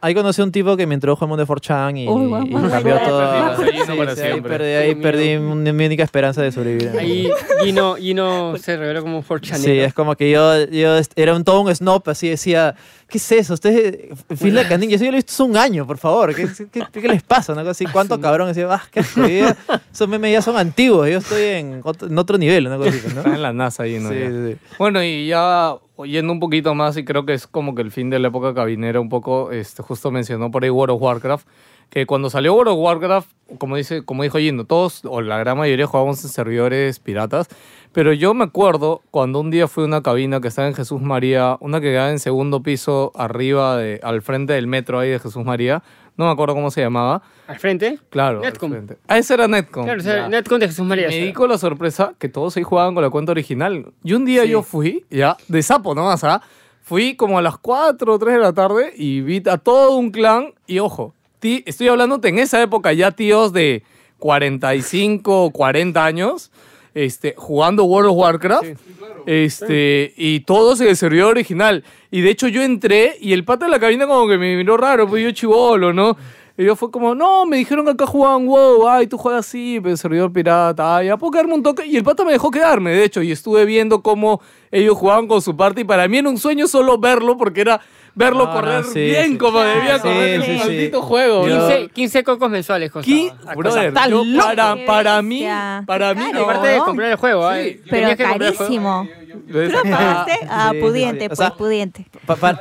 D: Ahí conocí a un tipo que me introdujo al mundo de 4chan y,
C: Uy, guau,
D: y
C: guau,
D: cambió
C: guau,
D: todo.
B: guau.
D: Sí,
B: Ahí no
D: sí,
B: para
D: sí, ahí
B: siempre.
D: perdí, ahí perdí mi, mi única esperanza de sobrevivir.
E: Ahí Gino, Gino se reveló como un
D: Sí,
E: forchanero.
D: es como que yo, yo est- era un, todo un snob, así decía, ¿qué es eso? Ustedes, eh, Phil la Candín, yo sí lo he visto hace un año, por favor, ¿qué, qué- qué- qué les pasa? ¿No? Así, ¿Cuánto cabrón? Decía, ah, qué asco, yo ya- esos memes ya son antiguos, yo estoy en otro, en otro nivel, ¿no? Así, ¿no?
B: Está en la NASA ahí, ¿no?
D: Sí,
B: Ya.
D: sí, sí.
B: Bueno, y ya oyendo un poquito más, y creo que es como que el fin de la época cabinera, un poco, este, justo mencionó por ahí World of Warcraft, que cuando salió World of Warcraft, como, dice, como dijo Gino, todos o la gran mayoría jugábamos en servidores piratas, pero yo me acuerdo cuando un día fui a una cabina que estaba en Jesús María, una que quedaba en segundo piso, arriba, de, al frente del metro ahí de Jesús María, no me acuerdo cómo se llamaba,
E: Al frente.
B: claro. al
E: Netcom.
B: frente. Ah, ese era Netcom.
E: Claro, o
B: Ya.
E: sea, Netcom de Jesús María.
B: Me
E: o sea.
B: di con la sorpresa que todos ahí jugaban con la cuenta original. Y un día yo fui, ya, de sapo nomás, ¿ah? Fui como a las 4 o 3 de la tarde y vi a todo un clan. Y ojo, ti- estoy hablándote en esa época ya tíos de 45 o 40 años. Este, jugando World of Warcraft. Este, y todos en el servidor original. Y de hecho yo entré y el pata de la cabina como que me miró raro, pues yo chivolo, ¿no? Y yo fue como, no, me dijeron que acá jugaban WoW, ay, tú juegas así, pero servidor pirata, ay, ¿a poco darme un toque? Y el pata me dejó quedarme, de hecho, y estuve viendo cómo ellos jugaban con su parte y para mí era un sueño solo verlo porque era verlo
D: Ah,
B: correr
D: sí,
B: bien
D: sí.
B: como debía
C: Sí,
B: correr en
C: sí,
B: un
D: sí.
B: maldito juego.
D: Yo- Ah,
B: ¿no?
E: 15, 15 cocos mensuales costaba.
B: Aquí, brother,
D: tan
B: yo
D: loco.
B: para, para mí,
C: Bestia.
B: para mí,
C: Claro,
B: no.
E: Aparte de
C: Huevón.
E: comprar el juego, ¿ah?
B: Sí.
E: Tenías
C: Pero
E: que comprar el juego.
C: carísimo. ¿Tú lo pagaste? Ah,
D: sí, sí,
C: pudiente,
D: sí. O
C: pues
D: sea,
C: pudiente.
D: Pa- pa-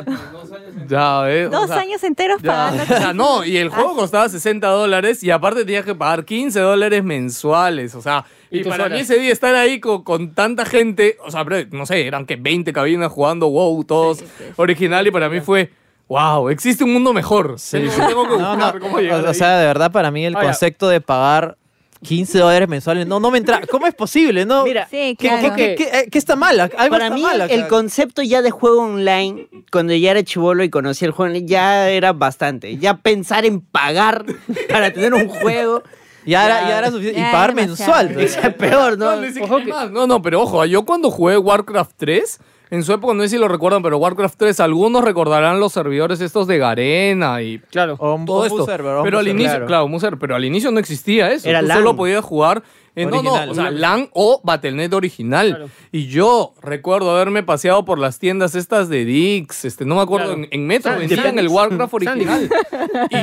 B: Ya, eh, o
C: Dos
B: sea,
C: años enteros
B: Ya.
C: pagando. Ah.
B: O sea, no, y el juego costaba 60 dólares y aparte tenías que pagar 15 dólares mensuales. O sea,
E: Y
B: y,
E: tus
B: para
E: horas.
B: mí ese día estar ahí con, con tanta gente, o sea, pero, no sé, eran que 20 cabinas jugando WoW, todos original, y para mí fue, wow, existe un mundo mejor. Sí, tengo que
D: No,
B: buscar
D: no.
B: cómo llegar
D: O, o
B: ahí.
D: sea, de verdad, para mí el
B: Ahora-
D: concepto de pagar 15 dólares mensuales, no, no me entra. ¿Cómo es posible? No?
B: Mira,
C: Sí,
D: ¿Qué,
C: claro.
D: qué- qué- qué- qué está mal? Algo
A: Para
D: está
A: mí,
D: mal acá.
A: el concepto ya de juego online, cuando ya era chivolo y conocí el juego online, ya era bastante. Ya pensar en pagar para tener un juego
D: Y ahora, y ahora es suficiente.
C: Ya
D: y
C: es
D: pagar
C: demasiado.
D: mensual.
A: es peor, ¿no?
B: No, ni siquiera más. no, no, pero ojo, yo cuando jugué Warcraft 3, en su época no sé si lo recuerdan, pero Warcraft 3, algunos recordarán los servidores estos de Garena y
E: Claro.
D: O un-
B: todo
D: un
B: esto.
D: server, o un
B: pero al
D: server.
B: inicio, claro, Muser, pero al inicio no existía eso.
A: Era
B: Tú
A: LAN.
B: solo podías jugar en no, no,
D: Original.
B: o sea, LAN o Battle.net original.
E: Claro.
B: Y yo recuerdo haberme paseado por las tiendas estas de Dix, este, no me acuerdo,
E: Claro.
B: en, en Metro
E: Sa-
B: vendían
E: Sandys.
B: el Warcraft original.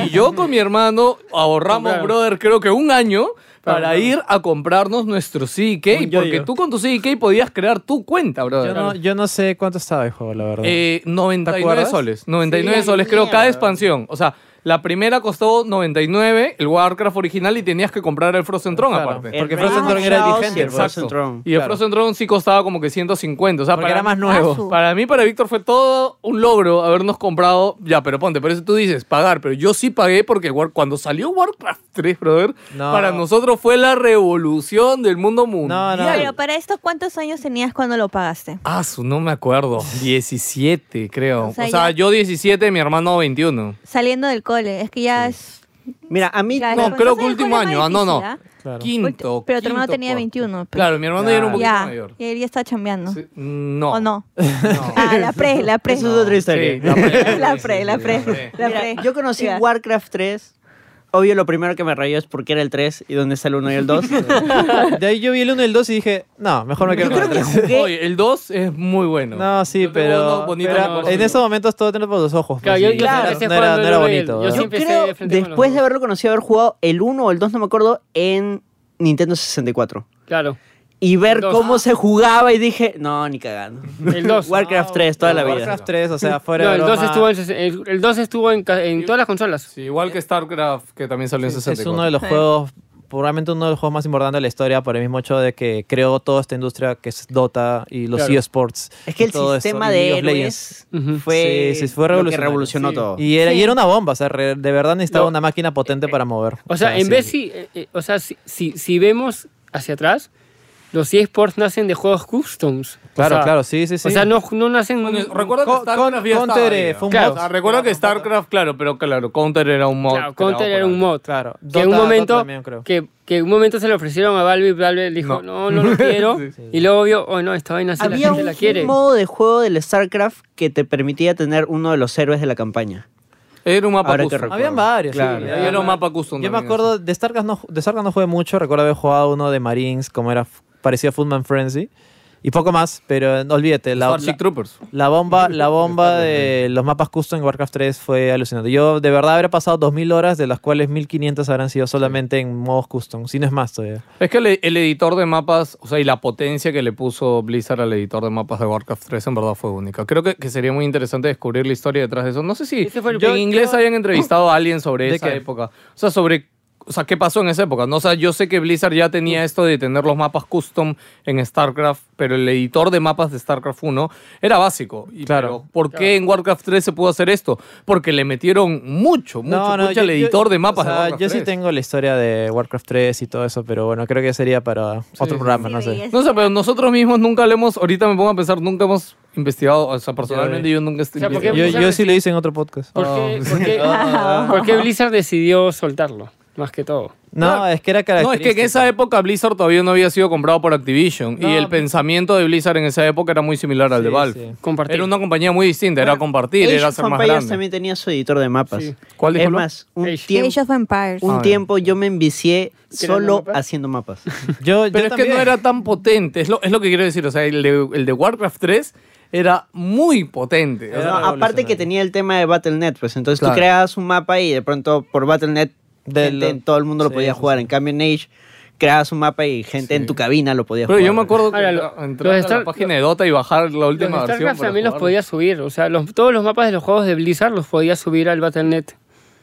B: y yo con mi hermano ahorramos,
E: Compraron.
B: brother, creo que un año para
E: Claro.
B: ir a comprarnos nuestro CK,
A: Un
B: porque
A: yo-yo.
B: tú con tu CK podías crear tu cuenta, brother.
D: Yo no, yo no sé cuánto estaba el juego, la verdad.
B: Eh, 99
D: acuerdas?
B: soles. 99
A: Sí,
B: soles, creo,
A: mierda.
B: cada expansión. O sea, la primera costó 99, el Warcraft original, y tenías que comprar el Frozen Throne
D: Claro,
B: aparte.
D: porque
A: El
D: Frozen
A: Realm
D: Throne era el
A: Chaos y
D: Defender.
A: el
D: pues.
A: Frozen Throne.
B: Y el
D: Claro.
B: Frozen Throne sí costaba como que 150. O sea,
D: Porque
B: para,
D: era más
C: Ah, su-
D: nuevo.
B: para mí, para Víctor, fue todo un logro habernos comprado. Ya, pero ponte, por eso tú dices pagar. Pero yo sí pagué porque War- cuando salió Warcraft 3, brother,
D: No.
B: para nosotros fue la revolución del mundo mundial.
D: no.
C: Pero para esto, ¿cuántos años tenías cuando lo pagaste?
B: Ah, su, no me acuerdo. 17, creo.
C: O
B: O
C: sea,
B: sea,
C: ya-
B: yo 17, mi hermano 21.
C: Saliendo del cole, es que ya es...
A: Mira, a mí
C: ya
B: No,
C: Ah, es-
B: creo
C: entonces
B: que
C: el
B: último
C: cole es
B: año.
C: más
B: Ah, no, no.
C: difícil, ¿ah?
B: Quinto.
C: Pero tu hermano
B: quinto,
C: tenía
B: cuarto.
C: 21, pues.
B: Claro, mi hermano ya era un poquito
C: Ya,
B: mayor.
C: y él ya está chambeando.
B: Sí, No.
C: ¿O no? Ah, la pre, la pre.
A: Eso es otra historia.
B: Sí, la pre.
C: La pre, la
B: Sí,
C: pre,
B: sí, sí, la pre.
C: la
A: Mira,
C: pre.
A: yo conocí
C: Ya.
A: Warcraft 3. Obvio, lo primero que me rayó es porque era el 3 y dónde está el 1 y el 2.
D: De ahí yo vi el 1 y el 2 y dije, no, mejor me quedo
A: Yo
D: con el
A: creo que
D: tres.
A: jugué-
B: Oye, el 2 es muy bueno.
D: No, sí,
B: Yo tengo
D: pero,
B: uno bonito
D: pero
B: en el bolsillo.
D: en esos momentos todo tiene por los ojos.
E: Claro,
D: pues,
E: yo-
D: y
E: yo
D: no,
E: empecé
D: no era,
E: jugando
D: no era
E: el
D: bonito.
E: Nobel, yo
D: ¿verdad?
A: Yo
E: siempre estoy
A: creo,
E: de frente con los
A: después de
E: dos.
A: haberlo conocido, haber jugado el 1 o el 2, no me acuerdo, en Nintendo 64.
E: Claro.
A: Y ver
E: El dos.
A: cómo se jugaba y dije, no, ni cagando.
E: El dos.
A: Warcraft 3, toda la vida.
D: Warcraft 3, o sea, fuera
E: No,
D: de
E: el 2
D: broma,
E: estuvo en, ses- el, el 2 estuvo en, ca- en todas las consolas.
B: Sí, igual que StarCraft, que también salió en
D: es
B: 64.
D: uno de los juegos, probablemente uno de los juegos más importantes de la historia por el mismo hecho de que creó toda esta industria que es Dota y los
E: Claro.
D: eSports.
A: Es que
D: y
A: el
D: todo eso,
A: sistema
D: y
A: de
D: League of Legends.
A: héroes fue,
D: Sí, sí,
A: lo
D: fue
A: que
D: revolucionario.
A: revolucionó
E: Sí.
A: todo.
D: Y era,
C: Sí.
D: y era una bomba, o sea, re- de verdad necesitaba
E: No. Eh,
D: una máquina potente para mover.
E: O sea, en
D: Ah, sí.
E: vez si, eh, eh, o sea, si, si, si vemos hacia atrás, los eSports nacen de juegos customs.
D: Claro,
E: O sea,
D: claro, sí, sí, sí.
E: O sea, no, no nacen.
B: Bueno, recuerda que
D: Con-
B: StarCraft ya
D: Counter,
B: estaba
D: eh,
B: ahí,
D: fue un
B: ¿no?
E: mod.
B: O sea, recuerda que StarCraft, claro, pero claro, Counter era un mod.
E: Claro, Counter era un mod.
D: Claro,
E: que
D: Dota-
E: en un
D: Dota
E: momento,
D: también, creo.
E: Que, que en un momento se lo ofrecieron a Valve y Valve dijo, no, no, lo quiero. Y luego vio, oh no, esta vaina sí la
A: Había
E: gente
A: un
E: la quiere.
A: modo de juego del StarCraft que te permitía tener uno de los héroes de la campaña.
B: Era un mapa
A: Ahora que
B: custom.
A: recuerdo.
D: Habían varios, sí,
B: Claro,
D: había-
B: era un mapa custom.
D: Yo me
B: también,
D: acuerdo, de Starcraft no, de Starcraft no jugué mucho, recuerdo haber jugado uno de Marines, como era, parecía Footman Frenzy, y poco más, pero eh, no olvídate, la,
B: Starship Troopers.
D: la bomba, la bomba de los mapas custom en Warcraft 3 fue alucinante. Yo de verdad habré pasado 2.000 horas, de las cuales 1.500 habrán sido solamente en modos custom, si no es más todavía.
B: Es que el, el editor de mapas, o sea, y la potencia que le puso Blizzard al editor de mapas de Warcraft 3 en verdad fue única. Creo que, que sería muy interesante descubrir la historia detrás de eso. No sé si
E: Ese fue el
B: en
E: yo-
B: inglés hayan entrevistado a alguien sobre
D: ¿De
B: esa
D: qué?
B: época. O sea, sobre... O sea, ¿qué pasó en esa época? No, o sea, yo sé que Blizzard ya tenía esto de tener los mapas custom en StarCraft, pero el editor de mapas de StarCraft 1 era básico. Y,
D: Claro.
B: pero, ¿Por qué en Warcraft 3 se pudo hacer esto? Porque le metieron mucho, mucho, mucho al
D: yo- yo-
B: editor de mapas
D: o sea,
B: de Warcraft
D: Yo sí
B: 3.
D: tengo la historia de Warcraft 3 y todo eso, pero bueno, creo que sería para otro programa, no
C: Sí,
D: sé.
C: es-
B: No sé, pero nosotros mismos nunca le hemos, ahorita me pongo a pensar, nunca hemos investigado, o sea, personalmente yo nunca estoy
E: O sea, ¿por qué
D: Yo,
B: investigado.
D: yo sí lo hice en otro podcast.
E: ¿Por, qué,
B: Oh.
E: por qué- por qué Blizzard decidió soltarlo? Más que todo.
D: No, es que
B: No, es que
D: era
B: en
D: característico.
B: esa época Blizzard todavía no había sido comprado por Activision y el
E: pues.
B: pensamiento de Blizzard en esa época era muy similar al de
D: Sí,
B: Valve.
D: sí.
E: Compartir.
B: Era una compañía muy distinta, era compartir,
A: Age
B: era
A: of
B: ser más
A: Empires
B: grande.
A: también tenía su editor de mapas.
E: Sí.
B: ¿Cuál dijo
A: es
B: lo?
A: más, un,
E: Age.
A: tiemp-
C: Age of Empires.
A: un
B: Ah, ya.
A: tiempo yo me envicié
E: ¿Creando
A: solo
E: mapas?
A: haciendo mapas.
D: Yo, yo
B: Pero es
D: también.
B: que no era tan potente, es lo, es lo que quiero decir, o sea, el de, el de Warcraft 3 era muy potente.
D: Era
A: No, aparte que tenía el tema de Battle.net, pues entonces
B: Ah, Claro.
A: tú creabas un mapa y de pronto por Battle.net
D: De
A: gente
D: lo-
A: en todo el mundo lo
D: Sí,
A: podía
D: sí,
A: jugar. En cambio en Age creabas un mapa y gente en tu cabina lo podía
B: Pero
A: jugar.
B: yo me acuerdo que
E: Ahora, lo-
B: entrar
E: los
B: a la
E: Star-
B: página de Dota y bajar la
E: Los
B: última versión.
E: Starcraft
B: para
E: también los
B: jugarlo.
E: podía subir. O sea, los- todos los mapas de los juegos de Blizzard los podía subir al Battle.net.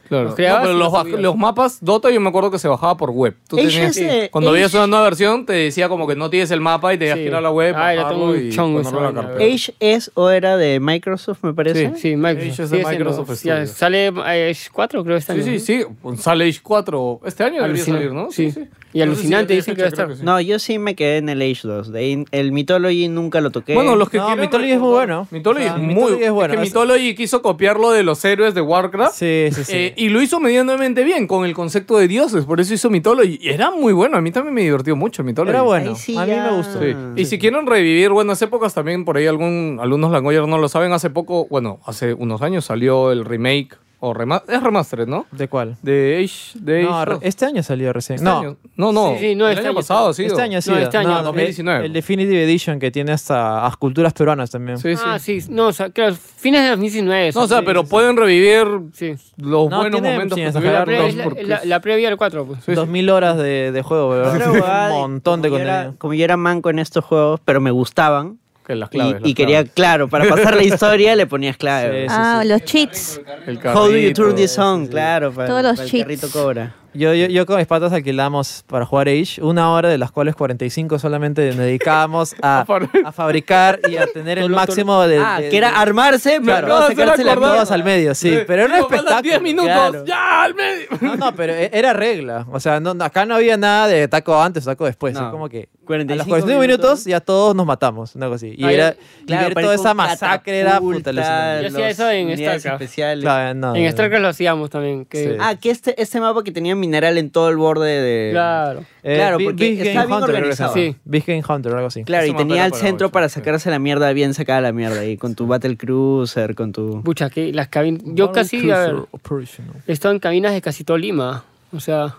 B: Claro.
E: Los creabas
B: No, pero
E: y
B: los,
E: los
B: baj-
E: subías.
B: los mapas Dota yo me acuerdo que se bajaba por web. Tú
A: Ella
B: tenías-
A: se-
B: cuando
A: ella-
B: veías una nueva versión te decía como que no tienes el mapa y tenías
E: Sí.
B: que ir a la web,
E: Ah, yo
B: bajarlo
E: tengo un
B: y
E: chongo esa
B: ponerlo en la
E: vaina,
B: carpeta.
E: ¿verdad?
A: Age es o era de Microsoft, me parece.
E: Sí, Microsoft.
B: Age es de
E: sigue siendo-
B: Microsoft
E: ya
B: Studios.
E: sale eh, Age 4, creo, este
B: Sí,
E: año.
B: sí,
E: ¿no?
B: sí. Pues Sale Age 4 este año debería
E: Alucina-
B: salir, ¿no?
E: sí. Y alucinante, dicen que va a estar.
B: No. sé si ya tiene fecha, creo
A: No, yo sí me quedé en el Age 2. De ahí el Mythology nunca lo
B: que sí.
A: toqué.
B: Bueno, los que
D: No,
B: quieran
D: Mythology es muy
B: recordar-
D: bueno.
B: Mythology
D: O sea,
B: es muy
D: Mythology es
B: es
D: bueno.
B: que
D: Es-
B: Mythology quiso copiar lo de los héroes de Warcraft.
D: Sí, sí, sí.
B: Eh, y lo hizo medianamente bien con el concepto de dioses, por eso hizo Mythology. Y era muy bueno, a mí también me divertió mucho Mythology.
D: Era bueno.
A: Ahí sí
D: a mí
A: ya-
D: me gustó.
B: Sí. Ah. Y si quieren revivir buenas épocas, también por ahí algún, algunos Langoyer no lo saben. Hace poco, bueno, hace unos años salió el remake, o rema- es remastered, ¿no?
D: ¿De cuál?
B: De Age. De
D: No,
B: Age
D: re-
B: 2.
D: este año salió recién.
B: Este
D: no,
B: año. no, no.
E: Sí, sí, no,
B: el
E: este
B: año
E: año.
B: pasado, sí.
D: este año sí.
E: No, este año,
D: el-
B: 2019.
D: El, Definitive Edition que tiene hasta a culturas peruanas también.
B: Sí, sí.
E: Ah, sí. No, o sea, claro, fines de 2019.
B: No, o sea,
E: sí,
B: pero
E: sí,
B: pueden revivir
E: sí.
B: los
D: No,
B: buenos
D: tiene-
B: momentos
D: sin
B: que
D: exagerar,
E: La,
B: tuvieron
E: previa,
B: dos,
D: Claro,
E: es la-
B: porque
E: la- la previa del 4, pues.
B: sí.
D: 2000 horas de, de juego, ¿verdad?
A: Otra huevada
D: Un
A: de-
D: montón de
A: como yo era-
D: contenido. Ah,
A: como yo era manco en estos juegos, pero me gustaban.
B: que las
A: y-
B: claves,
A: y
B: las
A: quería,
B: claves.
A: claro, para pasar la historia le ponías clave.
D: Sí,
C: Ah, los cheats.
B: El
A: How do you
B: carrito.
A: turn this on? Claro, para,
C: Todos los
A: para el
C: cheats.
A: carrito cobra.
D: Yo, yo, yo con mis patas alquilamos para jugar Age una hora, de las cuales 45 solamente nos dedicábamos a, a fabricar y a tener el máximo de.
A: Ah,
D: de-
A: que era armarse,
B: Me
A: pero
D: Eh,
B: acabo
D: Claro,
B: de
A: no
B: hacer
A: sacarse la
B: acordar.
D: todas al medio, sí. Pero era un
B: Digo, faltan
D: espectáculo.
B: 10 minutos,
D: claro.
B: ya, al medio.
D: No, no, pero e- era regla. O sea, no, no, acá no había nada de taco antes o taco después.
A: No.
D: Es como que.
A: 45
D: a los 45 minutos ya todos nos matamos. Una cosa así. Y,
E: Ah,
D: era,
E: ya.
D: y
A: Claro,
D: ver
A: para
D: toda
A: ir con
D: esa masacre era
A: catapulta,
D: puta alucinante.
E: Yo hacía
A: los
E: eso en
A: unidades
E: StarCraft.
A: especiales.
D: Claro, no,
E: en
D: no.
E: StarCraft lo hacíamos también. Que,
D: Sí.
A: Ah, que este, este mapa que tenía mineral en todo el borde de...
E: Claro.
D: Eh,
A: Claro,
D: Big-
A: porque
D: Big
A: está
D: Game
A: bien organizado.
D: Hunter, creo que se llama.
E: Sí.
D: Big Game Hunter, algo así.
A: Claro,
B: Ese
A: y
B: mapa
A: tenía
B: era
A: al
B: para
A: centro
B: Watch,
A: para
B: sí.
A: sacarse la mierda bien sacada la mierda ahí, con tu Battle Cruiser, con tu...
E: Pucha, que las cabinas. Yo casi, a ver,
D: Battlecruiser Operational.
E: he estado en cabinas de casi todo Lima. O sea,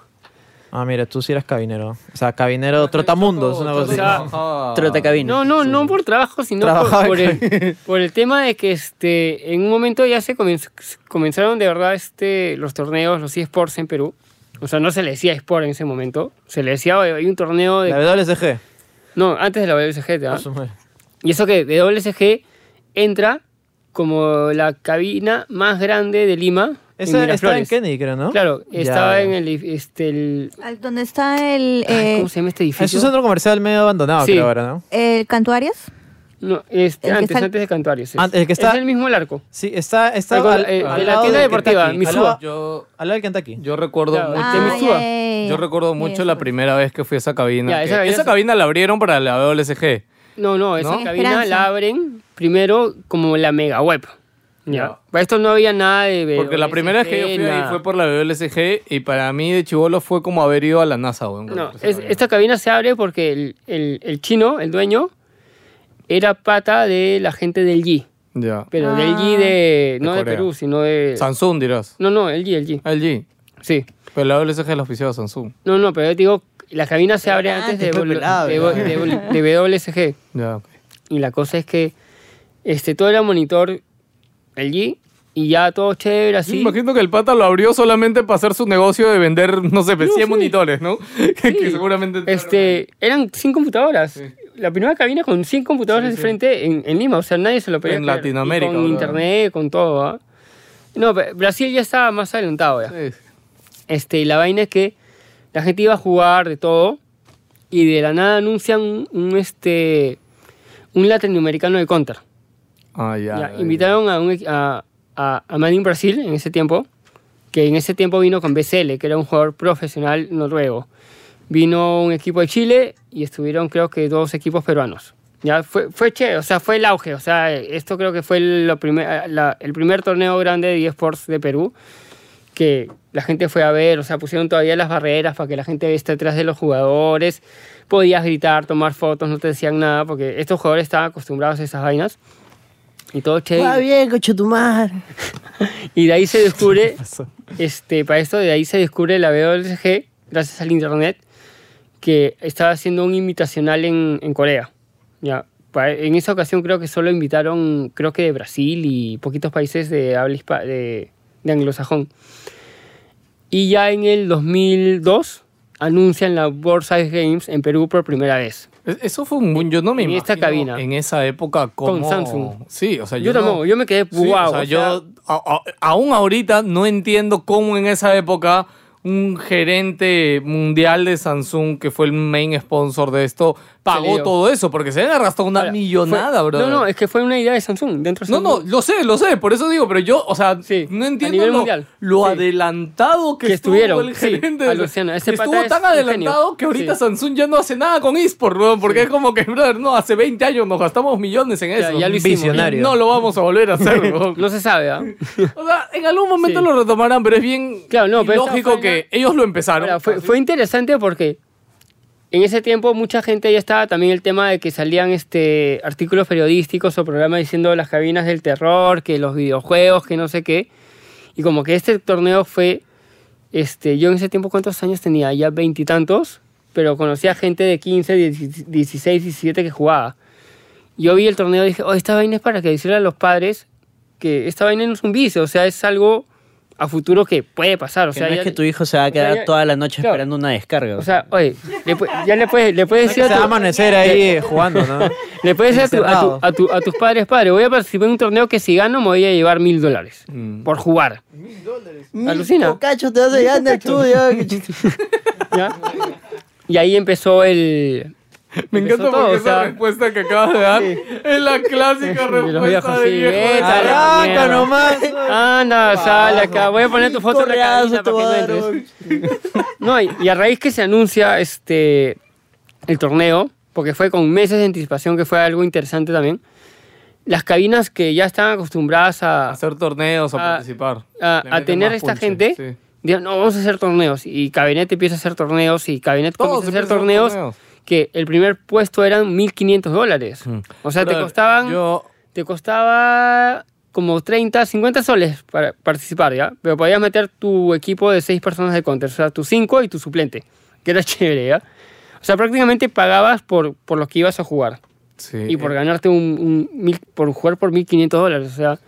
D: Ah, mira, tú sí eras cabinero. O sea, cabinero trotamundos, una
B: O
D: cosa así.
B: sea,
A: Trotacabina.
E: no, no, no por trabajo, sino por,
D: eh, Trabajaba en
E: por el, por el tema de que este, en un momento ya se comenz- comenzaron de verdad este, los torneos, los eSports en Perú. O sea, no se le decía eSport en ese momento. Se le decía, "Oye, hay un torneo de...
D: La WSG.
E: No, antes de la WSG, ¿te
D: Ah,
E: va?
D: su madre.
E: Y eso que de WSG entra como la cabina más grande de Lima.
D: Esa estaba en
E: Miraflores.
D: Kennedy, creo, ¿no?
E: Claro,
D: Ya,
E: estaba
D: ya.
E: en el, este, el-
C: Al- Donde está el,
E: ay,
C: eh,
E: ¿Cómo se llama este
D: Es
E: edificio?
D: un centro comercial medio abandonado,
E: Sí.
D: creo, ahora, ¿no?
C: el Cantuarias.
E: No, este,
C: el que
E: antes,
C: está-
E: antes de Cantuarios. Es,
D: Ah, el que está-
E: es el mismo el arco.
D: Sí, está... está
E: Algo, eh, de la
D: lado
E: tienda
D: del
E: deportiva,
D: Kentucky,
E: Mitsuba.
D: Al lado,
B: Yo,
D: al lado del Kentucky.
B: yo recuerdo
E: Claro,
B: mucho.
E: de
C: Ah,
E: Mitsuba.
C: ya, ya, ya.
B: Yo recuerdo
C: Sí,
B: mucho
C: eso
B: la
C: fue.
B: primera vez que fui a esa cabina.
E: Ya,
B: que-
E: esa
B: esa,
E: cabina
B: cabina,
E: se-
B: la abrieron para la WSG.
E: No, no, esa
C: ¿No?
E: cabina
C: Esperanza.
E: la abren primero como la mega web. Ya.
B: Ya.
E: Para esto no había nada de.
B: Porque la primera vez que yo fui ahí
E: nada.
B: fue por la WSG y para mí de chivolo fue como haber ido a la NASA. weón,
E: No,
B: esa
E: es-
B: cabina.
E: esta cabina se abre porque el, el- el chino, el dueño, era pata de la gente del G.
B: Ya.
E: Pero del
C: Ah.
E: G de. No de,
B: Corea.
E: Perú, sino de.
B: Samsung dirás.
E: No, no, el G, el G.
B: El G.
E: Sí.
B: Pero la WSG la oficiaba Samsung.
E: No, no, pero yo te digo, la cabina se abre
A: antes,
E: antes de,
A: fue
E: vol-
A: pelado,
E: de,
A: ya.
E: vol- de vol- de WSG.
B: Ya. ok.
E: Y la cosa es que este, todo era monitor LG y ya todo chévere
B: Me
E: así.
B: Imagino que el pata lo abrió solamente para hacer su negocio de vender, no sé, 100 monitores, ¿no? que, que seguramente...
E: Este, eran 100 computadoras. La primera cabina con 100 computadoras de frente en, en Lima, o sea, nadie se lo pedía.
B: En Latinoamérica,
E: Con
B: bro.
E: internet, con todo. ¿ah? No, pero Brasil ya estaba más adelantado ya.
B: Sí.
E: Este, y la vaina es que la gente iba a jugar de todo y de la nada anuncian un, un, este, un latinoamericano de Counter.
B: Ah, ya.
E: Ya,
B: ya.
E: invitaron a, un, equi- a, a, a Man in Brasil en ese tiempo, que en ese tiempo vino con BCL, que era un jugador profesional noruego. Vino un equipo de Chile y estuvieron creo que dos equipos peruanos. Ya fue, fue che, o sea, fue el auge. O sea, esto creo que fue el, lo primer, la- el primer torneo grande de eSports de Perú que la gente fue a ver, o sea, pusieron todavía las barreras para que la gente esté atrás de los jugadores, podías gritar, tomar fotos, no te decían nada, porque estos jugadores estaban acostumbrados a esas vainas. Y todo che.
A: Va bien, cochutumar.
E: Y de ahí se descubre, este, para esto, de ahí se descubre la WSG, gracias al internet, que estaba haciendo un invitacional en, en Corea. Ya. Pa- En esa ocasión creo que solo invitaron, creo que de Brasil y poquitos países de habla hispa- de, de anglosajón. Y ya en el 2002 anuncian la Board Size Games en Perú por primera vez.
B: Es- Eso fue un boom. Yo no me
E: En
B: imagino
E: esta cabina.
B: en esa época como...
E: Samsung.
B: Sí, o sea,
E: Yo,
B: yo,
E: tampoco,
B: no-
E: yo me quedé,
B: Sí,
E: wow.
B: o sea,
E: o
B: yo
E: sea,
B: a- a- aún ahorita no entiendo cómo en esa época un gerente mundial de Samsung, que fue el main sponsor de esto,
E: Se
B: pagó
E: lió.
B: todo eso, porque se le arrastró una
E: Ahora,
B: millonada,
E: fue-
B: bro.
E: No, no, es que fue una idea de Samsung. Dentro de
B: No, no,
E: Samsung.
B: lo sé, lo sé, por eso digo, pero yo, o sea,
E: Sí,
B: no
E: a
B: entiendo
E: nivel
B: lo,
E: mundial.
B: lo
E: Sí.
B: estuvieron que,
E: Que
B: estuvo
E: estuvieron,
B: el
E: sí,
B: gerente de-
E: alucina, ese
B: estuvo
E: pata es
B: tan
E: un genio.
B: adelantado que ahorita
E: Sí.
B: Samsung ya no hace nada con eSport, weón, porque es como que, brother, no, hace 20 años nos gastamos millones en
E: Ya-
B: eso.
E: ya lo hicimos.
D: Visionario.
B: No lo vamos a volver a hacer, weón.
E: No se sabe, ¿ah?
B: O sea, en algún momento
E: Sí.
B: lo retomarán, pero es bien
E: Claro, no, pero esta
B: lógico
E: fue
B: que ellos lo empezaron.
E: Ahora,
A: Ah,
E: fue, fue interesante porque en ese tiempo mucha gente ya estaba también el tema de que salían este, artículos periodísticos o programas diciendo las cabinas del terror, que los videojuegos, que no sé qué. Y como que este torneo fue, este, yo en ese tiempo cuántos años tenía, ya veintitantos, pero conocía gente de 15, 10, 16, 17 que jugaba. Yo vi el torneo y dije, oh, esta vaina es para que decirle a los padres que esta vaina no es un vicio, o sea, es algo a futuro que puede pasar. O
A: Que
E: sea,
A: no es
E: ya-
A: que tu hijo se va a quedar
E: ya-
A: toda la noche
E: claro.
A: esperando una descarga.
E: o sea, oye, le pu- ya le puedes, le puedes
D: Se
E: decir
D: va a
E: a, tu-
D: amanecer ahí eh, jugando, ¿no?
E: le puedes decir a, tu- a tu-
D: encerrado.
E: a tu- a tus padres, padre, voy a participar en un torneo que si gano me voy a llevar mil dólares
D: Mm.
E: por jugar. Alucina.
A: cacho te vas a llegar en el estudio.
E: ¿ya? Y ahí empezó el...
B: Me
E: empezó
B: encanta
E: todo,
B: porque
E: o
B: esa
E: sea,
B: respuesta que acabas de dar es la clásica
E: De los
B: respuesta
E: viejos, sí,
B: de Pues,
E: eh.
B: viejo.
E: vete a la
D: ¡Arranca
E: mierda.
D: nomás!
E: Anda, sale acá, voy a poner tu foto en la cabina para que no entres. No, y, y a raíz que se anuncia este el torneo, porque fue con meses de anticipación, que fue algo interesante también, las cabinas que ya estaban acostumbradas a,
B: Hacer torneos, a,
E: a-
B: participar.
E: a,
B: Le
E: a
B: meten
E: tener
B: más
E: esta
B: punche,
E: gente,
B: sí.
E: dijeron, no, vamos a hacer torneos. Y Cabinet empieza a hacer torneos y Cabinet
B: Todos
E: comienza a hacer
B: empiezan a
E: torneos, que el primer puesto eran 1.500 dólares. O sea, te
B: Mm. Brother,
E: costaban
B: Yo,
E: te costaba como 30, 50 soles para participar, ¿ya? Pero podías meter tu equipo de 6 personas de counter, o sea, tus 5 y tu suplente, que era chévere, ¿ya? O sea, prácticamente pagabas por, por los que ibas a jugar
B: sí,
E: y por
B: eh,
E: ganarte un, un mil- por jugar por 1.500 dólares, o sea,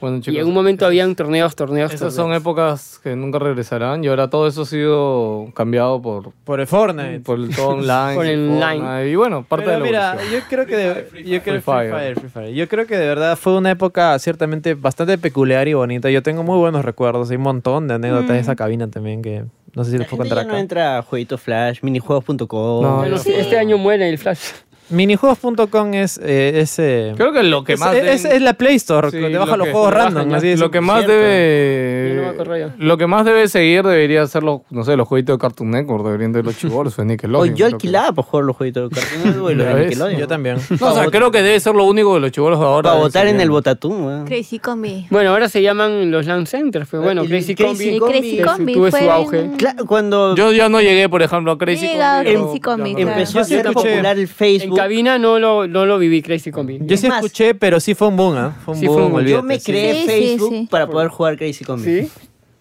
B: bueno,
E: y
B: chicos,
E: en un momento habían torneos, torneos,
B: Esas son
E: torneos.
B: épocas que nunca regresarán y ahora todo eso ha sido cambiado por,
D: Por el Fortnite.
B: por el todo online.
E: Por el
B: Fortnite,
E: online.
B: Y bueno, parte de
D: Pero
B: la
D: mira,
B: evolución.
D: yo creo que de, yo
B: Free
D: creo
B: Fire.
D: Free Fire, Free Fire. Yo creo que de verdad fue una época ciertamente bastante peculiar y bonita. Yo tengo muy buenos recuerdos, hay un montón de anécdotas de esa cabina también que no sé si les puedo contar
A: Este Ya no
D: acá.
A: entra a Jueguito Flash, minijuegos.com.
B: No,
E: Bueno,
B: yo-
E: sí, Este año muere el Flash.
D: Minijuegos.com es eh, es, eh,
B: Creo que lo que
D: es,
B: más...
D: es-
B: den-
D: es la Play Store,
B: Sí,
D: te
B: lo
D: baja los
B: que-
D: juegos
B: lo bajan,
D: random,
B: ya.
D: así es.
B: lo que más
D: Cierto.
B: debe
E: Yo no me acuerdo ya.
B: lo que más debe seguir debería ser los no sé los jueguitos de Cartoon Network deberían de los chivolos o de
A: O
B: Nickelodeon
A: yo
B: creo que-
A: alquilaba por jugar los jueguitos de Cartoon Network y los
B: Ya
A: de
B: ves,
A: Nickelodeon.
D: Yo también.
B: no, o sea creo que debe ser lo único de los chivolos de ahora
A: Para
B: debe
A: votar
B: ser
A: en el
B: bien.
A: botatún, ¿eh? weón.
G: Crazy Combi.
E: Bueno, ahora se llaman los Land Centers, pero bueno,
A: El
E: Crazy
A: Ah, Crazy
E: Combi.
G: El Crazy
E: que su-
G: Combi
E: tuve
G: fue
E: su
G: en-
E: auge.
A: Cla- cuando
B: yo ya no llegué por ejemplo a Crazy
G: Llega
B: Comedy,
G: Crazy
B: yo-
G: Comedy,
B: yo no.
G: claro.
A: empezó a
D: sí
A: ser
D: escuché.
A: popular el
E: En
A: Facebook,
E: cabina no lo, no lo viví, Crazy Combi.
D: Yo sí
A: Es más-
D: escuché, pero sí fue un boom, ¿ah? Fue un
E: Sí,
D: boom,
E: fue un boom.
A: yo
D: olvídate,
A: me
D: sí.
A: creé
G: Sí, sí,
A: Facebook
G: sí.
A: para poder jugar Crazy Combi.
E: ¿Sí?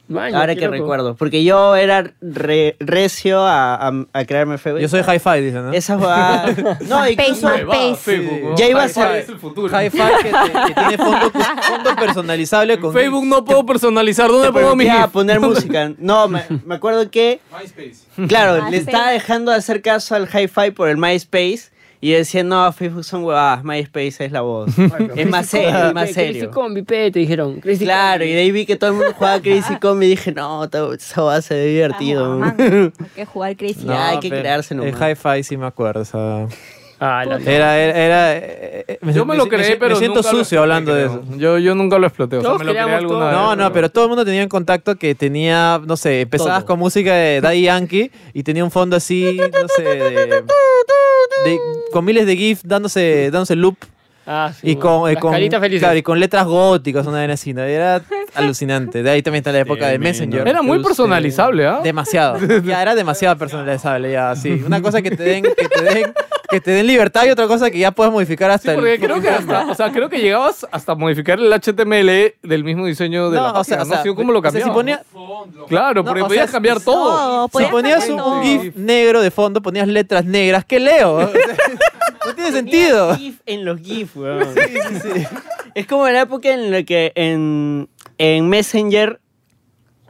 E: Maña,
A: Ahora
E: qué
A: que
E: loco.
A: recuerdo, porque yo era re- recio a, a- a crearme Facebook.
D: Yo soy hi-fi, dice, ¿no?
A: Esa jugada. No, incluso
G: Fanpage.
B: Va,
G: Face.
B: Facebook, ¿no?
A: Ya iba a
B: Hi-Fi
A: ser-
B: es el futuro.
D: Hi-fi que, te- que tiene fondo, fondo personalizable con
B: Facebook no puedo personalizar dónde
A: te
B: pongo mi
A: permitía poner música. No, me, me acuerdo que. Claro, le
G: MySpace.
A: estaba dejando de hacer caso al hi-fi por el MySpace. Y decía, no, Facebook son huevadas, MySpace es la voz. es más serio, es más
E: Crazy
A: serio.
E: Combi, pe, te dijeron. Crazy
A: Claro,
E: Combi.
A: y de ahí vi que todo el mundo jugaba Crazy Combi y dije, no, ta- esa va a ser divertido.
G: Vamos, vamos. Hay que jugar Crazy.
A: No, hay que
D: pero
A: crearse
D: El
A: nomás.
D: hi-fi sí me acuerdo, o sea...
E: Ah, la-
D: Era, era, era- eh, eh,
B: yo me lo
D: si-
B: creé
D: si-
B: pero
D: Me siento
B: nunca lo
D: sucio hablando de eso.
B: exploté, creo. yo yo nunca lo exploté o sea,
E: Todos
B: me lo creé
E: creamos
B: alguna
E: todo.
B: vez,
D: No, no, pero todo el mundo tenía un contacto que tenía, no sé, empezabas
A: Todo.
D: con música de Daddy Yankee y tenía un fondo así, no sé, de- de- con miles de GIF dándose, dándose loop
E: Ah, sí,
D: y con, eh,
E: las
D: con-
E: caritas felices.
D: claro, y con letras góticas, una vez así, ¿no? Era alucinante. De ahí también está la época de Messenger.
B: Era muy
D: Que usted-
B: personalizable, ¿ah?
D: Demasiado. Ya era demasiado personalizable, ya, sí. Una cosa que te den, que te den, que te den libertad y otra cosa que ya puedes modificar
B: Sí,
D: hasta el.
B: porque Eh, creo que hasta, o sea, creo que llegabas hasta modificar el HTML del mismo diseño de
D: No,
B: la
D: o
B: página,
D: sea, o
B: no
D: sea,
B: sé cómo lo
D: o sea, si
B: cambiabas.
D: ponía-
B: Claro, porque
D: No, o
B: podías
D: sea,
B: cambiar todo.
G: no,
D: Si
G: podías
D: ponías
G: cambiar
D: un,
G: todo.
D: un GIF negro de fondo, ponías letras negras, ¿qué leo? O sea, no tiene sentido.
A: GIF en los GIF, weón. Es como la época en la que en, en Messenger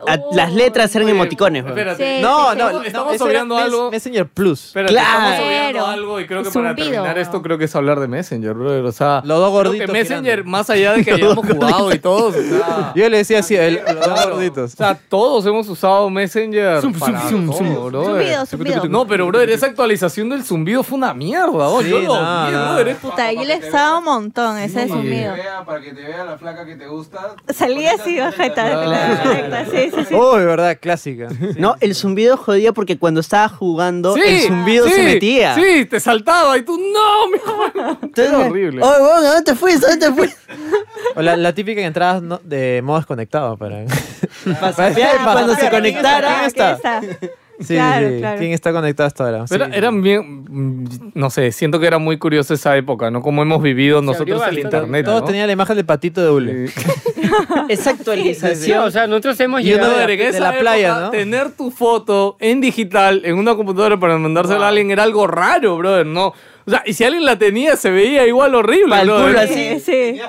A: a- las letras eran
B: Oye,
A: emoticones. weón.
B: Espérate.
G: Sí.
D: No, no,
B: Estamos-
D: no,
B: estamos
D: ese era
B: obviando
D: Mes-
B: algo.
D: Messenger Plus.
B: Espérate, estamos
A: Claro.
B: obviando
G: Pero,
B: algo y creo que para
G: zumbido,
B: terminar
G: ¿no?
B: esto creo que es hablar de Messenger, brother. O sea,
D: Los dos
B: creo
D: gorditos
B: que Messenger,
D: girando.
B: más allá de que hayamos jugado y todos. o sea,
D: Yo le decía así, el, los dos
B: claro.
D: gorditos.
B: O sea, todos hemos usado Messenger.
E: Zum,
B: para
E: zum, zum,
B: todo,
E: zum.
B: brother.
C: Zumbido, zumbido.
B: No, pero, brother, esa actualización del zumbido fue una mierda. oh,
D: Sí,
B: yo lo
D: no,
B: odié,
D: no.
B: brother, es puta-
C: Puta, yo le estaba un montón, ese es mío.
H: para que te vea la flaca que te gusta.
C: Salía así bajeta,
B: Claro.
C: sí, sí, sí.
D: Oh, de verdad, clásica.
A: No, el zumbido jodía porque cuando estaba jugando, el zumbido
B: sí,
A: se metía.
B: Sí, te saltaba y tú, no, mi amor".
A: Entonces,
B: Era horrible.
A: "Oye, weón, ¿a ¿dónde te fuiste? ¿A ¿Dónde te fuiste?
D: O la, la típica entrada no- de modo desconectado para. para
A: y
C: Ah,
A: cuando se conectara-
D: ¿Quién
C: Aquí
D: está?
C: está.
D: Sí,
C: Claro,
D: sí.
C: claro.
D: ¿Quién está conectado hasta ahora? Sí.
B: Era, era bien, mm, no sé, siento que era muy curiosa esa época, ¿no? Como hemos vivido nosotros el
E: bastante.
B: internet.
D: Todos
B: ¿no?
D: tenían la imagen del patito de hule.
A: Esa actualización.
E: Sí, o sea, nosotros hemos
D: Y uno
E: llegado...
D: de-
B: Brother, en esa
D: la playa,
B: época,
D: ¿no?
B: Tener tu foto en digital, en una computadora para mandársela a alguien era algo raro, brother, ¿no? O sea, y si alguien la tenía, se veía igual horrible,
A: Pa'l
B: brother.
A: culo así.
C: Sí, sí.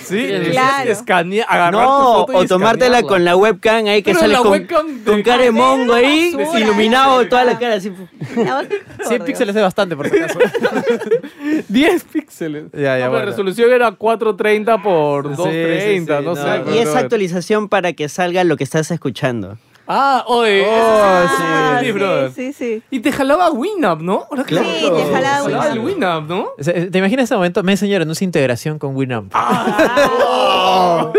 B: Sí,
E: Claro.
B: tenías que escanea- agarrar
A: No,
B: tu foto y
A: o tomártela
B: escanearla.
A: con la webcam ahí que
B: Pero
A: sales
B: la
A: con,
B: webcam de-
A: con cara de mongo ahí,
B: Era basura,
A: iluminado
B: era
A: toda la cara así.
C: La boca-
D: 100 píxeles es bastante, por si acaso.
B: 10 píxeles.
D: Ya, ya,
B: No, pero
D: bueno.
B: La resolución era 430 por 230,
D: sí,
B: no,
D: no.
B: sé.
A: Y
B: brother.
A: esa actualización para que salga lo que estás escuchando.
B: Ah, oye.
D: Oh,
B: ese-
C: Ah,
B: sí, brother.
C: sí, sí.
B: Y te jalaba Winamp, ¿no? Ahora que
C: Claro.
B: me acuerdo,
C: te jalaba
B: el
C: Winamp.
B: Winamp, ¿no?
D: O sea, ¿Te imaginas ese momento? Messenger anunció integración con Winamp.
C: Ah,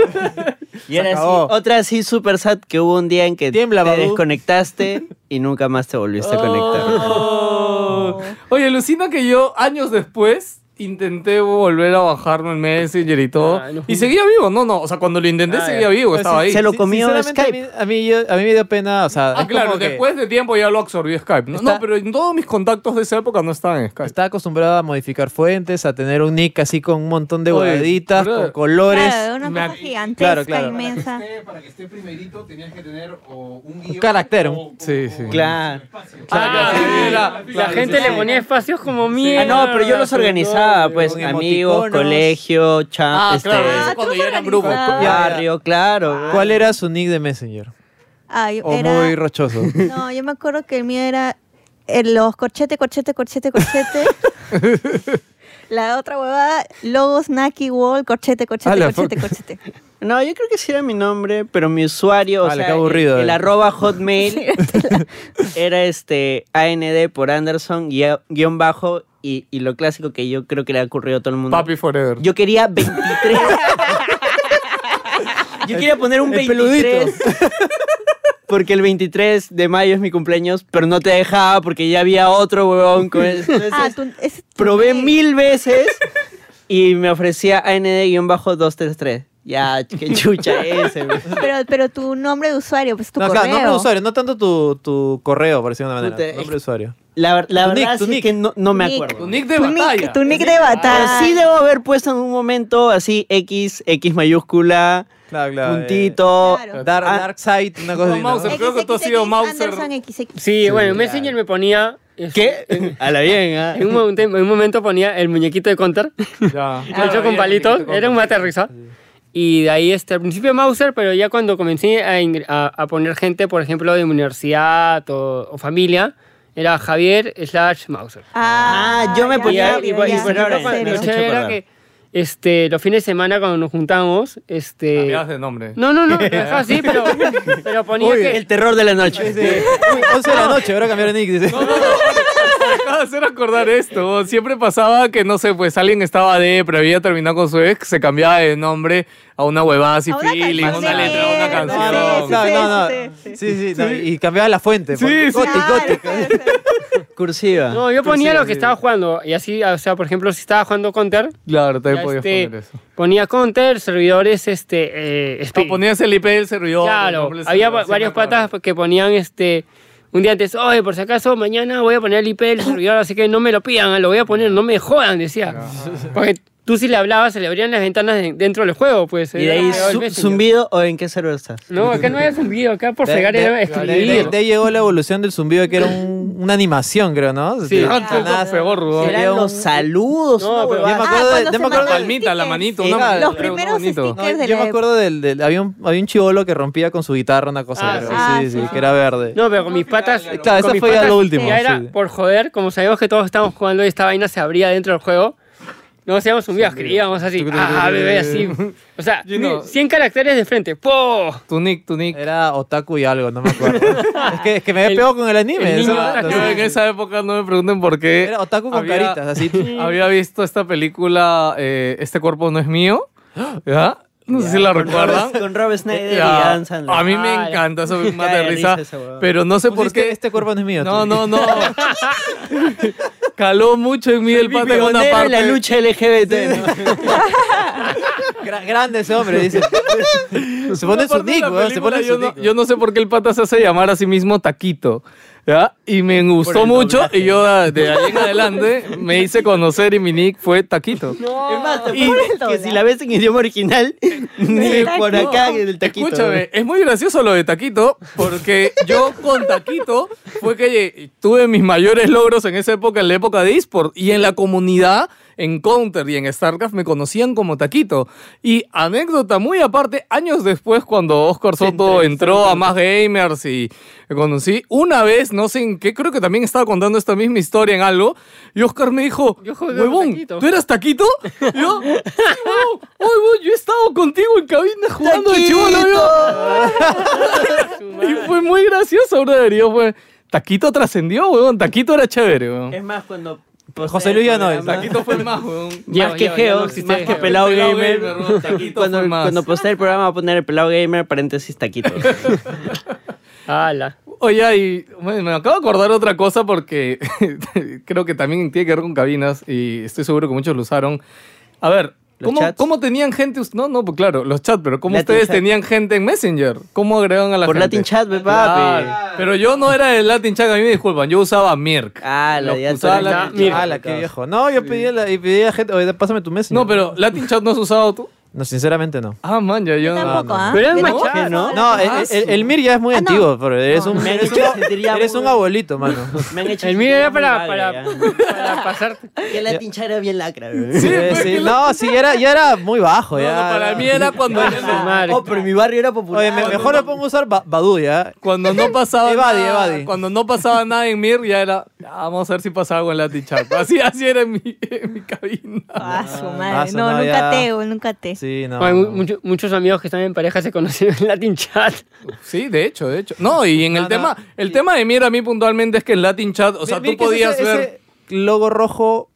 A: Y era así,
B: Oh.
D: acabó.
A: otra así super sad que hubo un día en que
D: Tiembla,
A: te
D: Babu.
A: desconectaste y nunca más te volviste a conectar.
B: Oh. Oye, alucina que yo años después intenté volver a bajarme el Messenger y todo.
E: Ah, no.
B: y seguía vivo, no, no. O sea, cuando lo intenté
E: Ah,
B: seguía
E: ya.
D: Pues
B: vivo, estaba ahí.
A: se lo comió
D: Sinceramente,
A: Skype.
D: A mí, a, mí yo- a mí me dio pena, o sea...
B: Ah,
D: es
B: claro,
D: como que
B: después de tiempo ya lo absorbió Skype. No,
D: Está-
B: No, pero en todos mis contactos de esa época no estaban en Skype.
D: Estaba acostumbrado a modificar fuentes, a tener un nick así con un montón de
B: Oye,
D: huevaditas,
B: brother.
D: con colores.
C: Claro, una
B: me
C: cosa
B: ac-
C: gigantesca,
D: claro, claro.
C: inmensa.
H: Para que esté primerito tenías que tener o un guión.
D: carácter.
H: o- o-
B: Sí, sí.
H: o-
A: Claro.
B: Ah,
E: sí,
B: sí, era-
E: la
B: claro,
E: gente
B: sí,
E: le
B: sí.
E: ponía espacios como
A: Ah,
E: mierda.
A: no, pero yo los organizaba, pues,
D: con
A: amigos,
D: emoticonos.
A: colegio, cha,
B: Ah,
A: este,
B: claro, eso
C: Ah,
B: cuando
C: tú
B: ya eran grupos.
C: organizabas.
D: Ya.
A: barrio, claro.
D: ¿Cuál era su nick de Messenger?
C: Ah, yo-
D: O
C: era-
D: muy rochoso.
C: No, yo me acuerdo que el mío era eh, los corchete, corchete, corchete, corchete. La otra huevada, logos, Naki, Wall, corchete,
D: Ah,
C: corchete,
D: la
C: corchete,
D: fuck.
C: corchete.
A: No, yo creo que sí era mi nombre, pero mi usuario, o
D: Vale,
A: sea,
D: qué aburrido,
A: el, el
D: eh.
A: arroba hotmail era este AND por Anderson, guia- guión bajo, y, y lo clásico que yo creo que le ha ocurrido a todo el mundo.
B: pues. Papi Forever.
A: Yo quería 23. yo quería poner un
D: el peludito.
A: 23. Porque el 23 de mayo es mi cumpleaños, pero no te dejaba porque ya había otro huevón con él. Entonces,
C: Ah, tú, es-
A: probé
C: tú-
A: mil veces y me ofrecía AND-233. Ya, qué chucha ese, güey.
C: Pero, pero tu nombre de usuario, pues tu
D: No,
C: correo.
D: claro, nombre de usuario, no tanto tu, tu correo, por decirlo de una manera.
A: Puta,
D: Nombre de usuario.
A: La, ver- la
D: Tu nick,
A: verdad
D: tu
A: sí
D: nick.
A: que no, no me
C: Tu nick.
A: acuerdo.
B: Tu nick de
C: tu
B: batalla.
C: nick, tu nick de
A: Pero
C: batalla.
A: sí debo haber puesto en un momento así X, X mayúscula,
D: Claro, claro, eh.
A: puntito.
C: Claro.
D: Dark,
A: Ah.
D: Dark Side, una cosa
B: No,
D: así, ¿no?
B: Mauser. creo que tú has sido
C: XXX,
B: Mauser.
C: Anderson XX.
E: Sí, bueno, Messenger me ponía... es-
A: ¿Qué? A la bien, ¿ah?
E: En un, momento, en un momento ponía el muñequito de Counter,
B: Ah, Ya.
E: hecho con palitos, era un mate de risa. Y de ahí, este, al principio Mauser, pero ya cuando comencé a, ingre- a- a poner gente, por ejemplo, de mi universidad o, o familia, era Javier slash Mauser.
A: Ah, yo me
C: ya,
A: ponía-
C: ya,
A: y-
C: ya,
A: y-
C: ya.
A: pero ahora-
C: En serio.
E: Lo
D: has hecho
E: chévere era
D: acordar.
E: que este, los fines de semana cuando nos juntamos, este...
B: Cambiabas de nombre.
E: No, no, no, no así, pero, pero ponía
D: Uy,
E: que...
A: El terror de la noche.
D: Dice, "Uy, 11 de la noche, ahora cambiaron nick. dice.
B: Ah, hacer acordar esto. Siempre pasaba que, no sé, pues alguien estaba de, pero había terminado con su ex, se cambiaba de nombre a una huevada así,
C: A una
B: feeling,
C: canción.
B: una letra, una
C: Sí,
D: No,
B: canción.
D: no,
C: sí, sí,
D: no, no.
C: sí, sí,
D: Sí, sí, no, Y cambiaba la fuente.
B: Sí,
D: porque-
B: sí.
D: Goti, goti.
C: Claro, claro, claro.
A: Cursiva.
E: No, yo ponía lo que estaba jugando. Y así, o sea, por ejemplo, si estaba jugando Counter,
B: Claro, también
E: ya,
B: podías
E: este,
B: poner eso.
E: ponía Counter, servidores, este, eh,
B: O
E: Speed.
B: ponías el IP del servidor. el
E: claro,
B: nombre del
E: había va-
B: servidor, sí,
E: varios
B: me acuerdo.
E: patas que ponían, este, un día antes, oye, por si acaso, mañana voy a poner el IP del servidor, así que no me lo pidan, lo voy a poner, no me jodan, decía. Porque tú si le hablabas, se le abrían las ventanas de- dentro del juego, pues.
A: Y de
E: era
A: ahí,
E: pegado el
A: zu-
E: Messenger.
A: ¿zumbido o en qué server estás?
E: No, acá no había zumbido, acá por
D: De-
E: fregar
D: de-
E: era
D: de- de-
E: escribir.
D: de ahí llegó la evolución del zumbido que era un- una animación, creo, ¿no?
B: Sí,
D: De-
E: Ah,
B: no, tú
D: nada,
B: fue gordo.
D: Era-
A: Eran
D: un-
A: los saludos. una
E: No, pero-
A: huevada.
D: Yo me acuerdo de-
C: Ah, cuando
D: yo me
C: se
D: acuerdo
C: mandaban
D: del-
B: Palmita, la
C: stickers.
B: manito,
D: Sí,
B: una-
D: claro.
C: Los
B: era un
C: primeros
B: bonito.
C: stickers
D: No,
C: de
D: yo
C: la
D: me acuerdo del, del- había un había un chivolo que rompía con su guitarra una cosa,
E: Ah,
D: creo.
E: sí.
C: Ah,
D: sí, sí,
C: sí.
D: que era verde.
E: No, pero con mis patas.
H: Claro,
D: esa
E: con mis
D: fue ya
E: patas
D: lo último,
E: Ya era
D: sí.
E: por joder, como sabíamos que todos estábamos jugando y esta vaina se abría dentro del juego. No hacíamos zumbido, escribíamos así. Ah, bebé, así. O sea,
B: You know.
E: 100 caracteres de frente. ¡Po!
B: Tu nick, tu nick.
D: Era otaku y algo, no me acuerdo. es, que, es que me
E: El-
D: había pegado con el anime.
E: el
D: eso,
E: niño
D: no
E: otaku.
D: sé.
B: Yo en esa época no me pregunten por qué.
D: Era otaku con
B: había-
D: caritas, así.
B: Había visto esta película, eh, Este cuerpo no es mío. ¿Ya? No sé si la recuerdan.
A: Con Rob Snyder y
B: Ya.
A: Adam Sandler.
B: Eh, A mí me
E: Ah, ya.
B: encanta, eso me mata
A: Cae
B: de
A: de
B: risa.
A: risa esa huevada.
B: Pero no sé por
D: Pusiste,
B: qué.
D: este cuerpo no es mío.
B: No,
D: tú.
B: no, no. Caló mucho en mí el pata en una
A: Pionero en
B: parte.
A: la lucha LGBT.
D: Gra- grande ese hombre, dice. se
B: Una
D: pone su
B: parte de
D: nick,
B: la
D: weón,
B: película,
D: se pone
B: yo
D: su
B: no,
D: nick.
B: yo no sé por qué el pata se hace llamar a sí mismo Taquito. ¿ya? Y me gustó mucho y yo de de ahí en adelante me hice conocer y mi nick fue Taquito.
A: Es más, te
B: Y-
A: juro que si la ves en idioma original, ni
B: Sí,
A: por
B: no.
A: acá en el taquito.
B: Escúchame, es muy gracioso lo de Taquito, porque yo con Taquito fue que eh, tuve mis mayores logros en esa época, en la época de eSport, y en la comunidad, en Counter y en StarCraft, me conocían como Taquito. Y anécdota muy aparte, años después, cuando Oscar Soto entró a Más Gamers y me conocí, una vez, no sé en qué, creo que también estaba contando esta misma historia en algo, y Oscar me dijo,
E: Yo jugué con
B: huevón,
E: Taquito".
B: ¿tú eras Taquito? Y yo, "Sí, huevón, huevón, yo he estado contigo en cabina jugando de chivolo, yo". Y fue muy gracioso, brother. y yo fue, Taquito trascendió, huevón. Taquito era chévere, huevón.
A: Es más, cuando.
D: José Luis ya no es.
B: Taquito fue más, huevón.
A: Más que Geo, más que Pelado Gamer.
B: huevón, Taquito
A: Cuando,
B: fue más.
A: cuando postea el programa va a poner el Pelado Gamer, paréntesis, taquito.
E: ¡Hala!
B: Oye, y bueno, me acabo de acordar otra cosa porque creo que también tiene que ver con cabinas y estoy seguro que muchos lo usaron. A ver,
A: ¿Los
B: ¿cómo,
A: chats?
B: cómo tenían gente? us- No, no, pues claro, los chats, pero ¿cómo
A: Latin
B: ustedes
A: chat.
B: tenían gente en Messenger? ¿Cómo agregaban a la
A: Por
B: gente?
A: Latin Chat, ve,
B: Claro,
A: papi.
B: Pero yo no era del Latin Chat, a mí me disculpan, yo usaba Mirk.
A: Ah, la
B: Lo-
A: ya
B: usaba
A: está.
B: Latin Chat.
D: Ah, la que viejo. No, yo pedí a la, y pedí a gente, oye, pásame tu mes.
B: No, pero Latin Chat no has usado tú.
D: No, sinceramente no.
B: Ah, man, ya yo
G: Yo tampoco, ¿ah?
E: Pero es
G: Yo
E: más
G: tampoco.
A: chat, ¿no?
D: No, el, el- el Mir ya es muy
G: Ah, no.
D: antiguo, pero eres
G: No,
D: un,
A: me han
D: eres,
A: hecho
D: un-
A: sentir ya
D: eres un
A: muy-
D: abuelito, mano.
A: Me han hecho
E: El mío era
A: sentir
E: para,
A: muy
E: para,
A: vaga,
D: eh.
E: para pasar.
A: ya. Que la tincha era bien lacra, bro.
D: Sí, pues, sí. No, sí, era, ya era muy bajo.
B: No,
D: ya,
B: no, para mí era cuando,
E: Ah, su madre.
A: Oh, pero mi barrio era popular.
D: Oye, me- mejor le pongo a usar ba Badu, ya.
B: cuando no pasaba
D: Evadi,
B: nada,
D: evadi.
B: cuando no pasaba nada en Mir ya era "Ya, vamos a ver si pasaba algo en Latin Chat así así era en mi, en mi cabina
G: Ah, su
D: Ah,
G: madre.
D: su
G: No,
D: madre,
G: nunca
D: ya.
G: te, güey, nunca te.
D: Sí, no.
E: Ay, mu-
D: no.
E: mucho- muchos amigos que están en pareja se conocieron en Latin Chat.
B: sí de hecho de hecho no y en el
D: no.
B: tema el tema de Mir a mí puntualmente es que en Latin Chat o sea tú
D: Mir- Mir, que es
B: podías
D: ese-
B: ver
D: ese logo rojo,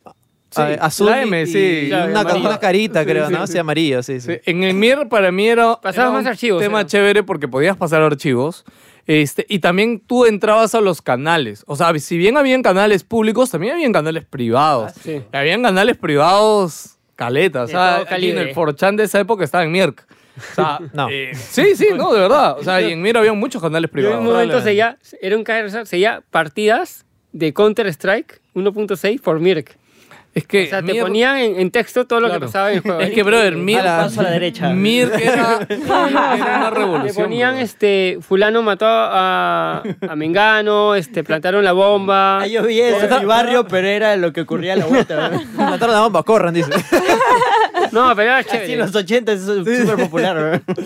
B: Sí,
D: eh, azul.
B: la
D: y-
B: M,
D: y
B: sí,
D: y
E: la
D: una,
E: amarilla.
D: una carita,
B: Sí,
D: creo,
B: sí,
D: ¿no?
B: sí.
D: Sí, amarillo, sí, sí.
B: Sí, en el MIR para mí era,
E: Pasabas
B: era
E: más archivos,
B: tema
E: era.
B: chévere porque podías pasar archivos. Este, y también tú entrabas a los canales. O sea, si bien habían canales públicos, también habían canales privados.
E: Ah, sí.
B: Y Habían canales privados caletas. O
E: De
B: sea,
E: todo
B: aquí en
E: calibre.
B: el 4chan de esa época estaba en Mirk. O sea,
D: No.
B: eh, sí, sí, no, de verdad. O sea, y en Mir había muchos canales
E: Yo en un
B: privados.
E: momento seguía, era un caer, seguía partidas de Counter-Strike 1.6 por Mirk.
B: Es que
E: O sea, te
B: Mirk-
E: ponían en, en texto todo lo que
B: Claro.
E: pasaba en el juego.
B: Es que, brother, Mirk,
A: Un paso a la derecha.
B: Mirk era, Mirk era una
E: Ah, Le
B: revolución.
E: ponían,
B: brother.
E: este, fulano mató a, a Mengano, este, plantaron la bomba.
A: Ah, yo vi eso en mi barrio, pero era lo que ocurría a la vuelta. bro.
D: Mataron a bomba, corran, dice.
E: No, pero era
A: Así en
E: chévere.
A: los 80 es súper popular, bro.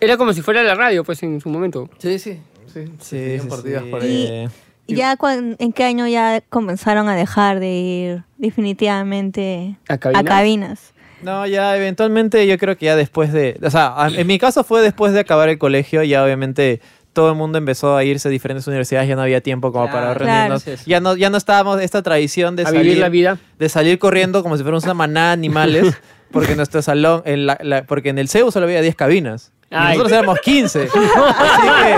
E: Era como si fuera la radio, pues, en su momento.
B: Sí, sí. Sí,
D: Sí, sí,
B: partidas
D: sí.
B: por ahí.
G: Y
D: Eh,
G: ya cuan- en qué año ya comenzaron a dejar de ir definitivamente
E: ¿A cabinas?
G: a cabinas.
D: No, ya eventualmente yo creo que ya después de... O sea, a- en mi caso fue después de acabar el colegio, ya obviamente todo el mundo empezó a irse a diferentes universidades, ya no había tiempo como para
A: Claro,
D: reunirnos.
A: claro.
D: Ya, no, ya no estábamos esta tradición de
E: A vivir
D: salir,
E: la vida.
D: de salir corriendo como si fuéramos una manada de animales, porque en nuestro salón, en la- la- porque en el CEU solo había 10 cabinas. Y
E: Ay.
D: nosotros éramos 15. Así que...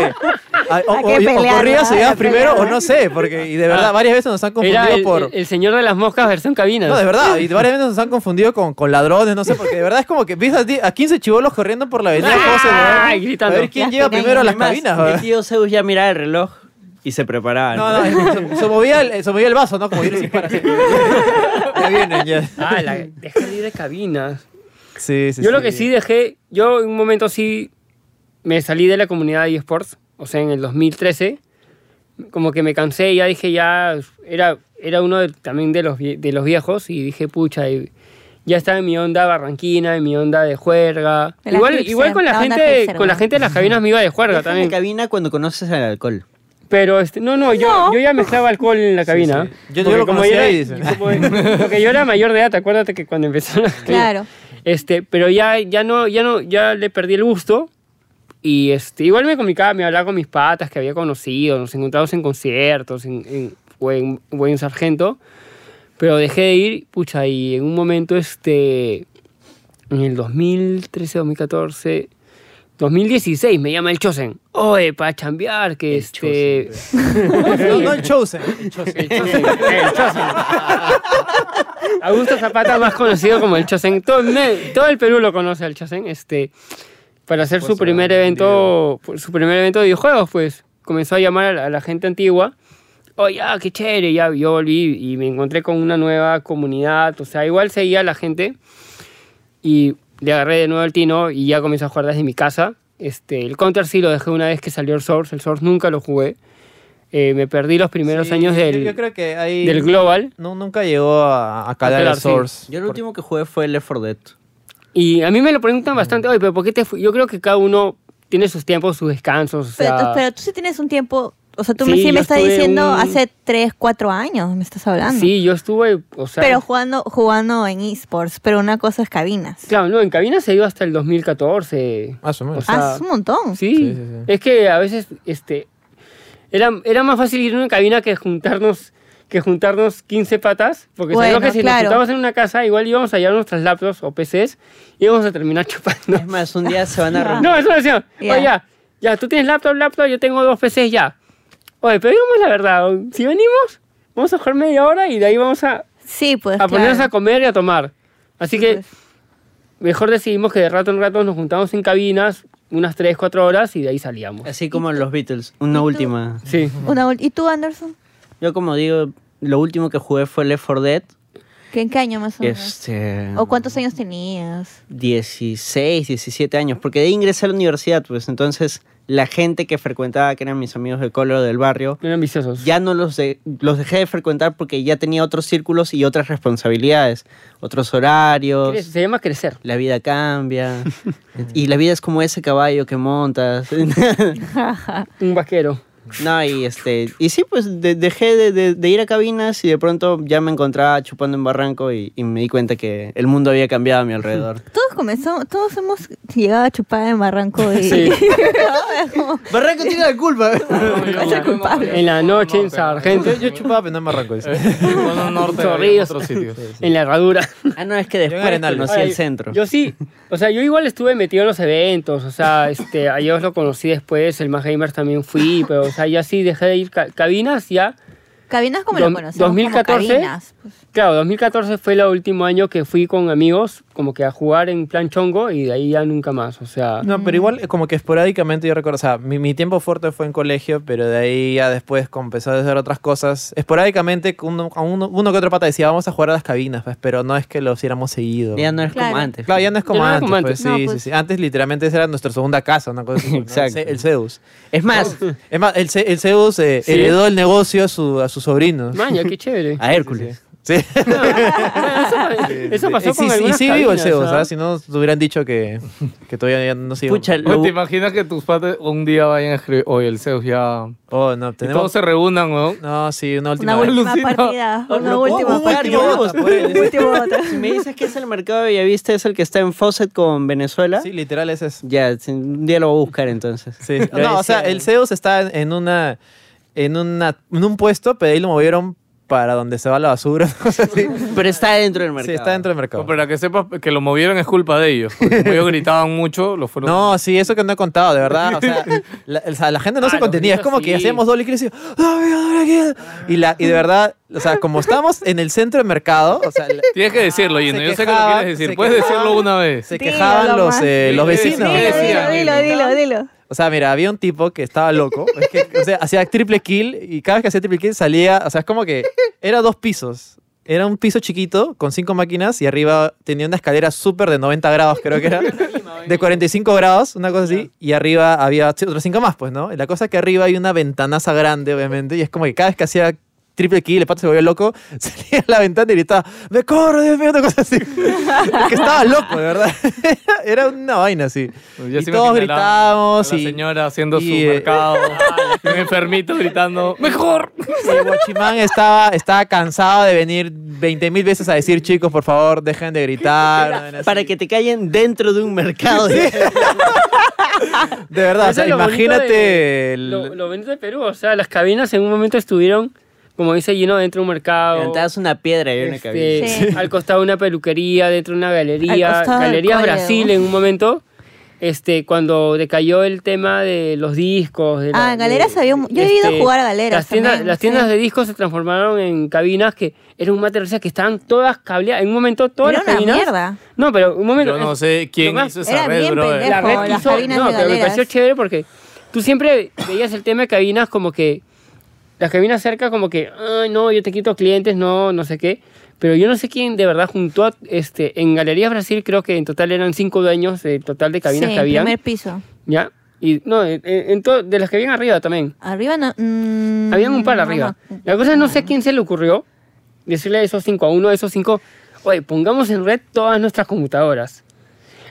D: ay, o,
G: Hay
D: o-
G: que
D: o
G: pelear,
D: corrías y
G: ¿no? Hay
D: llegabas
G: que
D: primero o
G: pelear.
D: no sé, porque y de verdad
E: Ah.
D: varias veces nos han confundido
E: Era el,
D: por...
E: el- el señor de las moscas versión cabina.
D: No, de verdad, y varias veces nos han confundido con, con ladrones, no sé, porque de verdad es como que ves a, ti- a 15 chivolos corriendo por la avenida José,
E: Ay,
D: ¿no?
E: gritando.
D: A ver quién
G: Las
D: llega
G: pequeñas,
D: primero a las
A: Además,
D: cabinas,
A: Mi
D: ¿verdad?
A: tío Zeus ya miraba el reloj y se preparaba.
D: No, no, se, se movía el, se movía el vaso, ¿no? Como yo para Ya vienen, ya.
E: Ah, la, dejé libre cabinas.
D: Sí, Este, sí,
E: yo lo que sí dejé, yo en un momento sí me salí de la comunidad de eSports, o sea, en el 2013, como que me cansé, ya dije, ya era, era uno de- también de los, vie- de los viejos y dije, pucha, y ya estaba en mi onda barranquina, en mi onda de juerga.
C: De la
E: Igual,
C: hipster,
E: igual con, la
C: la onda
E: gente,
C: hipster,
E: con la
C: ¿no?
E: gente de las cabinas me iba de juerga
G: Deja en la
E: también.
G: cabina cuando conoces al alcohol.
E: Pero este, no, no, yo, yo ya mezclaba alcohol en la cabina.
D: sí. Yo- yo
E: Porque
D: lo
E: como
D: conocí
E: era-
D: ahí, dicen.
E: como- Porque yo era mayor de edad, acuérdate que cuando empezó la
C: Claro.
E: este, pero ya, ya no, ya no, ya le perdí el gusto. Y este, igual me comunicaba, me hablaba con mis patas que había conocido, nos encontramos en conciertos, en, en, o en- o en Sargento. Pero dejé de ir, pucha, y en un momento, este, en el 2013, 2014, 2016, me llama el Chosen. Oye, para chambear, que este...
D: No, no el Chosen.
E: El Chosen. El Chosen. Augusto Zapata, más conocido como el Chosen. Todo, el me- todo el Perú lo conoce al Chosen. Este, para
D: Pues,
E: hacer
D: eh,
E: su primer evento, pues, su primer evento de videojuegos, pues comenzó a llamar a la, a la gente antigua. Oye, ah, qué chévere, ya yo volví y me encontré con una nueva comunidad. O sea, igual seguía a la gente y le agarré de nuevo el tino y ya comencé a jugar desde mi casa. Este, el Counter sí lo dejé una vez que salió el Source, el Source nunca lo jugué. Eh, me perdí los primeros
D: Sí,
E: años
D: yo-
E: del,
D: Yo creo que ahí.
E: del Global.
D: no, nunca llegó a, a calar
E: calar,
D: el
E: sí.
D: Source.
G: Yo lo último que jugué fue Left 4 Dead.
E: Y a mí me lo preguntan bastante, oye, pero ¿por qué te fu-?" Yo creo que cada uno tiene sus tiempos, sus descansos. O
C: Pero,
E: sea,
C: pero tú sí tienes un tiempo. O sea, tú me-
E: Sí,
C: sí, me
E: yo
C: estás
E: estuve
C: diciendo
E: un-
C: hace 3, 4 años, me estás hablando.
E: sí, yo estuve, o sea...
C: Pero jugando, jugando en esports, pero una cosa es cabinas.
E: claro, no, en cabina se dio hasta el 2014.
D: Ah, su madre.
E: O sea,
C: ah, es un montón.
E: Sí,
D: Sí, sí, sí.
E: es que a veces este, era, era más fácil ir en una cabina que juntarnos que juntarnos 15 patas, porque
C: Bueno,
E: sabíamos que si nos
C: claro.
E: juntábamos en una casa, igual íbamos a llevar nuestras laptops o PCs y íbamos a terminar chupando.
G: Es más, un día se van a reunir.
E: No, eso decía.
C: Ah. Ya.
E: Oye, ya, ya, tú tienes laptop, laptop, yo tengo dos PCs ya. Oye, pero digamos la verdad, si venimos, vamos a jugar media hora y de ahí vamos a,
C: Sí, pues.
E: a ponernos
C: claro. Pues.
E: a comer y a tomar. Así que mejor decidimos que de rato en rato nos juntamos en cabinas unas 3, 4 horas y de ahí salíamos.
G: Así como los Beatles,
C: ¿Y
G: una
C: tú?
G: última.
E: Sí.
C: Una ul- ¿Y tú, Anderson?
G: Yo como digo, lo último que jugué fue Left 4 Dead.
C: ¿Qué, ¿En qué año más o menos?
G: Este...
C: ¿O cuántos años tenías?
G: 16, 17 años, porque de ingresé a la universidad, pues entonces la gente que frecuentaba, que eran mis amigos de color del barrio,
E: Eran ambiciosos.
G: ya no los, de- los dejé de frecuentar porque ya tenía otros círculos y otras responsabilidades, otros horarios,
E: Cre- Se llama crecer.
G: la vida cambia y la vida es como ese caballo que montas.
E: Un vaquero.
G: no, y este, y sí, pues de- dejé de, de- de ir a cabinas y de pronto ya me encontraba chupando en barranco y, y me di cuenta que el mundo había cambiado a mi alrededor.
C: Todos comenzamos, todos hemos llegado a chupar en Barranco y...
E: Sí.
G: barranco tiene la culpa.
C: ser culpable.
E: En la noche, en Sargento.
D: Yo, yo chupaba, pero no en Marranco. dice.
B: Cono norte, en
E: Chorrillos.
B: otros sitios.
E: En la herradura.
G: ah, no, es que
D: Yo en
G: después
D: Arenal.
G: conocí
E: Ay,
G: el centro.
E: Yo sí. O sea, yo igual estuve metido en los eventos. O sea, este, a ellos lo conocí después. El más gamer también fui. Pero, o sea, ya sí dejé de ir ca- cabinas. Ya,
C: Cabinas como
E: Dos-
C: lo conocemos
E: 2014.
C: como cabinas. pues.
E: claro, 2014 fue el último año que fui con amigos, como que a jugar en plan chongo. Y de ahí ya nunca más. O sea,
D: No, pero igual eh, como que esporádicamente yo recuerdo, o sea, mi, mi tiempo fuerte fue en colegio, pero de ahí ya después como empezó a hacer otras cosas. Esporádicamente uno, a uno, uno que otro pata decía, vamos a jugar a las cabinas, pues, pero no es que lo hiciéramos seguido.
G: Ya no es
C: Claro.
G: como antes.
D: Claro, ya no es como
E: Ya no era
D: antes.
E: como antes.
D: pues, sí,
C: No,
D: sí,
C: pues.
D: sí. Antes literalmente esa era nuestra segunda casa, una cosa así, ¿no? El
G: Exacto.
D: Ce- El Zeus.
G: Es más,
D: Es más, el, Ce- el Zeus eh,
E: Sí.
D: heredó el negocio a, su, a sus sobrinos.
E: maña, qué chévere.
G: a Hércules.
D: Sí.
E: Eso pasó
D: Y sí-
E: con
D: y
E: algunas
D: sí vivo el
E: cabinas,
D: Zeus,
E: ¿ah?
D: ¿ah? si no te hubieran dicho que, que todavía ya no se iba.
G: Pucha,
B: Oye,
G: lo-
B: ¿Te imaginas que tus padres un día vayan a escribir, oye, el Zeus ya...
D: Oh, no,
B: Y todos
D: tenemos...
B: se reúnan, weón.
D: No, sí, una última
C: Pues, Una
D: vez.
C: última
B: Alucina.
C: partida.
G: Oh,
C: Una
G: lo puedo
C: última
G: buscar
C: partida.
G: yo.
D: Última vota,
C: Última vota.
G: si me dices que es el mercado de Bellavista, es el que está en Fawcett con Venezuela.
D: Sí, literal es eso.
G: Ya, si- un día lo voy a buscar entonces.
D: ¿Ah? Sí. No, o sea, el Zeus está en- en una, en una, en un puesto, pero ahí lo movieron para donde se va la basura. O sea, sí.
G: Pero está dentro del mercado.
D: Sí, está dentro del
B: Pero
D: mercado.
B: para que sepas que lo movieron es culpa de ellos. porque Como ellos gritaban mucho, lo fueron...
D: No, sí, eso que no he contado, de verdad. O sea, la, o sea, la gente no
E: Ah,
D: se
E: los
D: contenía. Es
E: gritos
D: como que
E: sí.
D: hacíamos doble clic y decía, "Ah, mira, ahora aquí". y, la, y de verdad, o sea, como estamos en el centro del mercado, o sea, la-
B: Tienes que decirlo, Gino.
D: Se
B: Yo sé que lo
D: quejaban,
B: quieres
D: se
B: decir. Puedes
D: quejaban,
B: decirlo una vez.
D: se
C: Dilo
D: quejaban los,
C: más.
D: eh, los
B: Sí, sí,
D: vecinos.
B: sí.
C: Dilo, dilo, dilo, dilo.
D: O sea, mira, había un tipo que estaba loco. es que, o sea, hacía triple kill y cada vez que hacía triple kill salía. O sea, es como que era dos pisos. Era un piso chiquito con cinco máquinas y arriba tenía una escalera súper de 90 grados, creo que era. De 45 grados, una cosa así. Y arriba había ch- otras cinco más, pues, ¿no? Y la cosa es que arriba hay una ventanaza grande, obviamente. Y es como que cada vez que hacía triple kill, el pato se volvió loco, salía a la ventana y gritaba, ¡Me corro, Dios mío! Una cosa así. que estaba loco, de verdad. era una vaina así.
B: Ya
D: y
B: se
D: todos
B: imaginan la-
D: gritábamos.
B: a La
D: y-
B: señora haciendo
D: y,
B: su
D: eh,
B: mercado. y un enfermito gritando, ¡mejor!
D: El guachimán estaba, estaba cansado de venir 20 mil veces a decir, chicos, por favor, dejen de gritar.
G: Para que te callen dentro de un mercado.
D: De verdad, o
E: Eso
D: sea,
E: es lo bonito
D: imagínate...
E: de-
D: el-
E: Lo, lo bonito de Perú, o sea, las cabinas en un momento estuvieron, como dice Gino, dentro de un mercado.
G: Levantabas una piedra y una
E: este,
G: cabina.
C: Sí.
E: Al costado de una peluquería, dentro de una
C: Al
E: galería.
C: costado del
E: Galerías
C: cólego.
E: Brasil en un momento. Este, cuando decayó el tema de los discos. de la-
C: Ah, en
E: de-
C: Galeras
E: este,
C: había un- yo he ido a jugar a Galeras
E: Las tiendas,
C: también,
E: las
C: sí.
E: tiendas de discos se transformaron en cabinas que era un material o sea, que estaban todas cableadas. En un momento todas
C: Era
E: las
C: una
E: cabinas.
C: mierda.
E: No, pero un momento.
B: Yo no sé quién
E: Lo más-
B: hizo
C: era
B: esa red,
C: bien
B: bro.
C: pendejo.
E: la red
C: las
E: hizo-
C: cabinas
E: no,
C: de
E: pero me
C: galeras.
E: pareció chévere porque tú siempre veías el tema de cabinas como que las cabinas cerca como que, ay, no, yo te quito clientes, no, no sé qué. Pero yo no sé quién de verdad juntó a- este, en Galerías Brasil, creo que en total eran cinco dueños del total de cabinas
C: sí,
E: que habían.
C: primer piso.
E: ¿Ya? Y no, en, en to- de las que habían arriba también.
C: Arriba no... mm,
E: Habían un par
C: no
E: arriba.
C: me ac-
E: La cosa es, no sé a quién se le ocurrió decirle a esos cinco, a uno de esos cinco, oye, pongamos en red todas nuestras computadoras.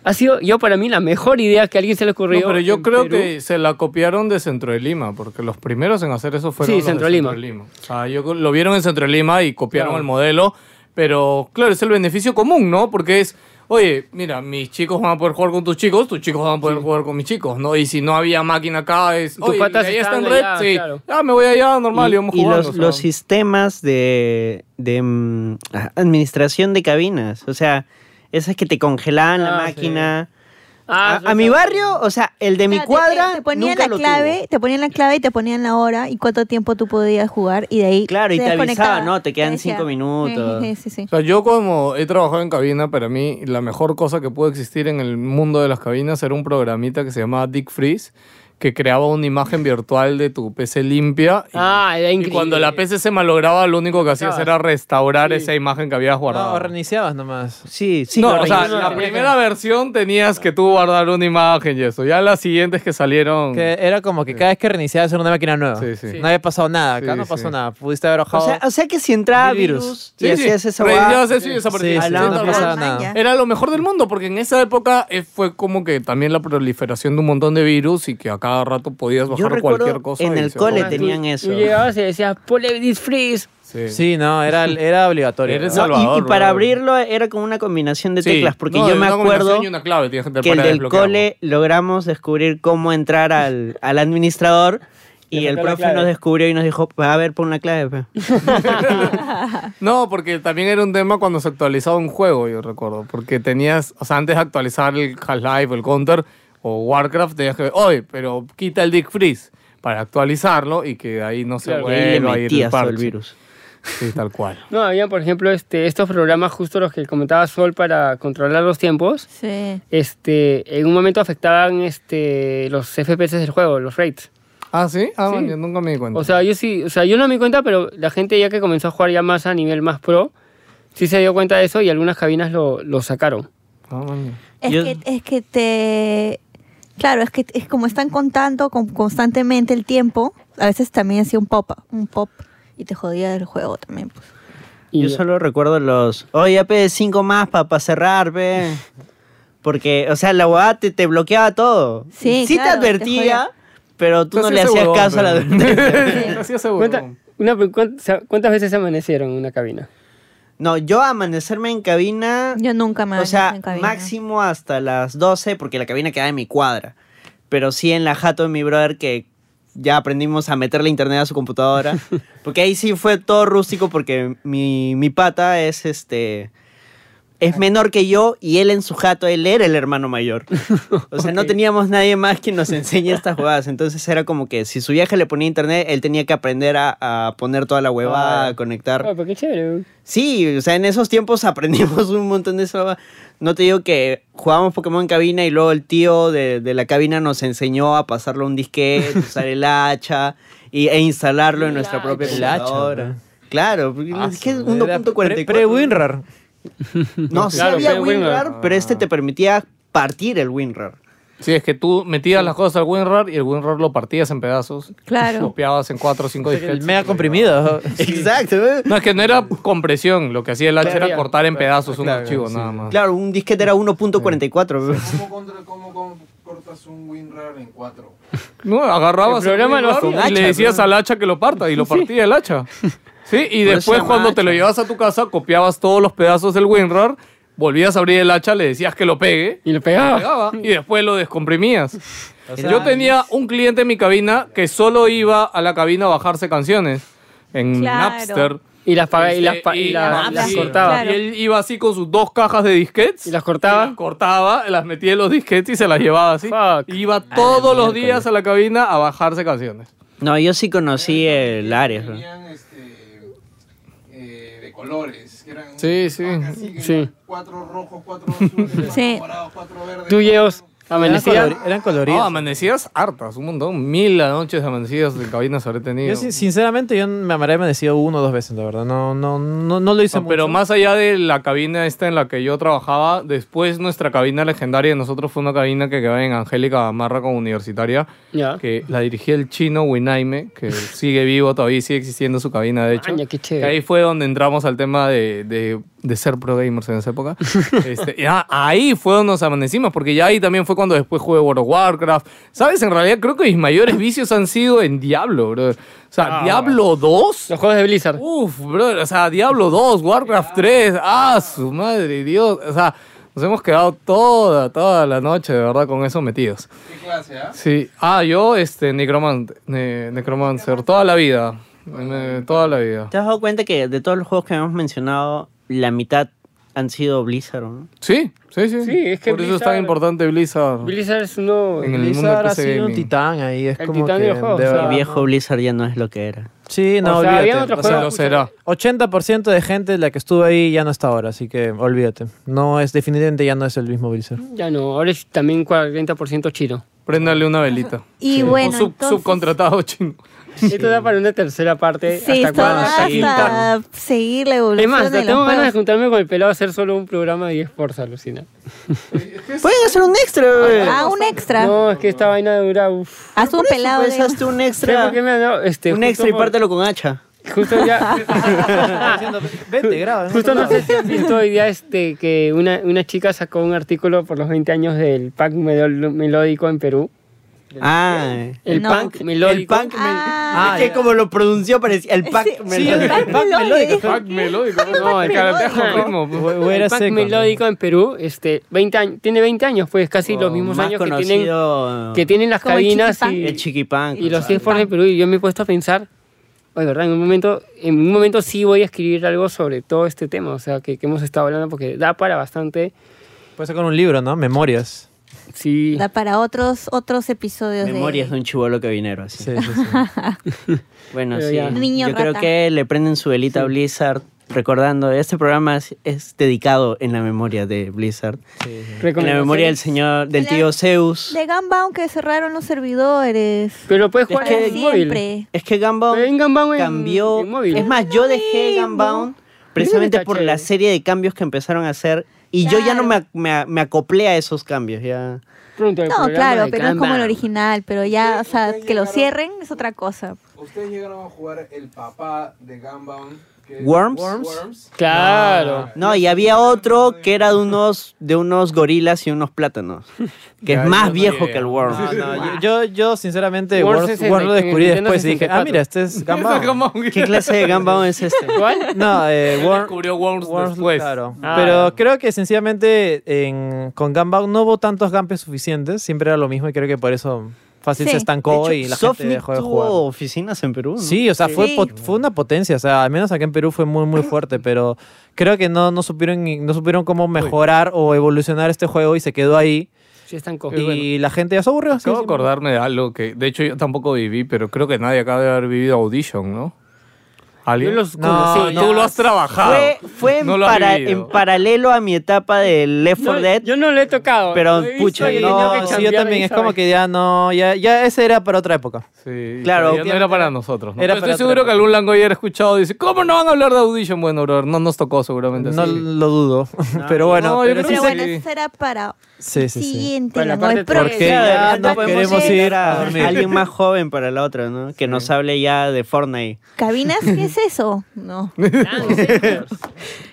E: Ha sido, yo para mí, la mejor idea que a alguien se le ocurrió.
B: No, pero yo
E: en
B: creo
E: Perú.
B: que se la copiaron de Centro de Lima, porque los primeros en hacer eso fueron
E: Sí,
B: los de
E: Centro de Lima.
B: O sea, yo lo vieron en Centro de Lima y copiaron
E: Claro.
B: el modelo, pero claro, es el beneficio común, ¿no? Porque es, oye, mira, mis chicos van a poder jugar con tus chicos, tus chicos van a poder jugar con mis chicos, ¿no? Y si no había máquina acá, es,
E: Tus
B: oye,
E: patas
B: ahí está en
E: estaban
B: red,
E: allá,
B: sí.
E: claro.
B: Ah, me voy allá, normal, y, vamos
G: y
B: jugando.
G: los,
B: o sea.
G: los sistemas de, de, mm, ah, administración de cabinas, o sea, esas que te congelaban la
E: Ah, sí.
G: máquina.
E: Ah,
G: a, a mi barrio, o sea, el de mi
C: Claro, te-
G: cuadra
C: te, te ponían
G: nunca
C: la
G: lo
C: clave,
G: tuvo.
C: te ponían la clave y te ponían la hora y cuánto tiempo tú podías jugar y de ahí
G: Claro, y
C: se
G: te avisaba,
C: desconectaba.
G: ¿no? Te quedan
C: decía,
G: cinco minutos.
C: Sí, sí, sí.
B: O sea, yo como he trabajado en cabina, para mí la mejor cosa que pudo existir en el mundo de las cabinas era un programita que se llamaba Dick Freeze, que creaba una imagen virtual de tu PC limpia. Y,
E: Ah, era
B: y
E: increíble.
B: cuando la PC se malograba, lo único que
D: Ah,
B: hacías era restaurar esa imagen que habías
D: No,
B: guardado.
D: reiniciabas nomás.
G: Sí, sí,
B: No,
G: lo
B: o sea,
G: reinicio.
B: la primera versión tenías que tú guardar una imagen y eso. Ya las siguientes que salieron...
D: Que era como que cada vez que reiniciabas era una máquina nueva.
B: Sí, sí.
D: No había pasado nada, acá
B: Sí,
D: no pasó
B: sí.
D: nada. Pudiste haber
G: o,
D: bajado...
G: sea, o sea que si entraba virus,
D: Virus.
G: y
B: Sí, sí.
G: hacías esa
B: Reiniciabas
G: guada-
B: eso y
D: Sí,
B: desaparecía.
D: sí,
G: Alarma.
D: no pasaba
C: Alarma,
D: nada.
C: ya.
B: Era lo mejor del mundo, porque en esa época eh, fue como que también la proliferación de un montón de virus y que a cada rato podías
G: Yo
B: bajar
G: recuerdo
B: cualquier cosa.
G: en
B: y
G: el
B: se
G: cole
B: acabó.
E: tú-
G: tenían eso.
E: Tú llegabas y decías, ponle this freeze.
B: Sí.
D: Sí, no, era, era obligatorio.
B: Eres
D: ¿no?
G: No, y- y,
B: Salvador,
G: para
B: bro.
G: abrirlo era con una combinación de
B: Sí.
G: teclas, porque
B: No, de
G: yo me
B: una combinación
G: acuerdo
B: y una clave, tienes que
G: que el
B: para
G: del
B: desbloquearlo.
G: cole logramos descubrir cómo entrar al, al administrador y el profe nos descubrió y nos dijo, a ver, pon la clave. pe".
B: No, porque también era un tema cuando se actualizaba un juego, yo recuerdo. Porque tenías, o sea, antes de actualizar el Half-Life, el Counter o Warcraft, tenías que ver, oye, pero quita el Dick Freeze para actualizarlo y que ahí no se
E: Claro,
G: Y ahí le
B: vuelva a ir el
G: metías todo el
B: parche.
G: virus.
B: Sí, tal cual.
E: No, había, por ejemplo, este, estos programas justo los que comentaba Sol para controlar los tiempos.
C: Sí.
E: Este, en un momento afectaban este, los FPS del juego, los rates.
B: Ah, sí, ah,
E: Sí.
B: man, yo nunca me di cuenta.
E: O sea, yo sí, o sea, yo no me di cuenta, pero la gente ya que comenzó a jugar ya más a nivel más pro, sí se dio cuenta de eso y algunas cabinas lo, lo sacaron.
B: Ah, man.
C: Es,
G: Yo-
C: que, es que te... Claro, es que es como están contando con- constantemente el tiempo, a veces también hacía un pop, un pop y te jodía el juego también. Pues.
E: Y
G: Yo solo recuerdo los, oye, pe, cinco más para cerrar, pe. Porque, o sea, la guada te, te bloqueaba todo.
C: Sí, claro,
G: te
C: te
G: advertía,
C: jodía.
G: pero tú no le hacías caso a la advertencia.
B: Así
E: ¿Cuánta- una- cuán- sa- ¿Cuántas veces se amanecieron en una cabina?
G: No, yo amanecerme en cabina...
C: Yo nunca me
G: O sea,
C: bañé en cabina.
G: máximo hasta las 12, porque la cabina queda en mi cuadra. Pero sí en la jato de mi brother que ya aprendimos a meterle internet a su computadora. Porque ahí sí fue todo rústico porque mi, mi pata es este... Es menor que yo y él en su jato, él era el hermano mayor. O sea, no teníamos nadie más que nos enseñe estas jugadas. Entonces era como que si su viaje le ponía internet, él tenía que aprender a, a poner toda la huevada, a conectar.
E: Ay, Ah, pero qué chévere.
G: Sí, o sea, en esos tiempos aprendimos un montón de eso. No te digo que jugábamos Pokémon en cabina y luego el tío de, de la cabina nos enseñó a pasarlo a un disquete, usar el hacha y, e instalarlo en nuestra propia
D: El hacha,
G: computadora.
D: ¿no?
G: Claro, porque
B: Ah,
G: es que
B: su-
D: Era
G: 1.44.
D: pre- Pre-WinRAR.
G: no, sí
E: Claro,
G: había
E: pero WinRAR.
G: WinRAR, pero este te permitía partir el WinRAR.
B: Sí, es que tú metías las cosas al WinRAR y el WinRAR lo partías en pedazos.
C: Claro.
B: Copiabas en cuatro o cinco disquetes.
D: El mega comprimido.
G: Exacto. ¿eh?
B: No, es que no era compresión. Lo que hacía el H era
E: Claro.
B: cortar en pedazos un
D: Claro,
B: archivo,
D: sí,
B: nada
D: sí.
B: más.
G: Claro, un disquete era 1.44.
I: ¿Cómo, contra- cómo con- cortas un WinRAR en cuatro?
B: No, agarrabas
E: El programa
B: el
E: no es
B: WinRAR y
E: un hacha,
B: le decías
E: ¿no?
B: al hacha que lo parta y lo partía el hacha. Sí, y
G: Por eso se
B: después
G: llama
B: cuando te lo
G: hacha.
B: llevabas a tu casa, copiabas todos los pedazos del WinRAR, volvías a abrir el hacha, le decías que lo pegue
E: Y lo pegaba.
B: pegaba, Ah, y después lo descomprimías. Yo tenía un cliente en mi cabina que solo iba a la cabina a bajarse canciones en
C: Claro.
B: Napster.
E: Y las pagaba Ah, y las,
B: Este,
E: pa- y la-
B: y-
E: las
B: y-
E: cortaba.
C: claro.
B: Y él iba así con sus dos cajas de disquets.
E: Y las cortaba.
B: y las cortaba, las metía en los disquets y se las llevaba así.
E: Fuck.
B: Y Iba todos los días a la cabina a bajarse canciones.
G: No, yo sí conocí el Ares. ¿no?
I: Tenían este, eh, de colores. Que eran
B: Sí, sí,
I: vacas, así, que
E: sí.
I: eran Cuatro rojos, cuatro azules, cuatro
C: Sí.
I: morados, cuatro verdes.
E: Tú, Yeos,
D: Eran,
E: amanecía.
D: colori- eran
B: Ah,
D: coloridos.
B: amanecías hartas, un montón. Mil las noches de amanecidas de cabinas habré tenido.
D: Yo, sin- sinceramente, yo me habré amanecido uno o dos veces, la verdad. No, no, no, no lo hice
B: No, Ah, pero
D: mucho.
B: más allá de la cabina esta en la que yo trabajaba, después nuestra cabina legendaria de nosotros fue una cabina que quedaba en Angélica Gamarra como universitaria,
E: Ya.
B: que la dirigía el chino Winaime, que sigue vivo todavía y sigue existiendo su cabina, de hecho.
E: Maña, qué
B: Que
E: chévere.
B: ahí fue donde entramos al tema de, de- de ser pro gamers en esa época. Este, y ah, ahí fue donde nos amanecimos, porque ya ahí también fue cuando después jugué World of Warcraft. ¿Sabes? En realidad creo que mis mayores vicios han sido en Diablo, bro. O sea,
E: Ah,
B: Diablo 2.
E: Los juegos de Blizzard.
B: Uf, brother, o sea, Diablo 2, Warcraft 3, ah, su madre, Dios, o sea, nos hemos quedado toda, toda la noche, de verdad, con eso metidos.
I: ¿Qué clase, ah?
B: Sí, ah, yo, este, necromante, ne- necromancer, toda la vida, eh, toda la vida.
G: ¿Te has dado cuenta que de todos los juegos que hemos mencionado, la mitad han sido Blizzard? ¿no?
B: Sí, sí, sí.
E: Sí, es que
B: Por eso es tan
E: Blizzard-
B: importante Blizzard.
E: Blizzard es uno.
B: En el mundo del
D: Blizzard ha
B: PC
D: sido un
B: gaming.
D: titán ahí. Es
E: El
D: como
E: titán
D: que,
E: de los juegos,
D: de
E: o sea,
G: El
D: verdad.
G: viejo Blizzard ya no es lo que era.
D: Sí, no,
E: o sea, habían
D: olvídate.
E: otros
D: O sea,
B: Lo será.
D: 80% de gente de la que estuvo ahí ya no está ahora, así que olvídate. No es, definitivamente ya no es el mismo Blizzard.
E: Ya no, ahora es también 40% chino.
B: Préndale una velita.
C: Y
B: Un
C: bueno,
B: sub-
C: entonces-
B: subcontratado chino.
E: Esto da para una tercera parte.
C: Sí,
E: ¿Hasta cuándo?
C: está
E: Hasta
C: hasta seguir la
E: Es
C: evolución
E: más, hasta
C: de los
E: tengo ganas de
C: juegos.
E: juntarme con el pelado a hacer solo un programa de eSports, alucina.
G: Pueden hacer un extra, bebé.
C: Ah, un extra.
E: No, es que esta vaina dura. Uf.
C: Haz un pelado.
G: Pues
C: de-
G: hazte un
E: ¿Sabes
G: extra.
E: por qué me han dado? Este,
G: Un
E: justo
G: extra y
E: por-
G: pártelo con hacha.
E: Justo ya.
D: Vete, graba. ¿no?
E: Justo no sé si han visto hoy día este, que una, una chica sacó un artículo por los 20 años del punk melo- melódico en Perú.
G: Ah,
E: El
C: No.
E: punk
G: el
E: melódico.
G: punk.
C: Ah.
G: es que como lo pronunció parecía el pack.
D: Sí, el pack melódico.
B: Fuck melódico.
E: No, el
B: Caratejo
E: melódico.
B: ritmo. pues.
D: Voy a ir
E: El
D: a
E: punk
D: seco.
E: melódico en Perú este, 20 años, tiene 20 años, pues casi los mismos
G: Oh, más
E: años que tienen,
G: conocido
E: que tienen las
C: Como el
E: cabinas
C: chiquipán.
E: y,
G: el chiquipán.
E: y los eSports en Perú. Y yo me he puesto a pensar, oye, ¿verdad? En un momento, en un momento sí voy a escribir algo sobre todo este tema, o sea, que, que hemos estado hablando, porque da para bastante.
D: Puedes sacar un libro, ¿no? Memorias.
E: Sí.
C: Da para otros, otros episodios de-
G: Memorias de un chivolo cabinero, así.
D: Sí, sí, sí.
G: Bueno,
E: Pero
G: sí.
E: ya.
C: Niño
G: Yo creo
C: rata.
G: que le prenden su velita a Blizzard recordando, este programa es, es dedicado en la memoria de Blizzard, en la
E: recomendaciones.
G: memoria del señor, del
C: La-
G: tío Zeus.
C: De Gamba, aunque cerraron los servidores.
E: Pero puedes jugar
G: Es que
E: en móvil.
C: siempre.
G: Es que
E: Pero en
G: Gunbound
E: Ganbao en-
G: cambió,
E: en móvil.
G: es más, yo dejé Gunbound precisamente
E: Está
G: por
E: chévere.
G: la serie de cambios que empezaron a hacer y yo ya no me, me- me acoplé a esos cambios, ya...
E: Pronto, el
C: No,
E: programa
C: claro,
E: de
C: pero es como
E: Ganbao.
C: el original, pero ya, o sea,
I: ustedes
C: que lo
I: llegaron-
C: cierren es otra cosa.
I: Ustedes llegaron a jugar el papá de Gunbound. que es
G: Worms.
I: Worms.
E: Claro.
G: No, y había otro que era de unos, de unos gorilas y unos plátanos, que
B: Ya,
G: es
B: yo
G: más
B: no
G: viejo
B: llegué.
G: que el Worm.
D: No,
E: Ah,
D: no, yo, yo, yo, sinceramente,
E: Worms
D: Worms,
E: es en-
D: Worms lo
E: en
D: descubrí
E: Nintendo
D: después y dije, ah,
E: 64.
D: mira, este es Gambao.
B: Como-
G: ¿Qué clase de Gunbound es este?
E: ¿Cuál?
D: No, eh, Worms,
B: Descubrió Worms,
D: Worms,
B: después.
D: claro.
E: Ah.
D: Pero creo que sencillamente en- con Gambao no hubo tantos gampes suficientes. Siempre era lo mismo y creo que por eso fácil
C: Sí.
D: se estancó
G: De
D: y
G: hecho,
D: la
G: Softnik
D: gente dejó de
G: tuvo
D: jugar.
G: oficinas en Perú, ¿no?
D: Sí, o sea, Fue,
C: Sí.
D: po- fue una potencia. O sea, al menos acá en Perú fue muy, muy fuerte, pero creo que no, no, supieron, ni- no supieron cómo mejorar o evolucionar este juego y se quedó ahí.
E: Sí, están co-
D: Y la gente ya se aburrió. Ah, sí,
B: Acabo de
D: sí.
B: acordarme de algo que, de hecho, yo tampoco viví, pero creo que nadie acaba de haber vivido Audition, ¿no? ¿Alguien?
E: Yo los
D: No,
E: conocí.
D: ya.
B: Tú lo has trabajado.
G: Fue, fue en,
B: No lo has
G: para-
B: vivido.
G: en paralelo a mi etapa de Left 4
E: No,
G: Dead.
E: Yo no le he tocado.
G: Pero,
E: Lo he visto
G: pucha,
E: y he tenido que
D: No, sí, yo
E: chambear
D: también.
E: ahí,
D: Es como
E: ¿sabes?
D: que ya no, ya, ya ese era para otra época.
B: Sí,
G: Claro,
B: claro. Ya no era para nosotros. ¿no?
D: Era
B: Pero
D: para
B: estoy seguro
D: otra
B: que algún langoyer escuchado dice, ¿cómo no van a hablar de Audition? Bueno, brother, no nos tocó seguramente.
D: No
B: sí.
D: lo dudo. Pero bueno,
B: No, yo
D: pero
C: Pero
B: creo
D: sí
B: que
D: se-
C: bueno,
B: sí.
C: eso será para
D: sí, sí, sí.
C: siguiente,
E: Para la
C: no,
E: parte
C: el
E: tres.
C: próximo.
D: Porque
C: Ah,
D: ya
G: Claro,
D: no
G: podemos
D: queremos
G: llegar
D: ir
G: a
D: a dormir.
G: alguien más joven para la otra, ¿no? Que nos hable ya de Fortnite.
C: ¿Cabinas? ¿Qué es eso? No.
E: Ah,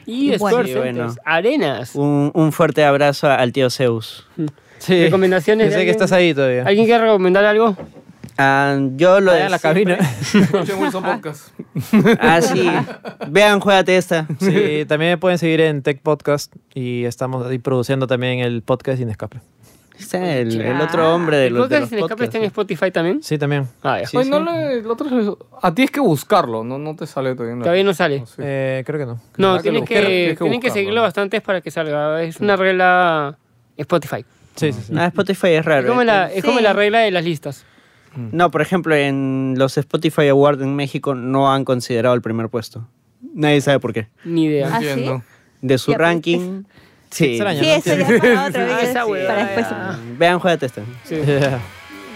E: Y
C: Bueno,
E: Sport
G: sí,
E: Centers,
G: bueno.
E: Arenas.
G: Un, un fuerte abrazo a- al tío Zeus.
D: Sí.
E: Recomendaciones
D: Yo
E: de
D: sé que
E: alguien.
D: estás ahí todavía.
E: ¿Alguien quiere recomendar algo?
G: Ah, yo lo
D: Allá en la cabina.
B: Escuchen Wilson Podcast.
G: Ah, sí. Vean, juégate esta.
D: Sí, también me pueden seguir en Tech Podcast y estamos ahí produciendo también el podcast Sin Escape.
G: Está el, el otro hombre de los, de los
E: podcasts. Escape
G: podcasts.
E: está en Spotify también?
D: Sí, también.
E: Ah, ya.
D: Sí,
B: Oye,
D: sí.
B: no le- el otro es- a ti es que buscarlo, no, no te sale todavía. en la-
E: Todavía no sale.
B: Sí.
D: Eh, creo que no.
E: No,
B: Tendrá que
E: tienen
B: buscar-
E: que,
B: tienes que
E: tienen que
B: buscarlo,
E: seguirlo
B: ¿no?
E: bastante para que salga. Es una regla Spotify.
D: Sí, sí, sí.
G: Ah, Spotify es
E: Es
G: raro.
E: como, la, es como
C: Sí.
E: la regla de las listas.
G: No, por ejemplo, en los Spotify Awards en México no han considerado el primer puesto. Nadie sabe por qué.
E: Ni idea.
C: ¿Ah, sí?
B: Entiendo.
G: De su
C: Ya, pues,
G: ranking. Sí.
D: Extraño,
C: Sí,
D: ¿no?
C: eso ya es para otra
E: Ah,
C: vez.
E: esa huevada
C: para después.
E: ya.
G: Vean, juégate esta.
E: Sí.
D: Yeah.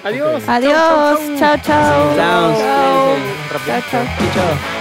E: Adiós.
C: Adiós. Chao, chao.
G: Chao.
C: Chao, chao.
D: Chao.